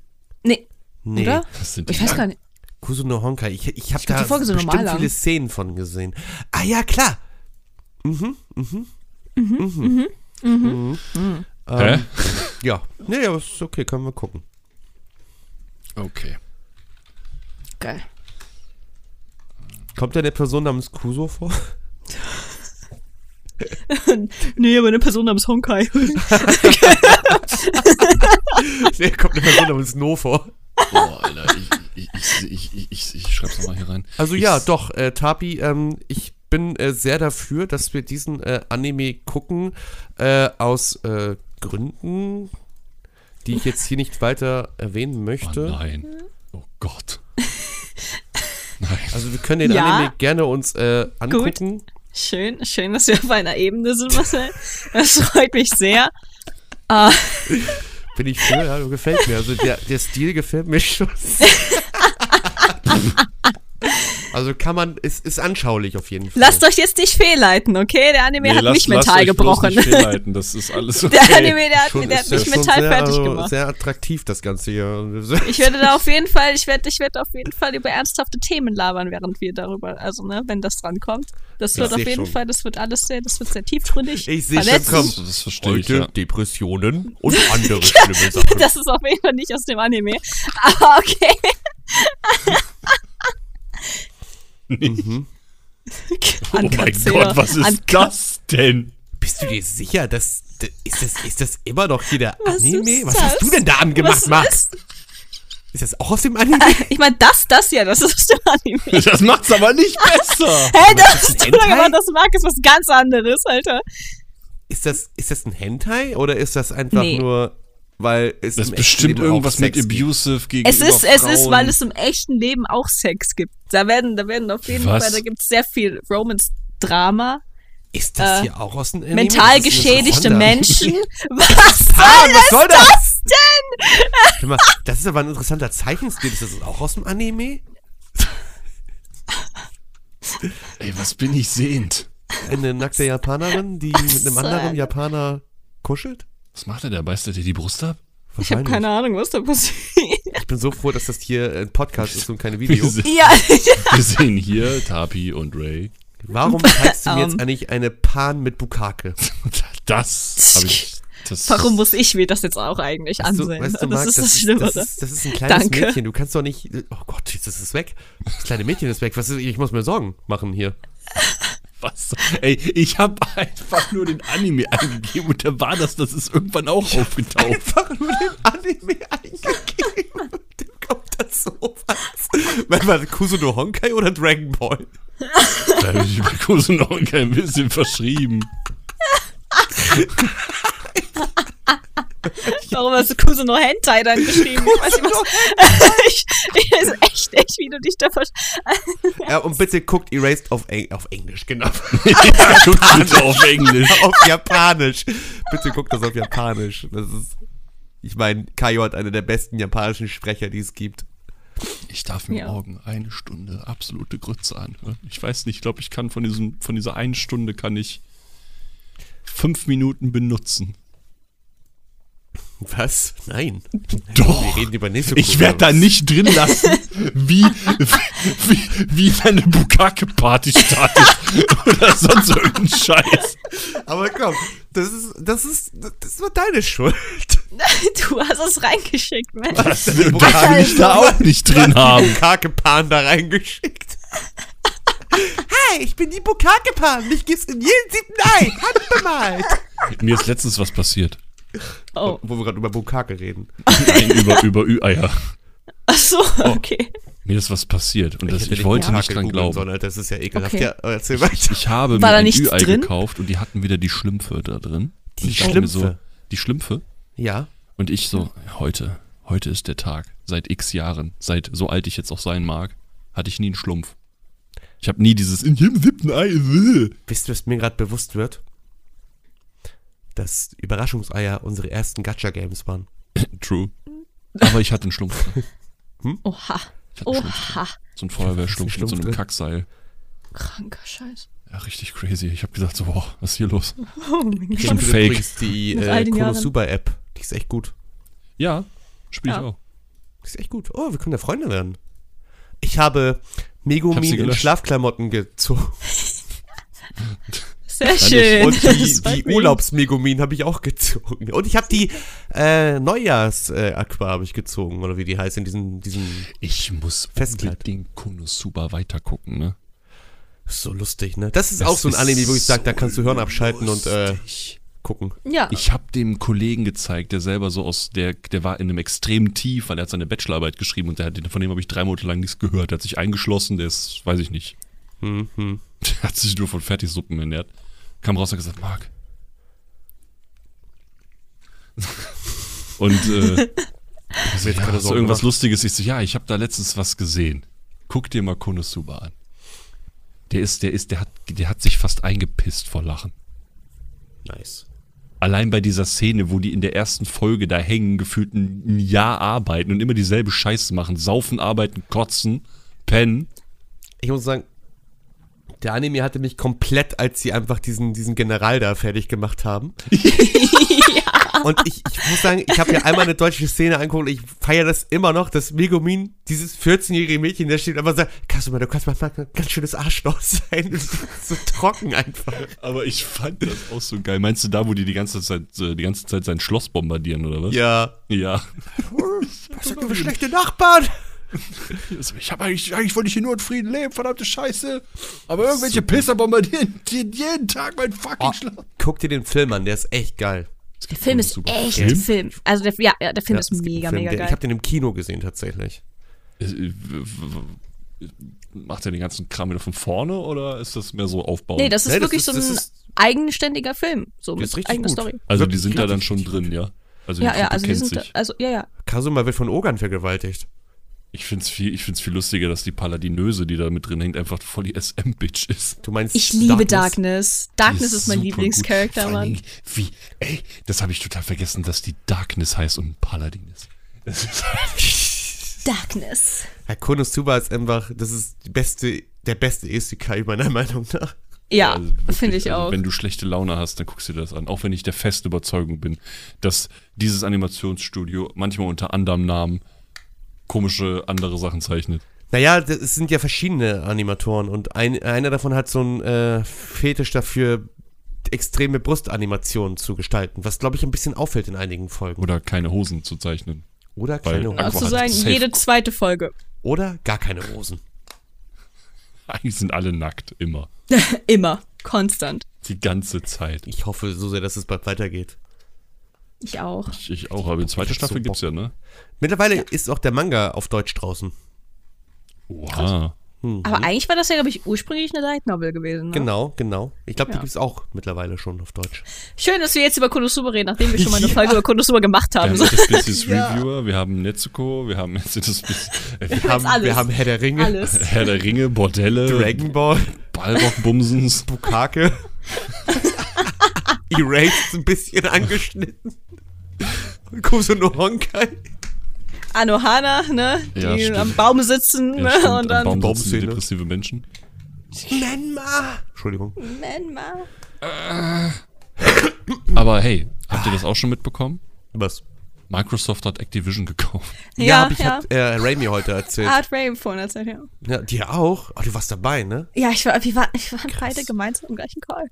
[SPEAKER 3] Nee.
[SPEAKER 4] Nee.
[SPEAKER 3] Oder?
[SPEAKER 2] Das sind die
[SPEAKER 3] Ich weiß gar
[SPEAKER 2] lang-
[SPEAKER 3] nicht.
[SPEAKER 4] Kuso no Honkai. Ich, ich habe
[SPEAKER 3] glaub,
[SPEAKER 4] da
[SPEAKER 3] die Folgen sind
[SPEAKER 4] bestimmt
[SPEAKER 3] normal lang.
[SPEAKER 4] viele Szenen von gesehen. Ah ja, klar.
[SPEAKER 2] Hä?
[SPEAKER 4] Ähm. Ja. Nee, aber ist okay, können wir gucken.
[SPEAKER 2] Okay.
[SPEAKER 3] Geil.
[SPEAKER 4] Kommt da eine Person namens Kuso vor?
[SPEAKER 3] Nee, aber eine Person namens Honkai.
[SPEAKER 4] nee, kommt eine Person namens No vor.
[SPEAKER 2] Boah, Alter. Ich, ich, ich, ich, ich, ich schreib's nochmal hier rein.
[SPEAKER 4] Also
[SPEAKER 2] ich,
[SPEAKER 4] ja, doch, äh, Tapi, ähm, ich bin äh, sehr dafür, dass wir diesen äh, Anime gucken, äh, aus äh, Gründen, die ich jetzt hier nicht weiter erwähnen
[SPEAKER 2] Oh
[SPEAKER 4] möchte.
[SPEAKER 2] nein. Oh Gott. Nein.
[SPEAKER 4] also wir können den
[SPEAKER 3] Ja.
[SPEAKER 4] Anime gerne uns äh, angucken.
[SPEAKER 3] Schön, schön, dass wir auf einer Ebene sind, Marcel. Das freut mich sehr. Ah,
[SPEAKER 4] Bin ich für, ja, gefällt mir. Also der, der Stil gefällt mir schon. also kann man, es ist anschaulich auf jeden Fall.
[SPEAKER 3] lasst euch jetzt nicht fehlleiten, okay? Der Anime hat mich mental gebrochen. Der
[SPEAKER 2] Fehlleiten, das ist alles
[SPEAKER 3] Anime, der hat,
[SPEAKER 4] Schon-
[SPEAKER 3] der hat
[SPEAKER 4] ist
[SPEAKER 3] mich
[SPEAKER 4] ja schon
[SPEAKER 3] mental
[SPEAKER 4] sehr,
[SPEAKER 3] fertig
[SPEAKER 4] also,
[SPEAKER 3] gemacht.
[SPEAKER 4] Sehr attraktiv das Ganze hier.
[SPEAKER 3] Ich werde da auf jeden Fall, ich werde, ich werde auf jeden Fall über ernsthafte Themen labern, während wir darüber, also ne, wenn das dran kommt. Das
[SPEAKER 4] Ja.
[SPEAKER 3] wird auf
[SPEAKER 4] Seh
[SPEAKER 3] jeden
[SPEAKER 4] schon.
[SPEAKER 3] Fall, das wird alles sehr, das wird sehr tiefgründig.
[SPEAKER 4] Ich seh schon
[SPEAKER 3] verletzend.
[SPEAKER 4] kommen.
[SPEAKER 2] Das, das verstehe ich.
[SPEAKER 4] Heute
[SPEAKER 2] Ja.
[SPEAKER 4] Depressionen und andere schlimme Sachen.
[SPEAKER 3] Das ist auf jeden Fall nicht aus dem Anime. Aber okay.
[SPEAKER 4] Mhm.
[SPEAKER 2] Oh mein Gott, was ist das denn?
[SPEAKER 4] Bist du dir sicher, dass. d- Ist das, ist das immer noch hier der
[SPEAKER 3] Was
[SPEAKER 4] Anime?
[SPEAKER 3] ist
[SPEAKER 4] Was hast
[SPEAKER 3] das?
[SPEAKER 4] du denn da angemacht, Max?
[SPEAKER 3] Ist?
[SPEAKER 4] Ist das auch aus dem Anime?
[SPEAKER 3] Ich meine, das, das ja, das ist aus dem Anime.
[SPEAKER 2] Das macht's aber nicht besser.
[SPEAKER 3] Hä, das hast du
[SPEAKER 4] ein
[SPEAKER 3] da
[SPEAKER 4] Hentai?
[SPEAKER 3] gemacht, das mag ist was ganz anderes, Alter.
[SPEAKER 4] Ist das, ist das ein Hentai oder ist das einfach
[SPEAKER 3] Nee.
[SPEAKER 4] nur, weil es
[SPEAKER 2] Das
[SPEAKER 4] im
[SPEAKER 2] ist
[SPEAKER 4] echten
[SPEAKER 2] bestimmt
[SPEAKER 4] Leben auch
[SPEAKER 2] irgendwas mit
[SPEAKER 4] Sex gibt?
[SPEAKER 2] Abusive gegenüber
[SPEAKER 3] Es ist, es
[SPEAKER 2] Frauen.
[SPEAKER 3] ist, weil es im echten Leben auch Sex gibt. Da werden, da werden auf jeden
[SPEAKER 2] Was?
[SPEAKER 3] Fall, da gibt's sehr viel Romance-Drama,
[SPEAKER 4] Ist das
[SPEAKER 3] äh,
[SPEAKER 4] hier auch aus dem Anime?
[SPEAKER 3] mental
[SPEAKER 4] Das ist ein
[SPEAKER 3] geschädigte
[SPEAKER 4] Sonder-
[SPEAKER 3] Menschen. Was soll
[SPEAKER 4] Was soll das?
[SPEAKER 3] das denn?
[SPEAKER 4] Warte mal, das ist aber ein interessanter Zeichenstil. Ist das auch aus dem Anime?
[SPEAKER 2] Ey, was bin ich sehend?
[SPEAKER 4] Eine nackte Japanerin, die mit einem anderen Japaner kuschelt?
[SPEAKER 2] Was macht er da? Beißt er dir die Brust ab?
[SPEAKER 3] Ich habe
[SPEAKER 4] Wahrscheinlich.
[SPEAKER 3] keine Ahnung, was da passiert.
[SPEAKER 4] Ich bin so froh, dass das hier ein Podcast ist und keine
[SPEAKER 2] Wir,
[SPEAKER 4] Video.
[SPEAKER 2] se
[SPEAKER 3] Ja,
[SPEAKER 2] wir sehen hier Tapi und Ray.
[SPEAKER 4] Warum zeigst du mir
[SPEAKER 3] Ähm.
[SPEAKER 4] jetzt eigentlich eine Pan mit Bukake?
[SPEAKER 2] Das habe ich. Das
[SPEAKER 3] warum muss ich mir das jetzt auch eigentlich
[SPEAKER 4] Weißt du,
[SPEAKER 3] ansehen?
[SPEAKER 4] weißt du,
[SPEAKER 3] das
[SPEAKER 4] Marc,
[SPEAKER 3] ist das
[SPEAKER 4] ist,
[SPEAKER 3] Schlimmere.
[SPEAKER 4] das, ist, das ist ein kleines
[SPEAKER 3] Danke.
[SPEAKER 4] Mädchen. Du kannst doch nicht. Oh Gott, jetzt ist es weg. Das kleine Mädchen ist weg. Was ist, ich muss mir Sorgen machen hier.
[SPEAKER 2] Was? Ey, ich habe einfach nur den Anime eingegeben und da war das, das ist irgendwann auch aufgetaucht.
[SPEAKER 4] Einfach nur den Anime eingegeben. Dem kommt das sowas. Wenn man Kusuno Honkai oder Dragon Ball.
[SPEAKER 2] Da habe ich bei Kusen noch ein bisschen verschrieben.
[SPEAKER 3] Warum hast du Kuso no Hentai dann geschrieben? Ich weiß nicht, was. ich, ich weiß echt nicht, wie du dich da versch...
[SPEAKER 4] Ja, und bitte guckt Erased auf, Eng auf Englisch, genau.
[SPEAKER 2] ja, tut bitte auf Englisch.
[SPEAKER 4] auf Japanisch. Bitte guckt das auf Japanisch. Das ist. Ich meine, Kaio hat einen der besten japanischen Sprecher, die es gibt.
[SPEAKER 2] Ich darf mir
[SPEAKER 3] Ja.
[SPEAKER 2] morgen eine Stunde absolute Grütze anhören. Ich weiß nicht, ich glaube, ich kann von, diesem, von dieser einen Stunde kann ich fünf Minuten benutzen.
[SPEAKER 4] Was? Nein.
[SPEAKER 2] Doch.
[SPEAKER 4] Wir reden über nächste
[SPEAKER 2] Ich werde da nicht drin lassen, wie, wie, wie eine Bukake-Party startet oder sonst irgendein Scheiß.
[SPEAKER 4] Aber komm, das ist, das ist, das war deine Schuld.
[SPEAKER 3] Du hast es reingeschickt, Mensch.
[SPEAKER 2] Das darf ich da auch nicht drin haben.
[SPEAKER 4] Bukakepan da reingeschickt. Hi, ich bin die Bukakepan. Mich gibt's in jedem siebten Ei. Handbemalt.
[SPEAKER 2] Mir ist letztens was passiert.
[SPEAKER 3] Oh,
[SPEAKER 4] Wo wir gerade über Bukake reden.
[SPEAKER 2] Nein, über, über Ü-Eier.
[SPEAKER 3] ach so,
[SPEAKER 4] Oh.
[SPEAKER 3] okay.
[SPEAKER 2] Mir ist was passiert und das,
[SPEAKER 4] hätte
[SPEAKER 2] ich
[SPEAKER 4] den
[SPEAKER 2] wollte nicht
[SPEAKER 4] Bukake
[SPEAKER 2] dran
[SPEAKER 4] googeln
[SPEAKER 2] glauben.
[SPEAKER 4] sollen, Alter, das ist ja ekelhaft.
[SPEAKER 3] Okay.
[SPEAKER 4] Ja, erzähl weiter.
[SPEAKER 2] Ich habe
[SPEAKER 3] War
[SPEAKER 2] mir
[SPEAKER 3] da
[SPEAKER 2] ein
[SPEAKER 3] nichts
[SPEAKER 2] Ü-Ei
[SPEAKER 3] drin?
[SPEAKER 2] gekauft und die hatten wieder die Schlümpfe da drin.
[SPEAKER 4] Die
[SPEAKER 2] Und ich dachte mir
[SPEAKER 4] Schlümpfe?
[SPEAKER 2] die Schlümpfe.
[SPEAKER 4] Ja.
[SPEAKER 2] Und ich so, heute, heute ist der Tag. Seit x Jahren, seit so alt ich jetzt auch sein mag, hatte ich nie einen Schlumpf. Ich habe nie dieses in jedem siebten Ei. äh.
[SPEAKER 4] Wisst ihr, was mir gerade bewusst wird? Dass Überraschungseier unsere ersten Gacha-Games waren.
[SPEAKER 2] True. Aber ich hatte einen Schlumpf. drin.
[SPEAKER 3] Oha.
[SPEAKER 2] Ich hatte einen Schlumpf.
[SPEAKER 3] Oha.
[SPEAKER 2] So ein Feuerwehrschlumpf mit so
[SPEAKER 4] Schlumpf
[SPEAKER 2] einem
[SPEAKER 4] drin.
[SPEAKER 2] Kackseil.
[SPEAKER 3] Kranker Scheiß.
[SPEAKER 2] Ja, richtig crazy. Ich habe gedacht so, boah, was ist hier los?
[SPEAKER 3] Oh mein
[SPEAKER 4] Ich
[SPEAKER 2] Schon
[SPEAKER 3] Gott.
[SPEAKER 4] spiele
[SPEAKER 2] fake.
[SPEAKER 4] übrigens die
[SPEAKER 3] Nach all
[SPEAKER 4] äh,
[SPEAKER 3] den Jahren.
[SPEAKER 4] Konosuba-App. Die ist echt gut.
[SPEAKER 2] Ja, spiel
[SPEAKER 3] Ja.
[SPEAKER 2] ich auch.
[SPEAKER 4] Die ist echt gut. Oh, wir können ja Freunde werden. Ich habe Megumin
[SPEAKER 2] Ich hab sie
[SPEAKER 4] in
[SPEAKER 2] gelöscht.
[SPEAKER 4] Schlafklamotten gezogen.
[SPEAKER 3] Sehr schön.
[SPEAKER 4] Und die,
[SPEAKER 3] Das freut
[SPEAKER 4] die
[SPEAKER 3] mich.
[SPEAKER 4] Urlaubsmegumin habe ich auch gezogen. Und ich habe die äh, Neujahrs-Aqua habe ich gezogen. Oder wie die heißt in diesem... diesem
[SPEAKER 2] Ich muss
[SPEAKER 4] Festkleid.
[SPEAKER 2] unbedingt Konosuba weitergucken, ne?
[SPEAKER 4] ist so lustig, ne? Das ist
[SPEAKER 2] Das
[SPEAKER 4] auch so ein
[SPEAKER 2] ist
[SPEAKER 4] Anime, wo ich sage, da
[SPEAKER 2] so
[SPEAKER 4] kannst du Hirn abschalten und äh,
[SPEAKER 2] Ich
[SPEAKER 4] gucken.
[SPEAKER 3] Ja,
[SPEAKER 2] Ich habe dem Kollegen gezeigt, der selber so aus der, der war in einem extremen Tief, weil er hat seine Bachelorarbeit geschrieben und der hat, von dem habe ich drei Monate lang nichts gehört. Der hat sich eingeschlossen, der ist, weiß ich nicht,
[SPEAKER 4] Mhm.
[SPEAKER 2] der hat sich nur von Fertigsuppen ernährt. Kam raus und hat gesagt, Marc. und äh, ich so,
[SPEAKER 4] Jetzt
[SPEAKER 2] ja,
[SPEAKER 4] keine
[SPEAKER 2] hast du
[SPEAKER 4] Sorgen
[SPEAKER 2] irgendwas
[SPEAKER 4] machen.
[SPEAKER 2] Lustiges? Ich so, ja, ich habe da letztens was gesehen. Guck dir mal Konosuba an. Der ist, der ist, der hat, der hat sich fast eingepisst vor Lachen.
[SPEAKER 4] Nice.
[SPEAKER 2] Allein bei dieser Szene, wo die in der ersten Folge da hängen, gefühlt ein ein Jahr arbeiten und immer dieselbe Scheiße machen. Saufen, arbeiten, kotzen, pennen.
[SPEAKER 4] ich muss sagen, der Anime hatte mich komplett, als sie einfach diesen, diesen General da fertig gemacht haben. Und ich, ich muss sagen, ich habe mir einmal eine deutsche Szene angeguckt und ich feiere das immer noch, dass Megumin, dieses 14-jährige Mädchen, der steht und einfach sagt, Kasuma, du kannst manchmal ein ganz schönes Arschloch sein. so trocken einfach.
[SPEAKER 2] Aber ich fand das auch so geil. Meinst du da, wo die die ganze Zeit, äh, die ganze Zeit sein Schloss bombardieren oder was?
[SPEAKER 4] Ja.
[SPEAKER 2] Ja.
[SPEAKER 4] Was sagt ihr für schlechte Nachbarn?
[SPEAKER 2] Also, Ich habe eigentlich, eigentlich wollte ich hier nur in Frieden leben, verdammte Scheiße. Aber irgendwelche Pisser bombardieren die- jeden Tag mein fucking
[SPEAKER 4] Oh,
[SPEAKER 2] Schlaf.
[SPEAKER 4] guck dir den Film an, der ist echt geil.
[SPEAKER 3] Der Film ist
[SPEAKER 2] Super.
[SPEAKER 3] echt
[SPEAKER 2] Film?
[SPEAKER 3] Film. Also der, ja, ja, der Film
[SPEAKER 4] Ja,
[SPEAKER 3] ist
[SPEAKER 4] es gibt einen
[SPEAKER 3] mega,
[SPEAKER 4] Film,
[SPEAKER 3] mega
[SPEAKER 4] der,
[SPEAKER 3] geil.
[SPEAKER 4] Ich habe den im Kino gesehen tatsächlich.
[SPEAKER 2] Äh, w- w- w- Macht er den ganzen Kram wieder von vorne oder ist das mehr so aufbauen?
[SPEAKER 3] nee, das ist
[SPEAKER 4] Nee, das
[SPEAKER 3] wirklich
[SPEAKER 4] ist-
[SPEAKER 3] so ein
[SPEAKER 4] das ist-
[SPEAKER 3] eigenständiger Film. So
[SPEAKER 4] Der ist
[SPEAKER 3] mit
[SPEAKER 4] richtig
[SPEAKER 3] eigener
[SPEAKER 4] gut.
[SPEAKER 3] Story.
[SPEAKER 2] also die
[SPEAKER 4] wirklich
[SPEAKER 2] sind da dann
[SPEAKER 4] richtig
[SPEAKER 2] schon drin, ja. Also
[SPEAKER 3] Ja,
[SPEAKER 2] die
[SPEAKER 3] ja,
[SPEAKER 2] Gruppe
[SPEAKER 3] also die
[SPEAKER 2] kennt
[SPEAKER 3] sind,
[SPEAKER 2] sich.
[SPEAKER 3] da- also, ja, ja.
[SPEAKER 4] Kasuma wird von Ogan vergewaltigt.
[SPEAKER 2] Ich find's viel, ich find's viel lustiger, dass die Paladinöse, die da mit drin hängt, einfach voll die SM-Bitch ist.
[SPEAKER 4] Du meinst
[SPEAKER 3] Ich liebe Darkness. Darkness,
[SPEAKER 2] Die
[SPEAKER 3] ist, mein
[SPEAKER 2] super gut.
[SPEAKER 3] Lieblingscharakter,
[SPEAKER 2] Vor allen
[SPEAKER 3] Mann.
[SPEAKER 2] Dingen, Wie, ey, das habe ich total vergessen, dass die Darkness heißt und ein Paladin ist. Das ist
[SPEAKER 3] Darkness.
[SPEAKER 4] Herr Konosuba ist einfach, das ist die beste, der beste E Isekai meiner Meinung nach.
[SPEAKER 3] Ja,
[SPEAKER 2] Also wirklich,
[SPEAKER 3] finde ich
[SPEAKER 2] also
[SPEAKER 3] auch.
[SPEAKER 2] Wenn du schlechte Laune hast, dann guckst du dir das an. Auch wenn ich der festen Überzeugung bin, dass dieses Animationsstudio manchmal unter anderem Namen komische andere Sachen zeichnet.
[SPEAKER 4] Naja, das- es sind ja verschiedene Animatoren und ein, einer davon hat so einen äh, Fetisch dafür, extreme Brustanimationen zu gestalten, was glaube ich ein bisschen auffällt in einigen Folgen.
[SPEAKER 2] Oder keine Hosen zu zeichnen.
[SPEAKER 4] Oder
[SPEAKER 2] Weil-
[SPEAKER 4] kleine
[SPEAKER 2] Ja,
[SPEAKER 4] Hosen.
[SPEAKER 3] Zu
[SPEAKER 2] Aqua
[SPEAKER 3] sein,
[SPEAKER 2] hat safe-
[SPEAKER 3] Also jede zweite Folge.
[SPEAKER 4] Oder gar keine Hosen.
[SPEAKER 2] Eigentlich sind alle nackt, immer.
[SPEAKER 3] Immer. Konstant.
[SPEAKER 2] Die ganze Zeit.
[SPEAKER 4] Ich hoffe so sehr, dass es bald weitergeht.
[SPEAKER 3] Ich auch.
[SPEAKER 2] Ich, ich auch, aber die zweite
[SPEAKER 4] Ich hab so
[SPEAKER 2] Staffel
[SPEAKER 4] Bock.
[SPEAKER 2] gibt's ja, ne?
[SPEAKER 4] Mittlerweile ist auch der Manga auf Deutsch draußen.
[SPEAKER 2] Oha. ne?
[SPEAKER 3] Aber eigentlich war das ja, glaube ich, ursprünglich eine Light Novel gewesen. Ne?
[SPEAKER 4] Genau, genau. Ich glaube, die
[SPEAKER 3] Ja.
[SPEAKER 4] gibt's auch mittlerweile schon auf Deutsch.
[SPEAKER 3] Schön, dass wir jetzt über Konosuba reden, nachdem wir schon mal eine Folge über Konosuba gemacht
[SPEAKER 2] Wir
[SPEAKER 3] haben.
[SPEAKER 2] haben
[SPEAKER 3] So,
[SPEAKER 2] das Business Reviewer, wir haben Netsuko, wir haben jetzt das wir
[SPEAKER 4] Wir haben,
[SPEAKER 3] alles.
[SPEAKER 4] wir haben Herr der Ringe,
[SPEAKER 3] alles.
[SPEAKER 2] Herr der Ringe, Bordelle,
[SPEAKER 4] Dragon Ball,
[SPEAKER 2] Ballrock-Bumsens.
[SPEAKER 4] Bukake. Erased ein bisschen angeschnitten. Kusuno Honkai.
[SPEAKER 3] Anohana, ne? Die
[SPEAKER 2] Ja, stimmt.
[SPEAKER 3] am Baum sitzen
[SPEAKER 2] Ja, stimmt,
[SPEAKER 3] ne? und
[SPEAKER 2] am
[SPEAKER 3] dann.
[SPEAKER 2] Baum sitzen
[SPEAKER 4] Baumszene.
[SPEAKER 2] depressive Menschen.
[SPEAKER 4] Nenma. Entschuldigung.
[SPEAKER 3] Menma.
[SPEAKER 2] Aber hey, habt ihr das auch schon mitbekommen?
[SPEAKER 4] Was?
[SPEAKER 2] Microsoft hat Activision gekauft.
[SPEAKER 4] Ja,
[SPEAKER 3] Ja,
[SPEAKER 4] hab ich
[SPEAKER 2] halt
[SPEAKER 3] ja. Ah.
[SPEAKER 4] Hat, äh, Raimi heute erzählt.
[SPEAKER 3] Art Ray vorhin erzählt, ja.
[SPEAKER 4] Ja, dir auch? Oh, du warst dabei, ne?
[SPEAKER 3] Ja, ich war, wir waren, wir waren beide gemeinsam im gleichen Call.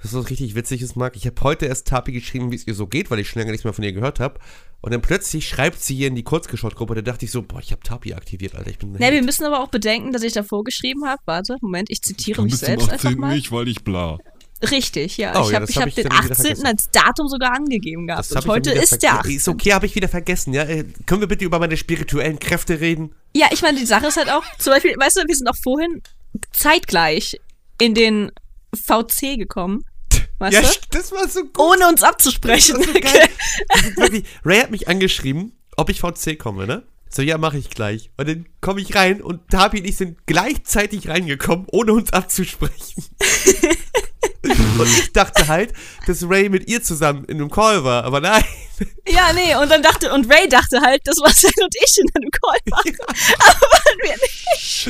[SPEAKER 4] Das ist was richtig Witziges, Marc. Ich habe heute erst Tapi geschrieben, wie es ihr so geht, weil ich schon lange nichts mehr von ihr gehört habe. Und dann plötzlich schreibt sie hier in die Kurzgeschaut-Gruppe. Da dachte ich so, boah, ich habe Tapi aktiviert, Alter. Ich bin
[SPEAKER 3] Ne, wir müssen aber auch bedenken, dass ich davor geschrieben habe. Warte, Moment, ich zitiere mich selbst einfach mal.
[SPEAKER 2] nicht, weil ich bla.
[SPEAKER 3] Richtig, ja.
[SPEAKER 4] Oh,
[SPEAKER 3] ich
[SPEAKER 4] ja,
[SPEAKER 3] habe
[SPEAKER 4] das
[SPEAKER 3] hab
[SPEAKER 4] hab ich
[SPEAKER 3] den
[SPEAKER 4] dann wieder
[SPEAKER 3] 18.
[SPEAKER 4] vergessen.
[SPEAKER 3] als Datum sogar angegeben gehabt.
[SPEAKER 4] Das hab
[SPEAKER 3] und heute
[SPEAKER 4] ich dann wieder
[SPEAKER 3] ist der
[SPEAKER 4] verge-
[SPEAKER 3] 18.
[SPEAKER 4] Ist okay, habe ich wieder vergessen, ja? Äh, Können wir bitte über meine spirituellen Kräfte reden?
[SPEAKER 3] Ja, ich meine, die Sache ist halt auch, zum Beispiel, weißt du, wir sind auch vorhin zeitgleich in den VC gekommen. Weißt
[SPEAKER 4] ja,
[SPEAKER 3] du?
[SPEAKER 4] st- das war so gut.
[SPEAKER 3] Ohne uns abzusprechen.
[SPEAKER 4] geil. Das ist wirklich, Ray hat mich angeschrieben, ob ich VC komme, ne? So, ja, mache ich gleich. Und dann komme ich rein und Tabi und ich sind gleichzeitig reingekommen, ohne uns abzusprechen. und ich dachte halt, dass Ray mit ihr zusammen in einem Call war, aber nein.
[SPEAKER 3] Ja, nee, und dann dachte, und Ray dachte halt, dass Marcel und ich in einem Call waren. Aber waren wir nicht.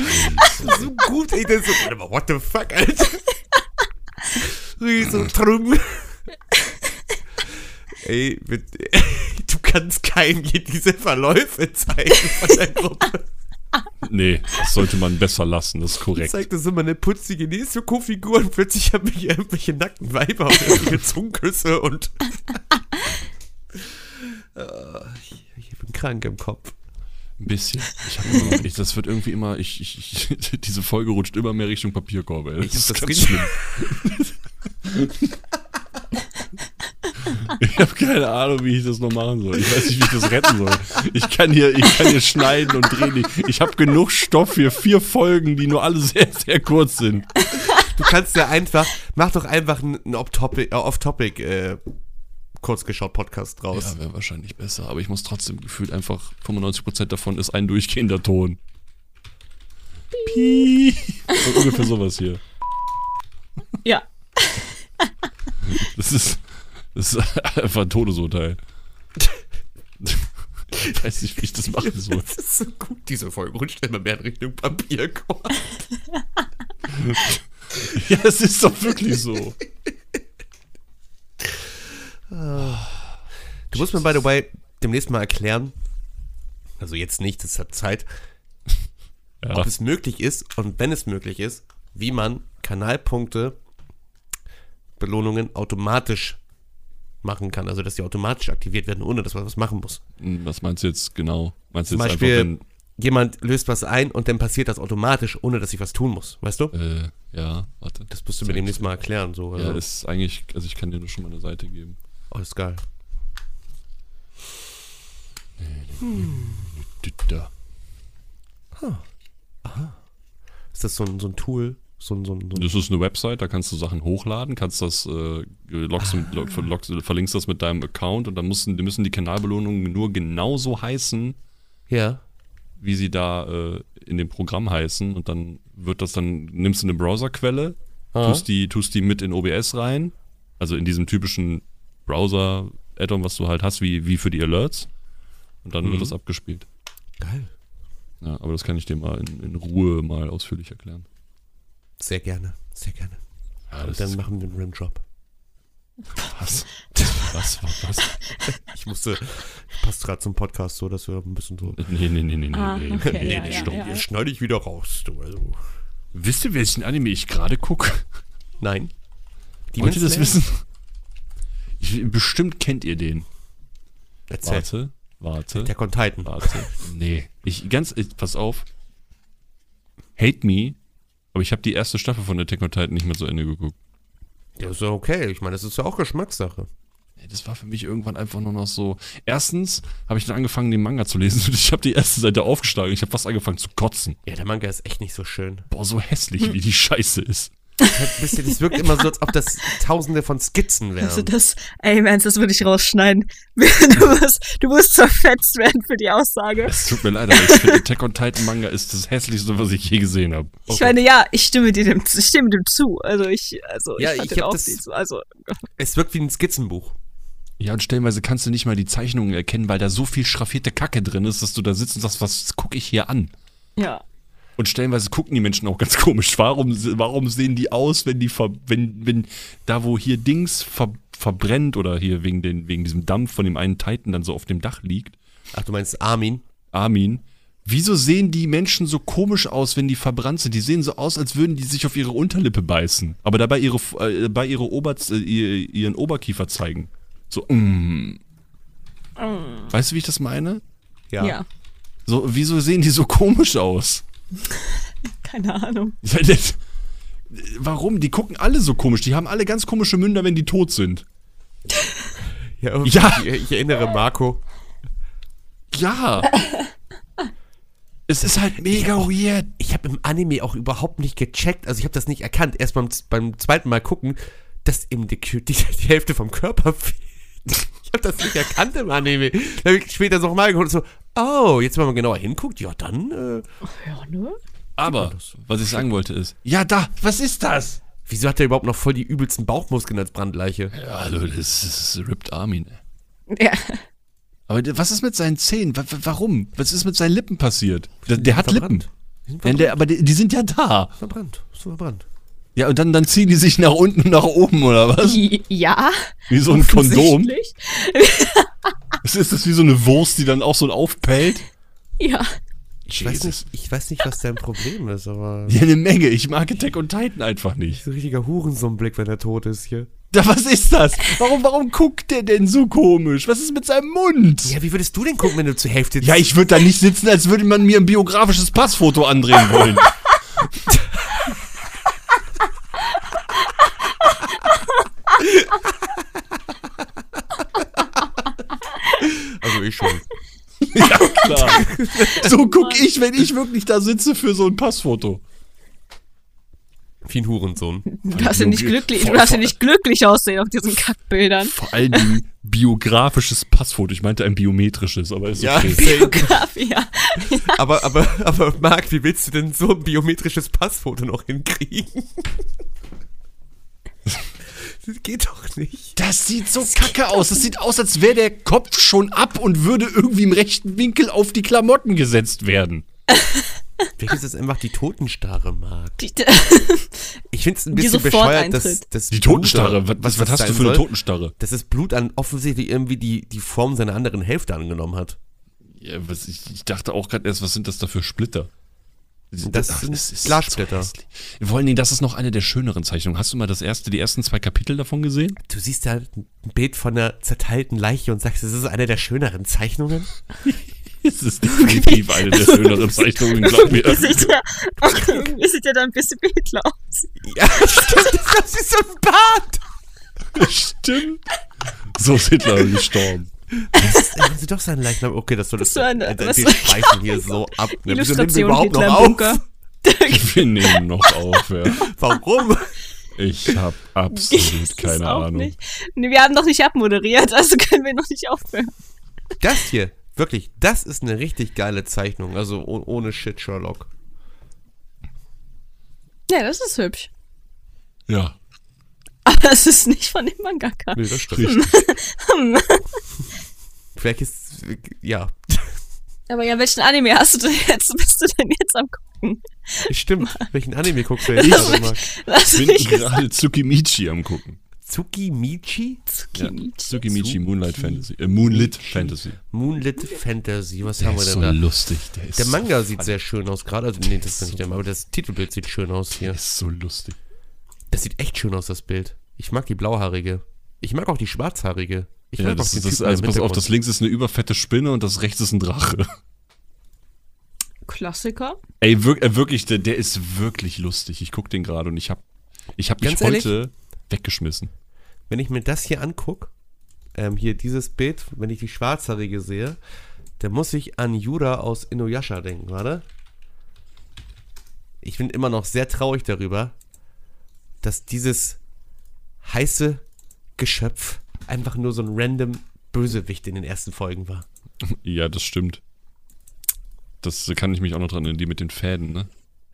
[SPEAKER 4] So gut, ey, das so, warte mal, what the fuck, Alter? Riesen Trumm. Ey, mit, du kannst keinem hier diese Verläufe zeigen von der Gruppe.
[SPEAKER 2] Nee, das sollte man besser lassen, das ist
[SPEAKER 4] Ich
[SPEAKER 2] korrekt.
[SPEAKER 4] zeigte so meine putzige Nesoko-Figur und plötzlich haben mich irgendwelche nackten Weiber und irgendwelche Zungenküsse und. Äh, ich, ich bin krank im Kopf.
[SPEAKER 2] Ein bisschen. Ich hab immer noch, ich, das wird irgendwie immer, ich, ich, ich, diese Folge rutscht immer mehr Richtung Papierkorb, ey.
[SPEAKER 4] Ich hab das
[SPEAKER 2] ganz
[SPEAKER 4] Gefühl-
[SPEAKER 2] Ich habe keine Ahnung, wie ich das noch machen soll. Ich weiß nicht, wie ich das retten soll. Ich kann hier, ich kann hier schneiden und drehen. Ich, ich habe genug Stoff für vier Folgen, die nur alle sehr, sehr kurz sind.
[SPEAKER 4] Du kannst ja einfach, mach doch einfach einen Off-Topic, äh, Off-Topic, äh, kurzgeschaut Podcast draus.
[SPEAKER 2] Ja, wäre wahrscheinlich besser, aber ich muss trotzdem gefühlt einfach 95% davon ist ein durchgehender Ton. Piep. Und ungefähr sowas hier.
[SPEAKER 3] Ja.
[SPEAKER 2] Das ist, das ist einfach ein Todesurteil. Ich weiß nicht, wie ich das machen soll.
[SPEAKER 4] Das ist so gut, diese Folge rutscht immer mehr in Richtung Papierkorb.
[SPEAKER 2] Ja, es ist doch wirklich so.
[SPEAKER 4] Du musst mir, by the way, demnächst mal erklären, also jetzt nicht, das hat Zeit,
[SPEAKER 2] Ja,
[SPEAKER 4] ob es möglich ist und wenn es möglich ist, wie man Kanalpunkte, Belohnungen automatisch machen kann. Also, dass die automatisch aktiviert werden, ohne dass man was machen muss.
[SPEAKER 2] was meinst du jetzt genau? Meinst du
[SPEAKER 4] Zum
[SPEAKER 2] jetzt
[SPEAKER 4] Beispiel,
[SPEAKER 2] einfach, wenn
[SPEAKER 4] jemand löst was ein und dann passiert das automatisch, ohne dass ich was tun muss. Weißt du?
[SPEAKER 2] Äh, ja, warte.
[SPEAKER 4] Das musst du mir
[SPEAKER 2] Zeig's.
[SPEAKER 4] demnächst mal erklären. So, also.
[SPEAKER 2] Ja, ist eigentlich, also ich kann dir nur schon mal eine Seite geben.
[SPEAKER 4] oh, ist geil.
[SPEAKER 2] Da.
[SPEAKER 4] Ist das so ein, so ein Tool? So ein, so ein, so ein
[SPEAKER 2] Das ist eine Website, da kannst du Sachen hochladen, kannst das, äh, loggst, lo- ver- loggst, verlinkst das mit deinem Account und dann müssen, müssen die Kanalbelohnungen nur genauso heißen,
[SPEAKER 4] ja.
[SPEAKER 2] wie sie da äh, in dem Programm heißen und dann wird das dann, nimmst du eine Browserquelle, tust die, tust die mit in OBS rein, also in diesem typischen Browser-Add-on, was du halt hast, wie, wie für die Alerts und
[SPEAKER 4] Mhm.
[SPEAKER 2] dann wird das abgespielt.
[SPEAKER 4] Geil.
[SPEAKER 2] Ja, aber das kann ich dir mal in, in Ruhe mal ausführlich erklären.
[SPEAKER 4] Sehr gerne. Sehr gerne.
[SPEAKER 2] Ja,
[SPEAKER 4] Und dann machen wir einen Rimjob.
[SPEAKER 2] was. Was war das?
[SPEAKER 4] Ich musste, passt gerade zum Podcast so, dass wir ein bisschen so.
[SPEAKER 2] Nee, nee, nee, nee, nee,
[SPEAKER 3] Ah,
[SPEAKER 2] nee,
[SPEAKER 3] okay,
[SPEAKER 2] nee,
[SPEAKER 3] ja,
[SPEAKER 2] nee,
[SPEAKER 3] ja,
[SPEAKER 2] stopp.
[SPEAKER 3] ja.
[SPEAKER 4] Jetzt schneide ich wieder raus. Du, also.
[SPEAKER 2] Wisst ihr, welchen Anime ich gerade gucke?
[SPEAKER 4] Nein. Die
[SPEAKER 2] Wollt ihr das wissen? Ich, bestimmt kennt ihr den.
[SPEAKER 4] Erzähl.
[SPEAKER 2] Warte, warte.
[SPEAKER 4] Der on Titan.
[SPEAKER 2] Warte. Nee. Ich, ganz, ich, pass auf. Hate Me, aber ich habe die erste Staffel von Attack on Titan nicht mehr zu Ende geguckt.
[SPEAKER 4] Ja, ist ja okay. Ich meine, das ist ja auch Geschmackssache.
[SPEAKER 2] Nee, Das war für mich irgendwann einfach nur noch so. Erstens habe ich dann angefangen, den Manga zu lesen und ich habe die erste Seite aufgeschlagen. Ich habe fast angefangen zu kotzen.
[SPEAKER 4] Ja, der Manga ist echt nicht so schön.
[SPEAKER 2] Boah, so hässlich, wie die Scheiße ist.
[SPEAKER 4] Wisst ihr, das wirkt immer so, als ob das Tausende von Skizzen wären.
[SPEAKER 2] Ähm.
[SPEAKER 3] Also das, ey, im Ernst, das würde ich rausschneiden. Du musst, du musst zerfetzt werden für die Aussage.
[SPEAKER 2] Es tut mir leid, aber ich finde, Attack on Titan Manga ist das hässlichste, was ich je gesehen habe.
[SPEAKER 3] Ich meine, ja, ich stimme dir dem, ich stimme dem zu. Also ich, also
[SPEAKER 4] Ja,
[SPEAKER 3] ich fand
[SPEAKER 4] ich
[SPEAKER 3] den
[SPEAKER 4] hab
[SPEAKER 3] auch
[SPEAKER 4] das-
[SPEAKER 3] viel zu. Also
[SPEAKER 4] es wirkt wie ein Skizzenbuch.
[SPEAKER 2] Ja, und stellenweise kannst du nicht mal die Zeichnungen erkennen, weil da so viel schraffierte Kacke drin ist, dass du da sitzt und sagst, was gucke ich hier an?
[SPEAKER 3] ja,
[SPEAKER 2] Und stellenweise gucken die Menschen auch ganz komisch. Warum, se- warum sehen die aus, wenn die ver, wenn, wenn da wo hier Dings ver, verbrennt oder hier wegen, den, wegen diesem Dampf von dem einen Titan dann so auf dem Dach liegt,
[SPEAKER 4] Ach, du meinst Armin?
[SPEAKER 2] Armin, wieso sehen die Menschen so komisch aus, wenn die verbrannt sind? Die sehen so aus, als würden die sich auf ihre Unterlippe beißen, aber dabei ihre, äh, bei ihre Ober, äh, ihr- ihren Oberkiefer zeigen. So, mm. Weißt du, wie ich das meine?
[SPEAKER 4] Ja.
[SPEAKER 3] ja,
[SPEAKER 2] So, wieso sehen die so komisch aus?
[SPEAKER 3] keine Ahnung.
[SPEAKER 2] Warum? Die gucken alle so komisch. Die haben alle ganz komische Münder, wenn die tot sind.
[SPEAKER 4] Ja,
[SPEAKER 2] Ja.
[SPEAKER 4] Ich, ich erinnere Marco.
[SPEAKER 2] Ja. es ist halt mega weird.
[SPEAKER 4] Ich habe im Anime auch überhaupt nicht gecheckt, also ich habe das nicht erkannt. Erst beim, beim zweiten Mal gucken, dass ihm die, Kü- die, die Hälfte vom Körper fehlt. Ich habe das nicht erkannt im Anime. Dann habe ich später nochmal geguckt und so, oh, jetzt wenn man genauer hinguckt, ja dann, äh,
[SPEAKER 3] Ja, ne?
[SPEAKER 2] Aber, was ich sagen wollte ist, ja da, was ist das?
[SPEAKER 4] wieso hat er überhaupt noch voll die übelsten Bauchmuskeln als Brandleiche?
[SPEAKER 2] Ja, also das ist Ripped ne? Armin. ey.
[SPEAKER 3] Ja.
[SPEAKER 2] Aber d- was ist mit seinen Zähnen? Wa- wa- Warum? Was ist mit seinen Lippen passiert? Der, der hat Lippen. Ja,
[SPEAKER 4] Die sind verbrannt.
[SPEAKER 2] der, aber die, die sind ja da.
[SPEAKER 4] verbrannt. Ist verbrannt.
[SPEAKER 2] Ja, und dann, dann ziehen die sich nach unten und nach oben, oder was?
[SPEAKER 3] I- Ja.
[SPEAKER 2] Wie so ein Kondom.
[SPEAKER 3] offensichtlich.
[SPEAKER 2] Es Ist das wie so eine Wurst, die dann auch so aufpellt?
[SPEAKER 3] Ja.
[SPEAKER 4] Ich weiß, nicht, ich weiß nicht, was dein Problem ist, aber.
[SPEAKER 2] Ja, eine Menge. Ich mag Attack und Titan einfach nicht.
[SPEAKER 4] So ein richtiger Hurensohn-Blick, wenn er tot ist hier.
[SPEAKER 2] Da, was ist das? Warum, warum guckt der denn so komisch? Was ist mit seinem Mund?
[SPEAKER 4] Ja, wie würdest du denn gucken, wenn du zur Hälfte
[SPEAKER 2] Ja, ich würde da nicht sitzen, als würde man mir ein biografisches Passfoto andrehen wollen.
[SPEAKER 4] Also ich schon.
[SPEAKER 2] Ja, klar. So guck ich, wenn ich wirklich da sitze für so ein Passfoto.
[SPEAKER 4] Wie ein Hurensohn.
[SPEAKER 3] Du hast ja nicht
[SPEAKER 2] Junge,
[SPEAKER 3] glücklich,
[SPEAKER 2] voll,
[SPEAKER 3] du hast ja
[SPEAKER 2] voll.
[SPEAKER 3] nicht glücklich aussehen auf diesen Kackbildern.
[SPEAKER 2] Vor allen Dingen biografisches Passfoto. Ich meinte ein biometrisches, aber ist
[SPEAKER 4] Ja,
[SPEAKER 2] okay.
[SPEAKER 3] Biografie, ja.
[SPEAKER 4] aber, aber, aber Marc, wie willst du denn so ein biometrisches Passfoto noch hinkriegen? Das geht doch nicht.
[SPEAKER 2] Das sieht so kacke aus. Das sieht aus, als wäre der Kopf schon ab und würde irgendwie im rechten Winkel auf die Klamotten gesetzt werden.
[SPEAKER 4] Vielleicht ist das einfach die Totenstarre, Marc.
[SPEAKER 3] Die,
[SPEAKER 4] Ich finde es ein
[SPEAKER 3] Die
[SPEAKER 4] bisschen
[SPEAKER 3] sofort
[SPEAKER 4] bescheuert, dass,
[SPEAKER 3] eintritt.
[SPEAKER 4] dass
[SPEAKER 2] Die
[SPEAKER 4] Blut-
[SPEAKER 2] Totenstarre. Was, was,
[SPEAKER 4] das
[SPEAKER 2] hast du
[SPEAKER 4] sein
[SPEAKER 2] für eine
[SPEAKER 4] soll,
[SPEAKER 2] Totenstarre?
[SPEAKER 4] Dass das Blut an offensichtlich irgendwie die, die Form seiner anderen Hälfte angenommen hat.
[SPEAKER 2] Ja, was, ich, ich dachte auch gerade erst, was sind das da für Splitter?
[SPEAKER 4] Das sind Glassplitter.
[SPEAKER 2] So hässlich. Vor allen Dingen, das ist noch eine der schöneren Zeichnungen. Hast du mal das erste, die ersten zwei Kapitel davon gesehen?
[SPEAKER 4] Du siehst da ein Bild von einer zerteilten Leiche und sagst, es ist eine der schöneren Zeichnungen.
[SPEAKER 2] Es ist definitiv eine der schöneren Zeichnungen, glaub mir.
[SPEAKER 3] Irgendwie sieht der, irgendwie sieht der da ein bisschen Bildler aus.
[SPEAKER 4] Ja, stimmt, das ist so ein Bart.
[SPEAKER 2] Stimmt. So ist Hitler gestorben.
[SPEAKER 4] Haben sie doch seinen Leichnam? Okay, das soll das.
[SPEAKER 3] Das war eine-
[SPEAKER 4] Alter,
[SPEAKER 3] das
[SPEAKER 4] die
[SPEAKER 3] war-
[SPEAKER 4] schweifen hier so ab. Ne? Wieso nehmen wir
[SPEAKER 3] Illustration
[SPEAKER 4] überhaupt
[SPEAKER 3] Hitler
[SPEAKER 4] noch
[SPEAKER 3] im
[SPEAKER 4] auf?
[SPEAKER 3] Bunker.
[SPEAKER 2] Wir nehmen noch auf, ja.
[SPEAKER 4] Warum?
[SPEAKER 2] Ich habe absolut
[SPEAKER 3] Das
[SPEAKER 2] keine
[SPEAKER 3] auch
[SPEAKER 2] Ahnung.
[SPEAKER 3] Nicht. Nee, wir haben noch nicht abmoderiert, also können wir noch nicht aufhören.
[SPEAKER 4] Das hier, wirklich, das ist eine richtig geile Zeichnung. Also oh, ohne Shit, Sherlock.
[SPEAKER 3] Ja, das ist hübsch.
[SPEAKER 2] Ja,
[SPEAKER 3] Aber es ist nicht von dem Mangaka.
[SPEAKER 4] Nee, das stimmt.
[SPEAKER 2] richtig.
[SPEAKER 4] Vielleicht ist. Ja,
[SPEAKER 3] Aber ja, welchen Anime hast du denn jetzt? Bist du denn jetzt am gucken?
[SPEAKER 4] stimmt. Welchen Anime guckst du jetzt? gerade, Marc?
[SPEAKER 3] Lass
[SPEAKER 2] Ich bin
[SPEAKER 3] mich das
[SPEAKER 2] gerade Tsukimichi am gucken.
[SPEAKER 4] Tsukimichi?
[SPEAKER 2] Tsukimichi Moonlight Fantasy. Äh, Moonlit Fantasy.
[SPEAKER 4] Moonlit Fantasy. Was haben
[SPEAKER 2] Der
[SPEAKER 4] wir
[SPEAKER 2] ist so
[SPEAKER 4] denn da?
[SPEAKER 2] lustig. Der ist,
[SPEAKER 4] Der Manga sieht sehr schön aus gerade. Also, nee, das ist nicht der Manga, aber das Titelbild sieht schön aus hier.
[SPEAKER 2] der ist so lustig.
[SPEAKER 4] Das sieht echt schön aus, das Bild. Ich mag die blauhaarige. Ich mag auch die schwarzhaarige. Ich
[SPEAKER 2] Ja,
[SPEAKER 4] mag auch
[SPEAKER 2] das,
[SPEAKER 4] die
[SPEAKER 2] ist- das,
[SPEAKER 4] Typen
[SPEAKER 2] also
[SPEAKER 4] im
[SPEAKER 2] pass auf,
[SPEAKER 4] Hintergrund.
[SPEAKER 2] das links ist eine überfette Spinne und das rechts ist ein Drache.
[SPEAKER 3] Klassiker.
[SPEAKER 2] Ey, wir, äh, wirklich, der, der ist wirklich lustig. Ich guck den gerade und ich hab, ich hab mich
[SPEAKER 4] Ganz ehrlich?
[SPEAKER 2] heute weggeschmissen.
[SPEAKER 4] Wenn ich mir das hier angucke, ähm, hier dieses Bild, wenn ich die schwarzhaarige sehe, dann muss ich an Yura aus Inuyasha denken, warte. Ich bin immer noch sehr traurig darüber, dass dieses heiße Geschöpf einfach nur so ein random Bösewicht in den ersten Folgen war.
[SPEAKER 2] Ja, das stimmt. Das äh, kann ich mich auch noch dran erinnern, die mit den Fäden, ne?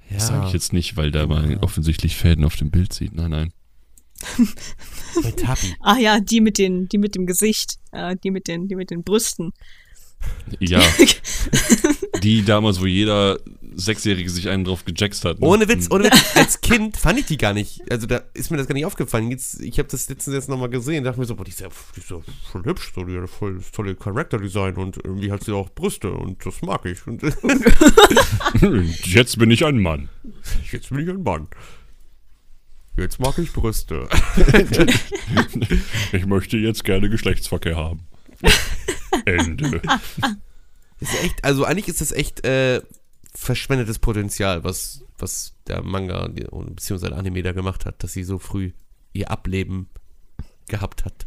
[SPEAKER 4] Ja,
[SPEAKER 2] Das sage ich jetzt nicht, weil da man offensichtlich Fäden auf dem Bild sieht. Nein, nein.
[SPEAKER 4] bei Tapi.
[SPEAKER 3] Ah ja, die mit den, die mit dem Gesicht, äh, die mit den, die mit den Brüsten.
[SPEAKER 2] Ja. die damals, wo jeder Sechsjährige sich einen drauf gejackst hat. ne?
[SPEAKER 4] Ohne Witz, ohne Witz. Als Kind fand ich die gar nicht. Also da ist mir das gar nicht aufgefallen. Jetzt, ich habe das letztens jetzt nochmal gesehen. Dachte mir so, boah, die ist ja, die ist ja voll hübsch, so, die hat voll das tolle Charakterdesign und irgendwie hat sie auch Brüste und das mag ich. Und
[SPEAKER 2] Jetzt bin ich ein Mann.
[SPEAKER 4] jetzt bin ich ein Mann. Jetzt mag ich Brüste.
[SPEAKER 2] Ich möchte jetzt gerne Geschlechtsverkehr haben. Ende.
[SPEAKER 4] Das ist echt, also eigentlich ist das echt äh, verschwendetes Potenzial, was, was der Manga die- und beziehungsweise Anime da gemacht hat, dass sie so früh ihr Ableben gehabt hat.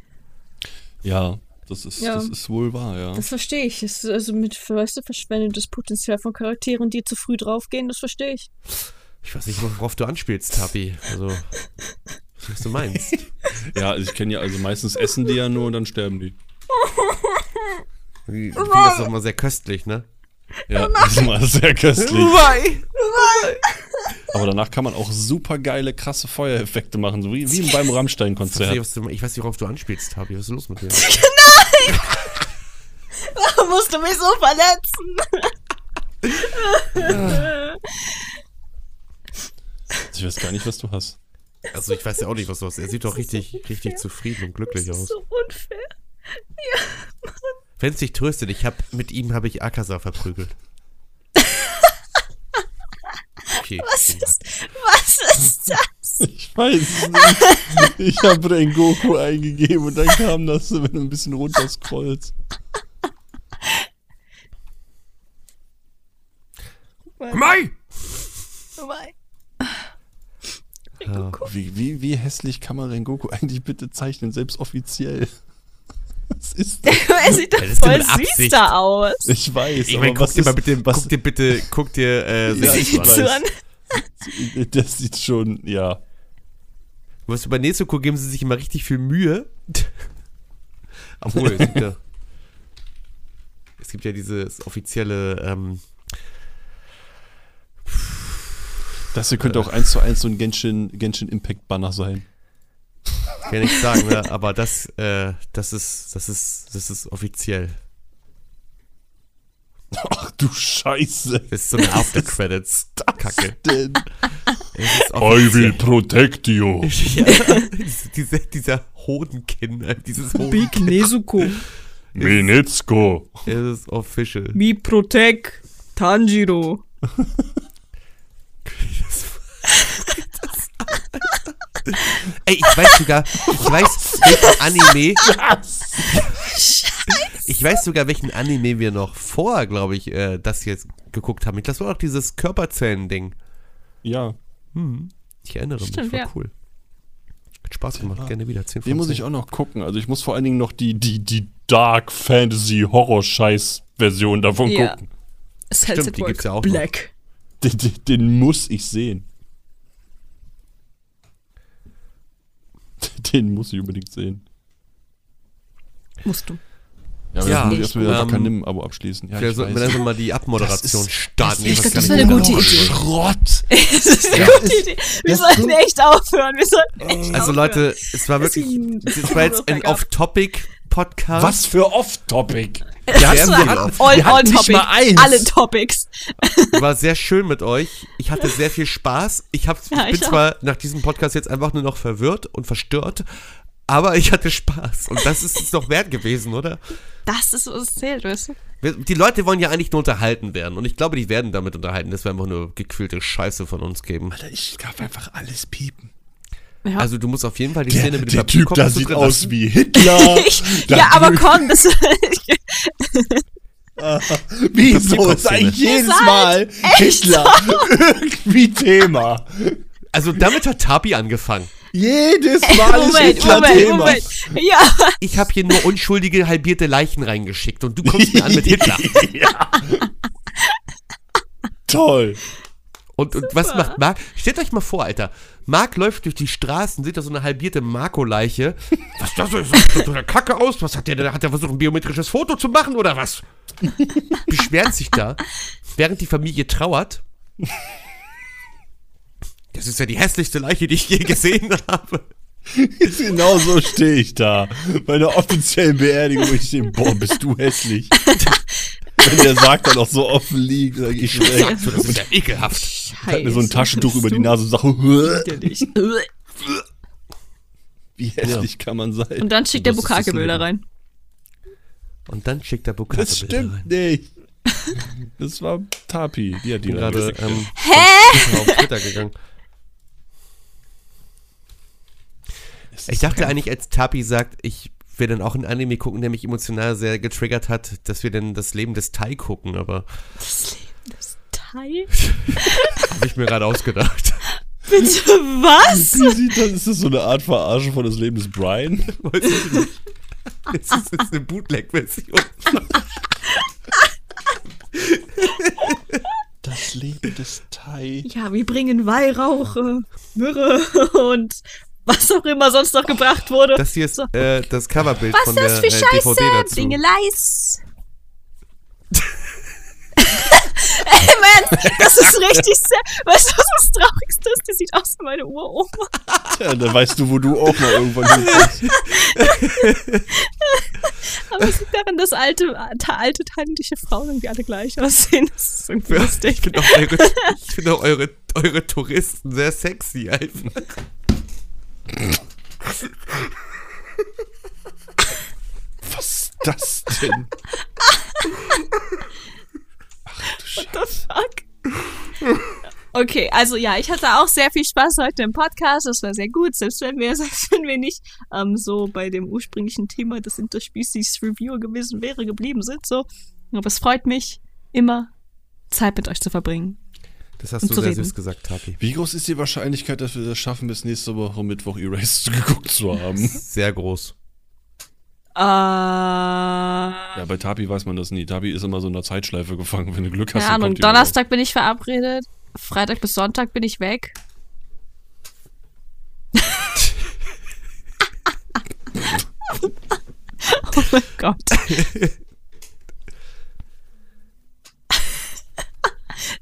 [SPEAKER 2] Ja, das ist,
[SPEAKER 3] Ja.
[SPEAKER 2] Das ist wohl wahr, ja.
[SPEAKER 3] Das verstehe ich. Das ist also mit, weißt du, verschwendetes Potenzial von Charakteren, die zu früh draufgehen, das verstehe ich.
[SPEAKER 4] Ich weiß nicht, worauf du anspielst, Tapi. Also, was du meinst.
[SPEAKER 2] ja, also ich kenne ja also meistens essen die ja nur und dann sterben die.
[SPEAKER 4] Ich finde das doch mal sehr köstlich, ne?
[SPEAKER 2] Ja,
[SPEAKER 3] Oh
[SPEAKER 2] das ist mal sehr köstlich.
[SPEAKER 4] Why?
[SPEAKER 2] Aber danach kann man auch super geile, krasse Feuereffekte machen, so wie, wie beim
[SPEAKER 4] Ich weiß, nicht,
[SPEAKER 2] Rammstein-Konzert.
[SPEAKER 4] was du, ich weiß nicht, worauf du anspielst, Tabi. Was ist los mit dir?
[SPEAKER 3] Da musst du mich so verletzen.
[SPEAKER 2] Ich weiß gar nicht, was du hast.
[SPEAKER 4] Also, ich weiß ja auch nicht, was du hast. Er sieht doch richtig, richtig zufrieden und glücklich aus.
[SPEAKER 3] So unfair.
[SPEAKER 4] Wenn es dich tröstet, ich hab, mit ihm habe ich Akasa verprügelt. Okay. Was ist?
[SPEAKER 3] Was ist das?
[SPEAKER 2] Ich weiß es nicht. Ich habe Rengoku eingegeben und dann kam das, wenn du ein bisschen runterscrollst.
[SPEAKER 4] Mai!
[SPEAKER 3] Wobei,
[SPEAKER 4] Ja.
[SPEAKER 2] Wie, wie, wie hässlich kann man Rengoku eigentlich bitte zeichnen, selbst offiziell? Was ist das?
[SPEAKER 3] Er sieht doch
[SPEAKER 4] Das ist
[SPEAKER 3] voll
[SPEAKER 4] mit
[SPEAKER 3] süß
[SPEAKER 4] Absicht.
[SPEAKER 3] da aus.
[SPEAKER 2] Ich weiß,
[SPEAKER 4] Ich meine,
[SPEAKER 2] aber
[SPEAKER 4] guck
[SPEAKER 2] was
[SPEAKER 4] dir
[SPEAKER 2] ist,
[SPEAKER 4] mal bitte,
[SPEAKER 2] was,
[SPEAKER 4] guck dir bitte, guck dir, äh,
[SPEAKER 2] Ja,
[SPEAKER 4] Senju
[SPEAKER 2] ich
[SPEAKER 4] an.
[SPEAKER 2] weiß.
[SPEAKER 3] So an-
[SPEAKER 2] das sieht schon, ja.
[SPEAKER 4] Weißt du, bei Nezuko geben sie sich immer richtig viel Mühe. Obwohl, es gibt ja, es gibt ja dieses offizielle, ähm,
[SPEAKER 2] Das hier könnte auch
[SPEAKER 4] Äh.
[SPEAKER 2] eins zu eins so ein Genshin, Genshin Impact Banner sein.
[SPEAKER 4] ich will nichts sagen, ne? aber das, äh, das ist, das ist, das ist offiziell.
[SPEAKER 2] Ach du Scheiße.
[SPEAKER 4] Das ist so eine After Credits Kacke.
[SPEAKER 2] Denn
[SPEAKER 4] Es ist
[SPEAKER 2] I will
[SPEAKER 4] offiziell.
[SPEAKER 2] protect you.
[SPEAKER 4] Ja, dieser, dieser Hodenkinn, äh, dieses Hoden,
[SPEAKER 3] Nezuko.
[SPEAKER 2] Minetsuko.
[SPEAKER 4] es ist official.
[SPEAKER 3] Mi Protect Tanjiro.
[SPEAKER 4] Ey, ich weiß sogar, ich weiß, welchen Anime. Ich Ich weiß sogar, welchen Anime wir noch vor, glaube ich, äh, das jetzt geguckt haben. Ich glaube, das war auch dieses Körperzellen-Ding.
[SPEAKER 2] Ja.
[SPEAKER 4] Ich erinnere
[SPEAKER 3] Stimmt,
[SPEAKER 4] mich, war
[SPEAKER 3] ja.
[SPEAKER 4] cool. Hat Spaß gemacht, gerne wieder. 10
[SPEAKER 2] Den muss ich auch noch gucken. Also ich muss vor allen Dingen noch die, die, die Dark Fantasy Horror Scheiß Version davon
[SPEAKER 3] Ja.
[SPEAKER 2] gucken.
[SPEAKER 3] Cells
[SPEAKER 4] Stimmt,
[SPEAKER 3] at
[SPEAKER 4] die
[SPEAKER 3] Work
[SPEAKER 4] gibt's ja auch noch.
[SPEAKER 3] Black.
[SPEAKER 2] Den, den, den muss ich sehen. Den muss ich unbedingt sehen.
[SPEAKER 3] Musst du.
[SPEAKER 2] Ja,
[SPEAKER 4] Ja,
[SPEAKER 2] das muss ich erstmal wieder
[SPEAKER 4] ähm,
[SPEAKER 2] Wacker nimm Abo abschließen. Ja,
[SPEAKER 4] Vielleicht
[SPEAKER 2] ich
[SPEAKER 4] sollten
[SPEAKER 2] weiß.
[SPEAKER 4] wir dann mal die Abmoderation starten. Ich weiß
[SPEAKER 3] das
[SPEAKER 4] gar
[SPEAKER 3] wäre
[SPEAKER 4] nicht,
[SPEAKER 3] eine
[SPEAKER 4] wo
[SPEAKER 3] gute
[SPEAKER 4] wir
[SPEAKER 3] Idee.
[SPEAKER 2] Schrott!
[SPEAKER 3] das ist eine
[SPEAKER 2] Ja.
[SPEAKER 3] gute Idee. Wir
[SPEAKER 2] das Oh.
[SPEAKER 3] sollten
[SPEAKER 2] tut-
[SPEAKER 3] echt aufhören. Wir sollten echt
[SPEAKER 4] Also
[SPEAKER 3] aufhören.
[SPEAKER 4] Leute, es war wirklich,
[SPEAKER 3] ging-
[SPEAKER 4] es war jetzt ein
[SPEAKER 3] Bergab.
[SPEAKER 4] Off-Topic-Podcast.
[SPEAKER 2] Was für Off-Topic!
[SPEAKER 4] Ja,
[SPEAKER 3] Das
[SPEAKER 4] wir
[SPEAKER 3] war
[SPEAKER 4] hatten,
[SPEAKER 3] all
[SPEAKER 2] wir hatten
[SPEAKER 3] on
[SPEAKER 2] nicht
[SPEAKER 3] topic.
[SPEAKER 2] mal eins.
[SPEAKER 3] Alle Topics.
[SPEAKER 4] war sehr schön mit euch. Ich hatte sehr viel Spaß. Ich, hab,
[SPEAKER 3] Ja,
[SPEAKER 4] ich
[SPEAKER 3] ich
[SPEAKER 4] bin
[SPEAKER 3] auch.
[SPEAKER 4] zwar nach diesem Podcast jetzt einfach nur noch verwirrt und verstört, aber ich hatte Spaß. Und das ist es noch wert gewesen, oder?
[SPEAKER 3] Das ist, was zählt, weißt du?
[SPEAKER 4] Wir- Die Leute wollen ja eigentlich nur unterhalten werden. Und ich glaube, die werden damit unterhalten, dass wir einfach nur gequälte Scheiße von uns geben.
[SPEAKER 5] Ich darf einfach alles piepen.
[SPEAKER 3] Ja.
[SPEAKER 4] Also du musst auf jeden Fall die
[SPEAKER 2] Der,
[SPEAKER 4] Szene mit dem
[SPEAKER 2] der Typ
[SPEAKER 4] Papierkorb
[SPEAKER 2] da
[SPEAKER 4] dazu
[SPEAKER 2] sieht
[SPEAKER 4] drin
[SPEAKER 2] aus
[SPEAKER 4] lassen.
[SPEAKER 2] wie Hitler.
[SPEAKER 3] ich,
[SPEAKER 2] Da
[SPEAKER 3] ja, aber
[SPEAKER 2] drüben-
[SPEAKER 3] komm, das,
[SPEAKER 2] Wieso ist eigentlich jedes Mal Hitler irgendwie Thema?
[SPEAKER 4] Also damit hat Tabi angefangen.
[SPEAKER 2] Jedes Mal ist
[SPEAKER 3] Moment,
[SPEAKER 2] Hitler
[SPEAKER 3] Moment,
[SPEAKER 2] Thema.
[SPEAKER 3] Moment. Ja,
[SPEAKER 4] Ich habe hier nur unschuldige halbierte Leichen reingeschickt und du kommst mir an mit Hitler.
[SPEAKER 2] ja. Toll.
[SPEAKER 4] Und, und was macht Mark? Stellt euch mal vor, Alter. Mark läuft durch die Straßen, sieht da so eine halbierte Marco-Leiche. Was ist das? Sieht so eine Kacke aus? Was hat der denn? Hat der versucht, ein biometrisches Foto zu machen oder was? Beschwert sich da, während die Familie trauert. Das ist ja die hässlichste Leiche, die ich je gesehen habe.
[SPEAKER 2] Genau so stehe ich da. Bei der offiziellen Beerdigung. Ich sehe, boah, bist du hässlich. Wenn der Sarg dann auch so offen liegt, sag ich weg.
[SPEAKER 4] So, das ist ja ekelhaft.
[SPEAKER 2] Ich hab mir so ein Taschentuch über die Nase und sage,
[SPEAKER 3] Nase.
[SPEAKER 2] wie hässlich kann man sein?
[SPEAKER 3] Und dann schickt der
[SPEAKER 4] Das ist das
[SPEAKER 3] Bukake Bilder rein.
[SPEAKER 4] Und dann schickt der Bukake
[SPEAKER 2] Das stimmt nicht. Das war Tapi. Die hat die
[SPEAKER 4] Ich bin gerade
[SPEAKER 2] gerade.
[SPEAKER 4] ähm, Hä? auf Twitter gegangen. Ich dachte eigentlich, als Tapi sagt, ich will dann auch einen Anime gucken, der mich emotional sehr getriggert hat, dass wir dann das Leben des Tai gucken, aber
[SPEAKER 3] Das Leben des Teil?
[SPEAKER 4] habe ich mir gerade ausgedacht.
[SPEAKER 3] Bitte was?
[SPEAKER 2] Wie sieht das? Ist das so eine Art Verarsche von das Leben des Brian?
[SPEAKER 4] Weiß ich nicht. Das ist jetzt eine Bootleg-Version.
[SPEAKER 2] Das Leben des Tai.
[SPEAKER 3] Ja, wir bringen Weihrauch, äh, Myrrhe und was auch immer sonst noch gebracht wurde.
[SPEAKER 4] Das hier ist
[SPEAKER 3] So.
[SPEAKER 4] äh, das Coverbild
[SPEAKER 3] was
[SPEAKER 4] von
[SPEAKER 3] ist das
[SPEAKER 4] der
[SPEAKER 3] für
[SPEAKER 4] äh, DVD
[SPEAKER 3] Scheiße?
[SPEAKER 4] dazu.
[SPEAKER 3] Dingeleis. Ey, Mann, das ist richtig sehr. Weißt du, was das Traurigste ist? Die sieht aus wie meine Uroma.
[SPEAKER 2] Ja, da weißt du, wo du auch mal irgendwann hinkommst.
[SPEAKER 3] Aber es liegt daran, dass alte, äh, alte thailändische Frauen irgendwie alle gleich aussehen. Das ist irgendwie lustig.
[SPEAKER 4] Ich finde auch, eure, ich find auch eure, eure Touristen sehr sexy einfach.
[SPEAKER 2] Was ist das denn?
[SPEAKER 3] the fuck? Okay, also ja, ich hatte auch sehr viel Spaß heute im Podcast. Das war sehr gut, selbst wenn wir, selbst wenn wir nicht ähm, so bei dem ursprünglichen Thema des Interspecies Review gewesen wäre, geblieben sind. So. Aber es freut mich, immer Zeit mit euch zu verbringen.
[SPEAKER 4] Das hast
[SPEAKER 3] Und
[SPEAKER 4] du
[SPEAKER 3] Um zu
[SPEAKER 4] sehr
[SPEAKER 3] reden.
[SPEAKER 4] süß gesagt, Tapi.
[SPEAKER 2] Wie groß ist die Wahrscheinlichkeit, dass wir das schaffen, bis nächste Woche Mittwoch Erased geguckt zu haben?
[SPEAKER 4] Sehr groß.
[SPEAKER 3] Äh,
[SPEAKER 2] Ja, bei Tapi weiß man das nie. Tapi ist immer so in einer Zeitschleife gefangen, wenn du Glück hast.
[SPEAKER 3] keine
[SPEAKER 2] dann
[SPEAKER 3] Ahnung,
[SPEAKER 2] kommt die wieder
[SPEAKER 3] Donnerstag bin ich verabredet, Freitag bis Sonntag bin ich weg. oh mein Gott.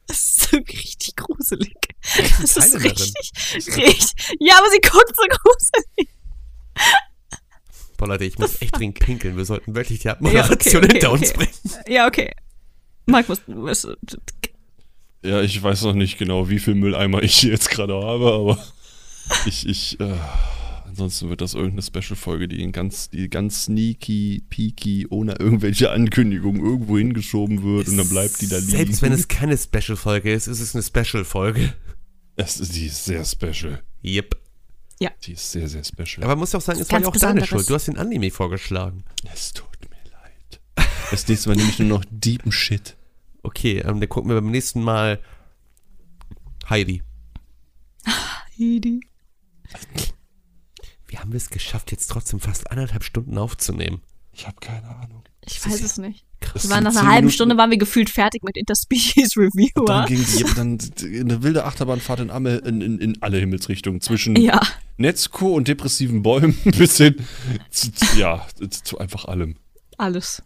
[SPEAKER 3] Das ist so richtig gruselig. Das ist
[SPEAKER 4] Thailänderin.
[SPEAKER 3] richtig, richtig. Ja, aber sie guckt so gruselig.
[SPEAKER 4] Boah, Leute, ich muss echt dringend pinkeln. Wir sollten wirklich die Abmoderation
[SPEAKER 3] Ja, okay, okay,
[SPEAKER 4] hinter uns
[SPEAKER 3] okay.
[SPEAKER 4] bringen.
[SPEAKER 3] Ja, okay. Marc muss. muss
[SPEAKER 2] raus. Ja, ich weiß noch nicht genau, wie viel Mülleimer ich hier jetzt gerade habe, aber ich, ich, äh, ansonsten wird das irgendeine Special-Folge, die in ganz, die ganz sneaky, peaky, ohne irgendwelche Ankündigung irgendwo hingeschoben wird und dann bleibt die da liegen.
[SPEAKER 4] Selbst wenn es keine Special-Folge ist, ist es eine Special-Folge.
[SPEAKER 2] Es ist, die ist sehr special.
[SPEAKER 4] Yep.
[SPEAKER 2] Die ist sehr, sehr special.
[SPEAKER 4] Aber man muss ja auch sagen, es war
[SPEAKER 3] Ganz
[SPEAKER 4] ja auch deine
[SPEAKER 3] Besonderes.
[SPEAKER 4] Schuld. Du hast den Anime vorgeschlagen.
[SPEAKER 2] es tut mir leid. Das nächste Mal nehme ich nur noch deepen Shit.
[SPEAKER 4] Okay, ähm, dann gucken wir beim nächsten Mal Heidi.
[SPEAKER 3] Heidi.
[SPEAKER 4] Wie haben wir es geschafft, jetzt trotzdem fast anderthalb Stunden aufzunehmen?
[SPEAKER 2] Ich habe keine Ahnung.
[SPEAKER 3] Ich weiß es nicht.
[SPEAKER 2] Krass.
[SPEAKER 3] Wir waren nach einer halben Stunde waren wir gefühlt fertig mit Interspecies
[SPEAKER 2] Dann
[SPEAKER 3] Reviewer.
[SPEAKER 2] ging die, dann eine wilde Achterbahnfahrt in, Amme, in, in, in alle Himmelsrichtungen. Zwischen
[SPEAKER 3] Ja.
[SPEAKER 2] Netzko und depressiven Bäumen bis hin zu, zu, ja, zu, zu einfach allem.
[SPEAKER 3] Alles.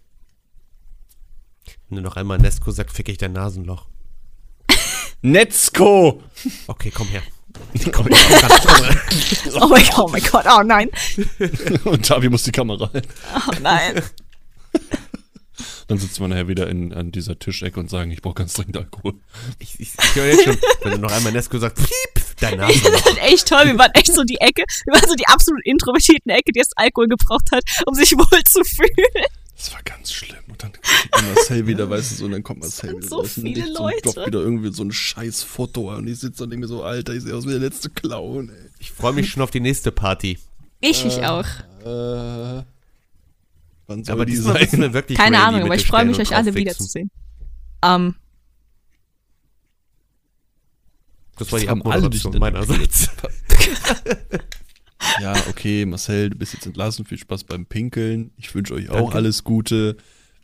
[SPEAKER 4] Wenn du noch einmal Nesco sagt, fick ich dein Nasenloch.
[SPEAKER 2] Netzko!
[SPEAKER 4] Okay, komm her.
[SPEAKER 3] Oh mein, oh mein Gott, oh nein.
[SPEAKER 2] Und Tavi muss die Kamera halten.
[SPEAKER 3] Oh nein.
[SPEAKER 2] Dann sitzen wir nachher wieder in, an dieser Tischecke und sagen, ich brauche ganz dringend Alkohol.
[SPEAKER 4] Ich, ich, ich höre jetzt schon, wenn du noch einmal Nesco sagt, piep, dein Nasenloch.
[SPEAKER 3] echt toll. Wir waren echt so die Ecke. Wir waren so die absolut introvertierten Ecke, die erst Alkohol gebraucht hat, um sich wohl zu fühlen.
[SPEAKER 2] Das war ganz schlimm. Und dann
[SPEAKER 5] Und Marcel wieder, weißt du, so, und dann kommt Marcel
[SPEAKER 3] sind
[SPEAKER 5] wieder
[SPEAKER 3] so
[SPEAKER 5] raus und
[SPEAKER 3] viele
[SPEAKER 5] legt
[SPEAKER 3] Leute.
[SPEAKER 5] So, doch wieder irgendwie so ein scheiß Foto und ich sitze und denke mir so, Alter, ich sehe aus wie der letzte Clown, ey.
[SPEAKER 4] Ich freue mich schon auf die nächste Party.
[SPEAKER 3] Ich, ich auch.
[SPEAKER 5] Äh, wann soll
[SPEAKER 4] Aber
[SPEAKER 5] die
[SPEAKER 4] diesmal müssen
[SPEAKER 5] sein?
[SPEAKER 4] wir wirklich
[SPEAKER 3] Keine
[SPEAKER 4] Randy
[SPEAKER 3] Ahnung, aber
[SPEAKER 4] mit
[SPEAKER 3] ich freue
[SPEAKER 4] bestellen
[SPEAKER 3] mich,
[SPEAKER 4] und
[SPEAKER 3] euch alle
[SPEAKER 4] draufwichsen.
[SPEAKER 3] wiederzusehen. Ähm,
[SPEAKER 4] Das war die
[SPEAKER 5] Jetzt haben alle dich
[SPEAKER 4] Abmoderation
[SPEAKER 5] dann-
[SPEAKER 4] meinerseits.
[SPEAKER 5] Ja, okay, Marcel, du bist jetzt entlassen. Viel Spaß beim Pinkeln. Ich wünsche euch auch
[SPEAKER 4] Danke.
[SPEAKER 5] alles Gute.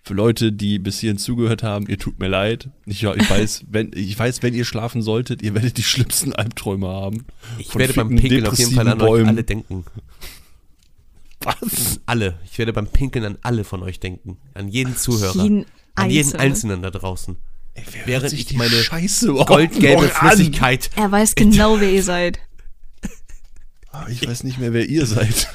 [SPEAKER 5] Für Leute, die bis hierhin zugehört haben, ihr tut mir leid. Ich, ja, ich, weiß, wenn, ich weiß, wenn ihr schlafen solltet, ihr werdet die schlimmsten Albträume haben.
[SPEAKER 4] Ich
[SPEAKER 5] Von
[SPEAKER 4] werde beim
[SPEAKER 5] ficken,
[SPEAKER 4] Pinkeln auf jeden Fall an
[SPEAKER 5] depressiven
[SPEAKER 4] euch
[SPEAKER 5] Bäumen.
[SPEAKER 4] alle denken.
[SPEAKER 5] Was?
[SPEAKER 4] Alle. Ich werde beim Pinkeln an alle von euch denken. An jeden Zuhörer.
[SPEAKER 3] jeden
[SPEAKER 4] an jeden
[SPEAKER 3] Einzelnen.
[SPEAKER 4] Einzelnen da draußen.
[SPEAKER 5] Ey, wer
[SPEAKER 4] Während
[SPEAKER 5] hört sich
[SPEAKER 4] ich
[SPEAKER 5] die
[SPEAKER 4] meine
[SPEAKER 5] Scheiße überhaupt
[SPEAKER 4] Goldgelbe
[SPEAKER 5] noch an?
[SPEAKER 4] Flüssigkeit.
[SPEAKER 3] er weiß genau, wer ihr seid.
[SPEAKER 5] Ah, Ich weiß nicht mehr, wer ihr seid.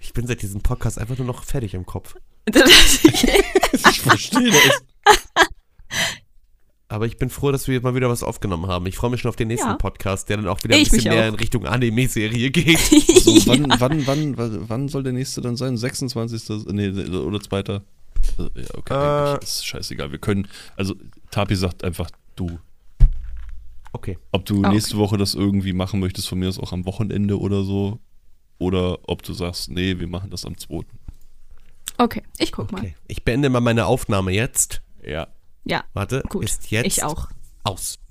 [SPEAKER 4] Ich bin seit diesem Podcast einfach nur noch fertig im Kopf.
[SPEAKER 5] Ich verstehe das.
[SPEAKER 4] Aber ich bin froh, dass wir mal wieder was aufgenommen haben. Ich freue mich schon auf den nächsten
[SPEAKER 3] Ja.
[SPEAKER 4] Podcast, der dann auch wieder ein
[SPEAKER 3] Ich mich
[SPEAKER 4] bisschen mehr
[SPEAKER 3] auch.
[SPEAKER 4] in Richtung Anime-Serie geht.
[SPEAKER 5] So, wann, wann, wann, wann, wann soll der nächste dann sein? 26. Nee, oder 2. Also, ja, okay, eigentlich ist scheißegal. Wir können, also Tapi sagt einfach, du,
[SPEAKER 4] Okay.
[SPEAKER 2] Ob du
[SPEAKER 3] Ah, okay.
[SPEAKER 2] nächste Woche das irgendwie machen möchtest, von mir aus auch am Wochenende oder so. Oder ob du sagst, nee, wir machen das am 2.
[SPEAKER 3] Okay, ich guck mal.
[SPEAKER 4] okay. Ich beende mal meine Aufnahme jetzt.
[SPEAKER 2] Ja.
[SPEAKER 3] Ja,
[SPEAKER 4] Warte.
[SPEAKER 3] gut.
[SPEAKER 4] Ist jetzt
[SPEAKER 3] Ich auch.
[SPEAKER 4] aus.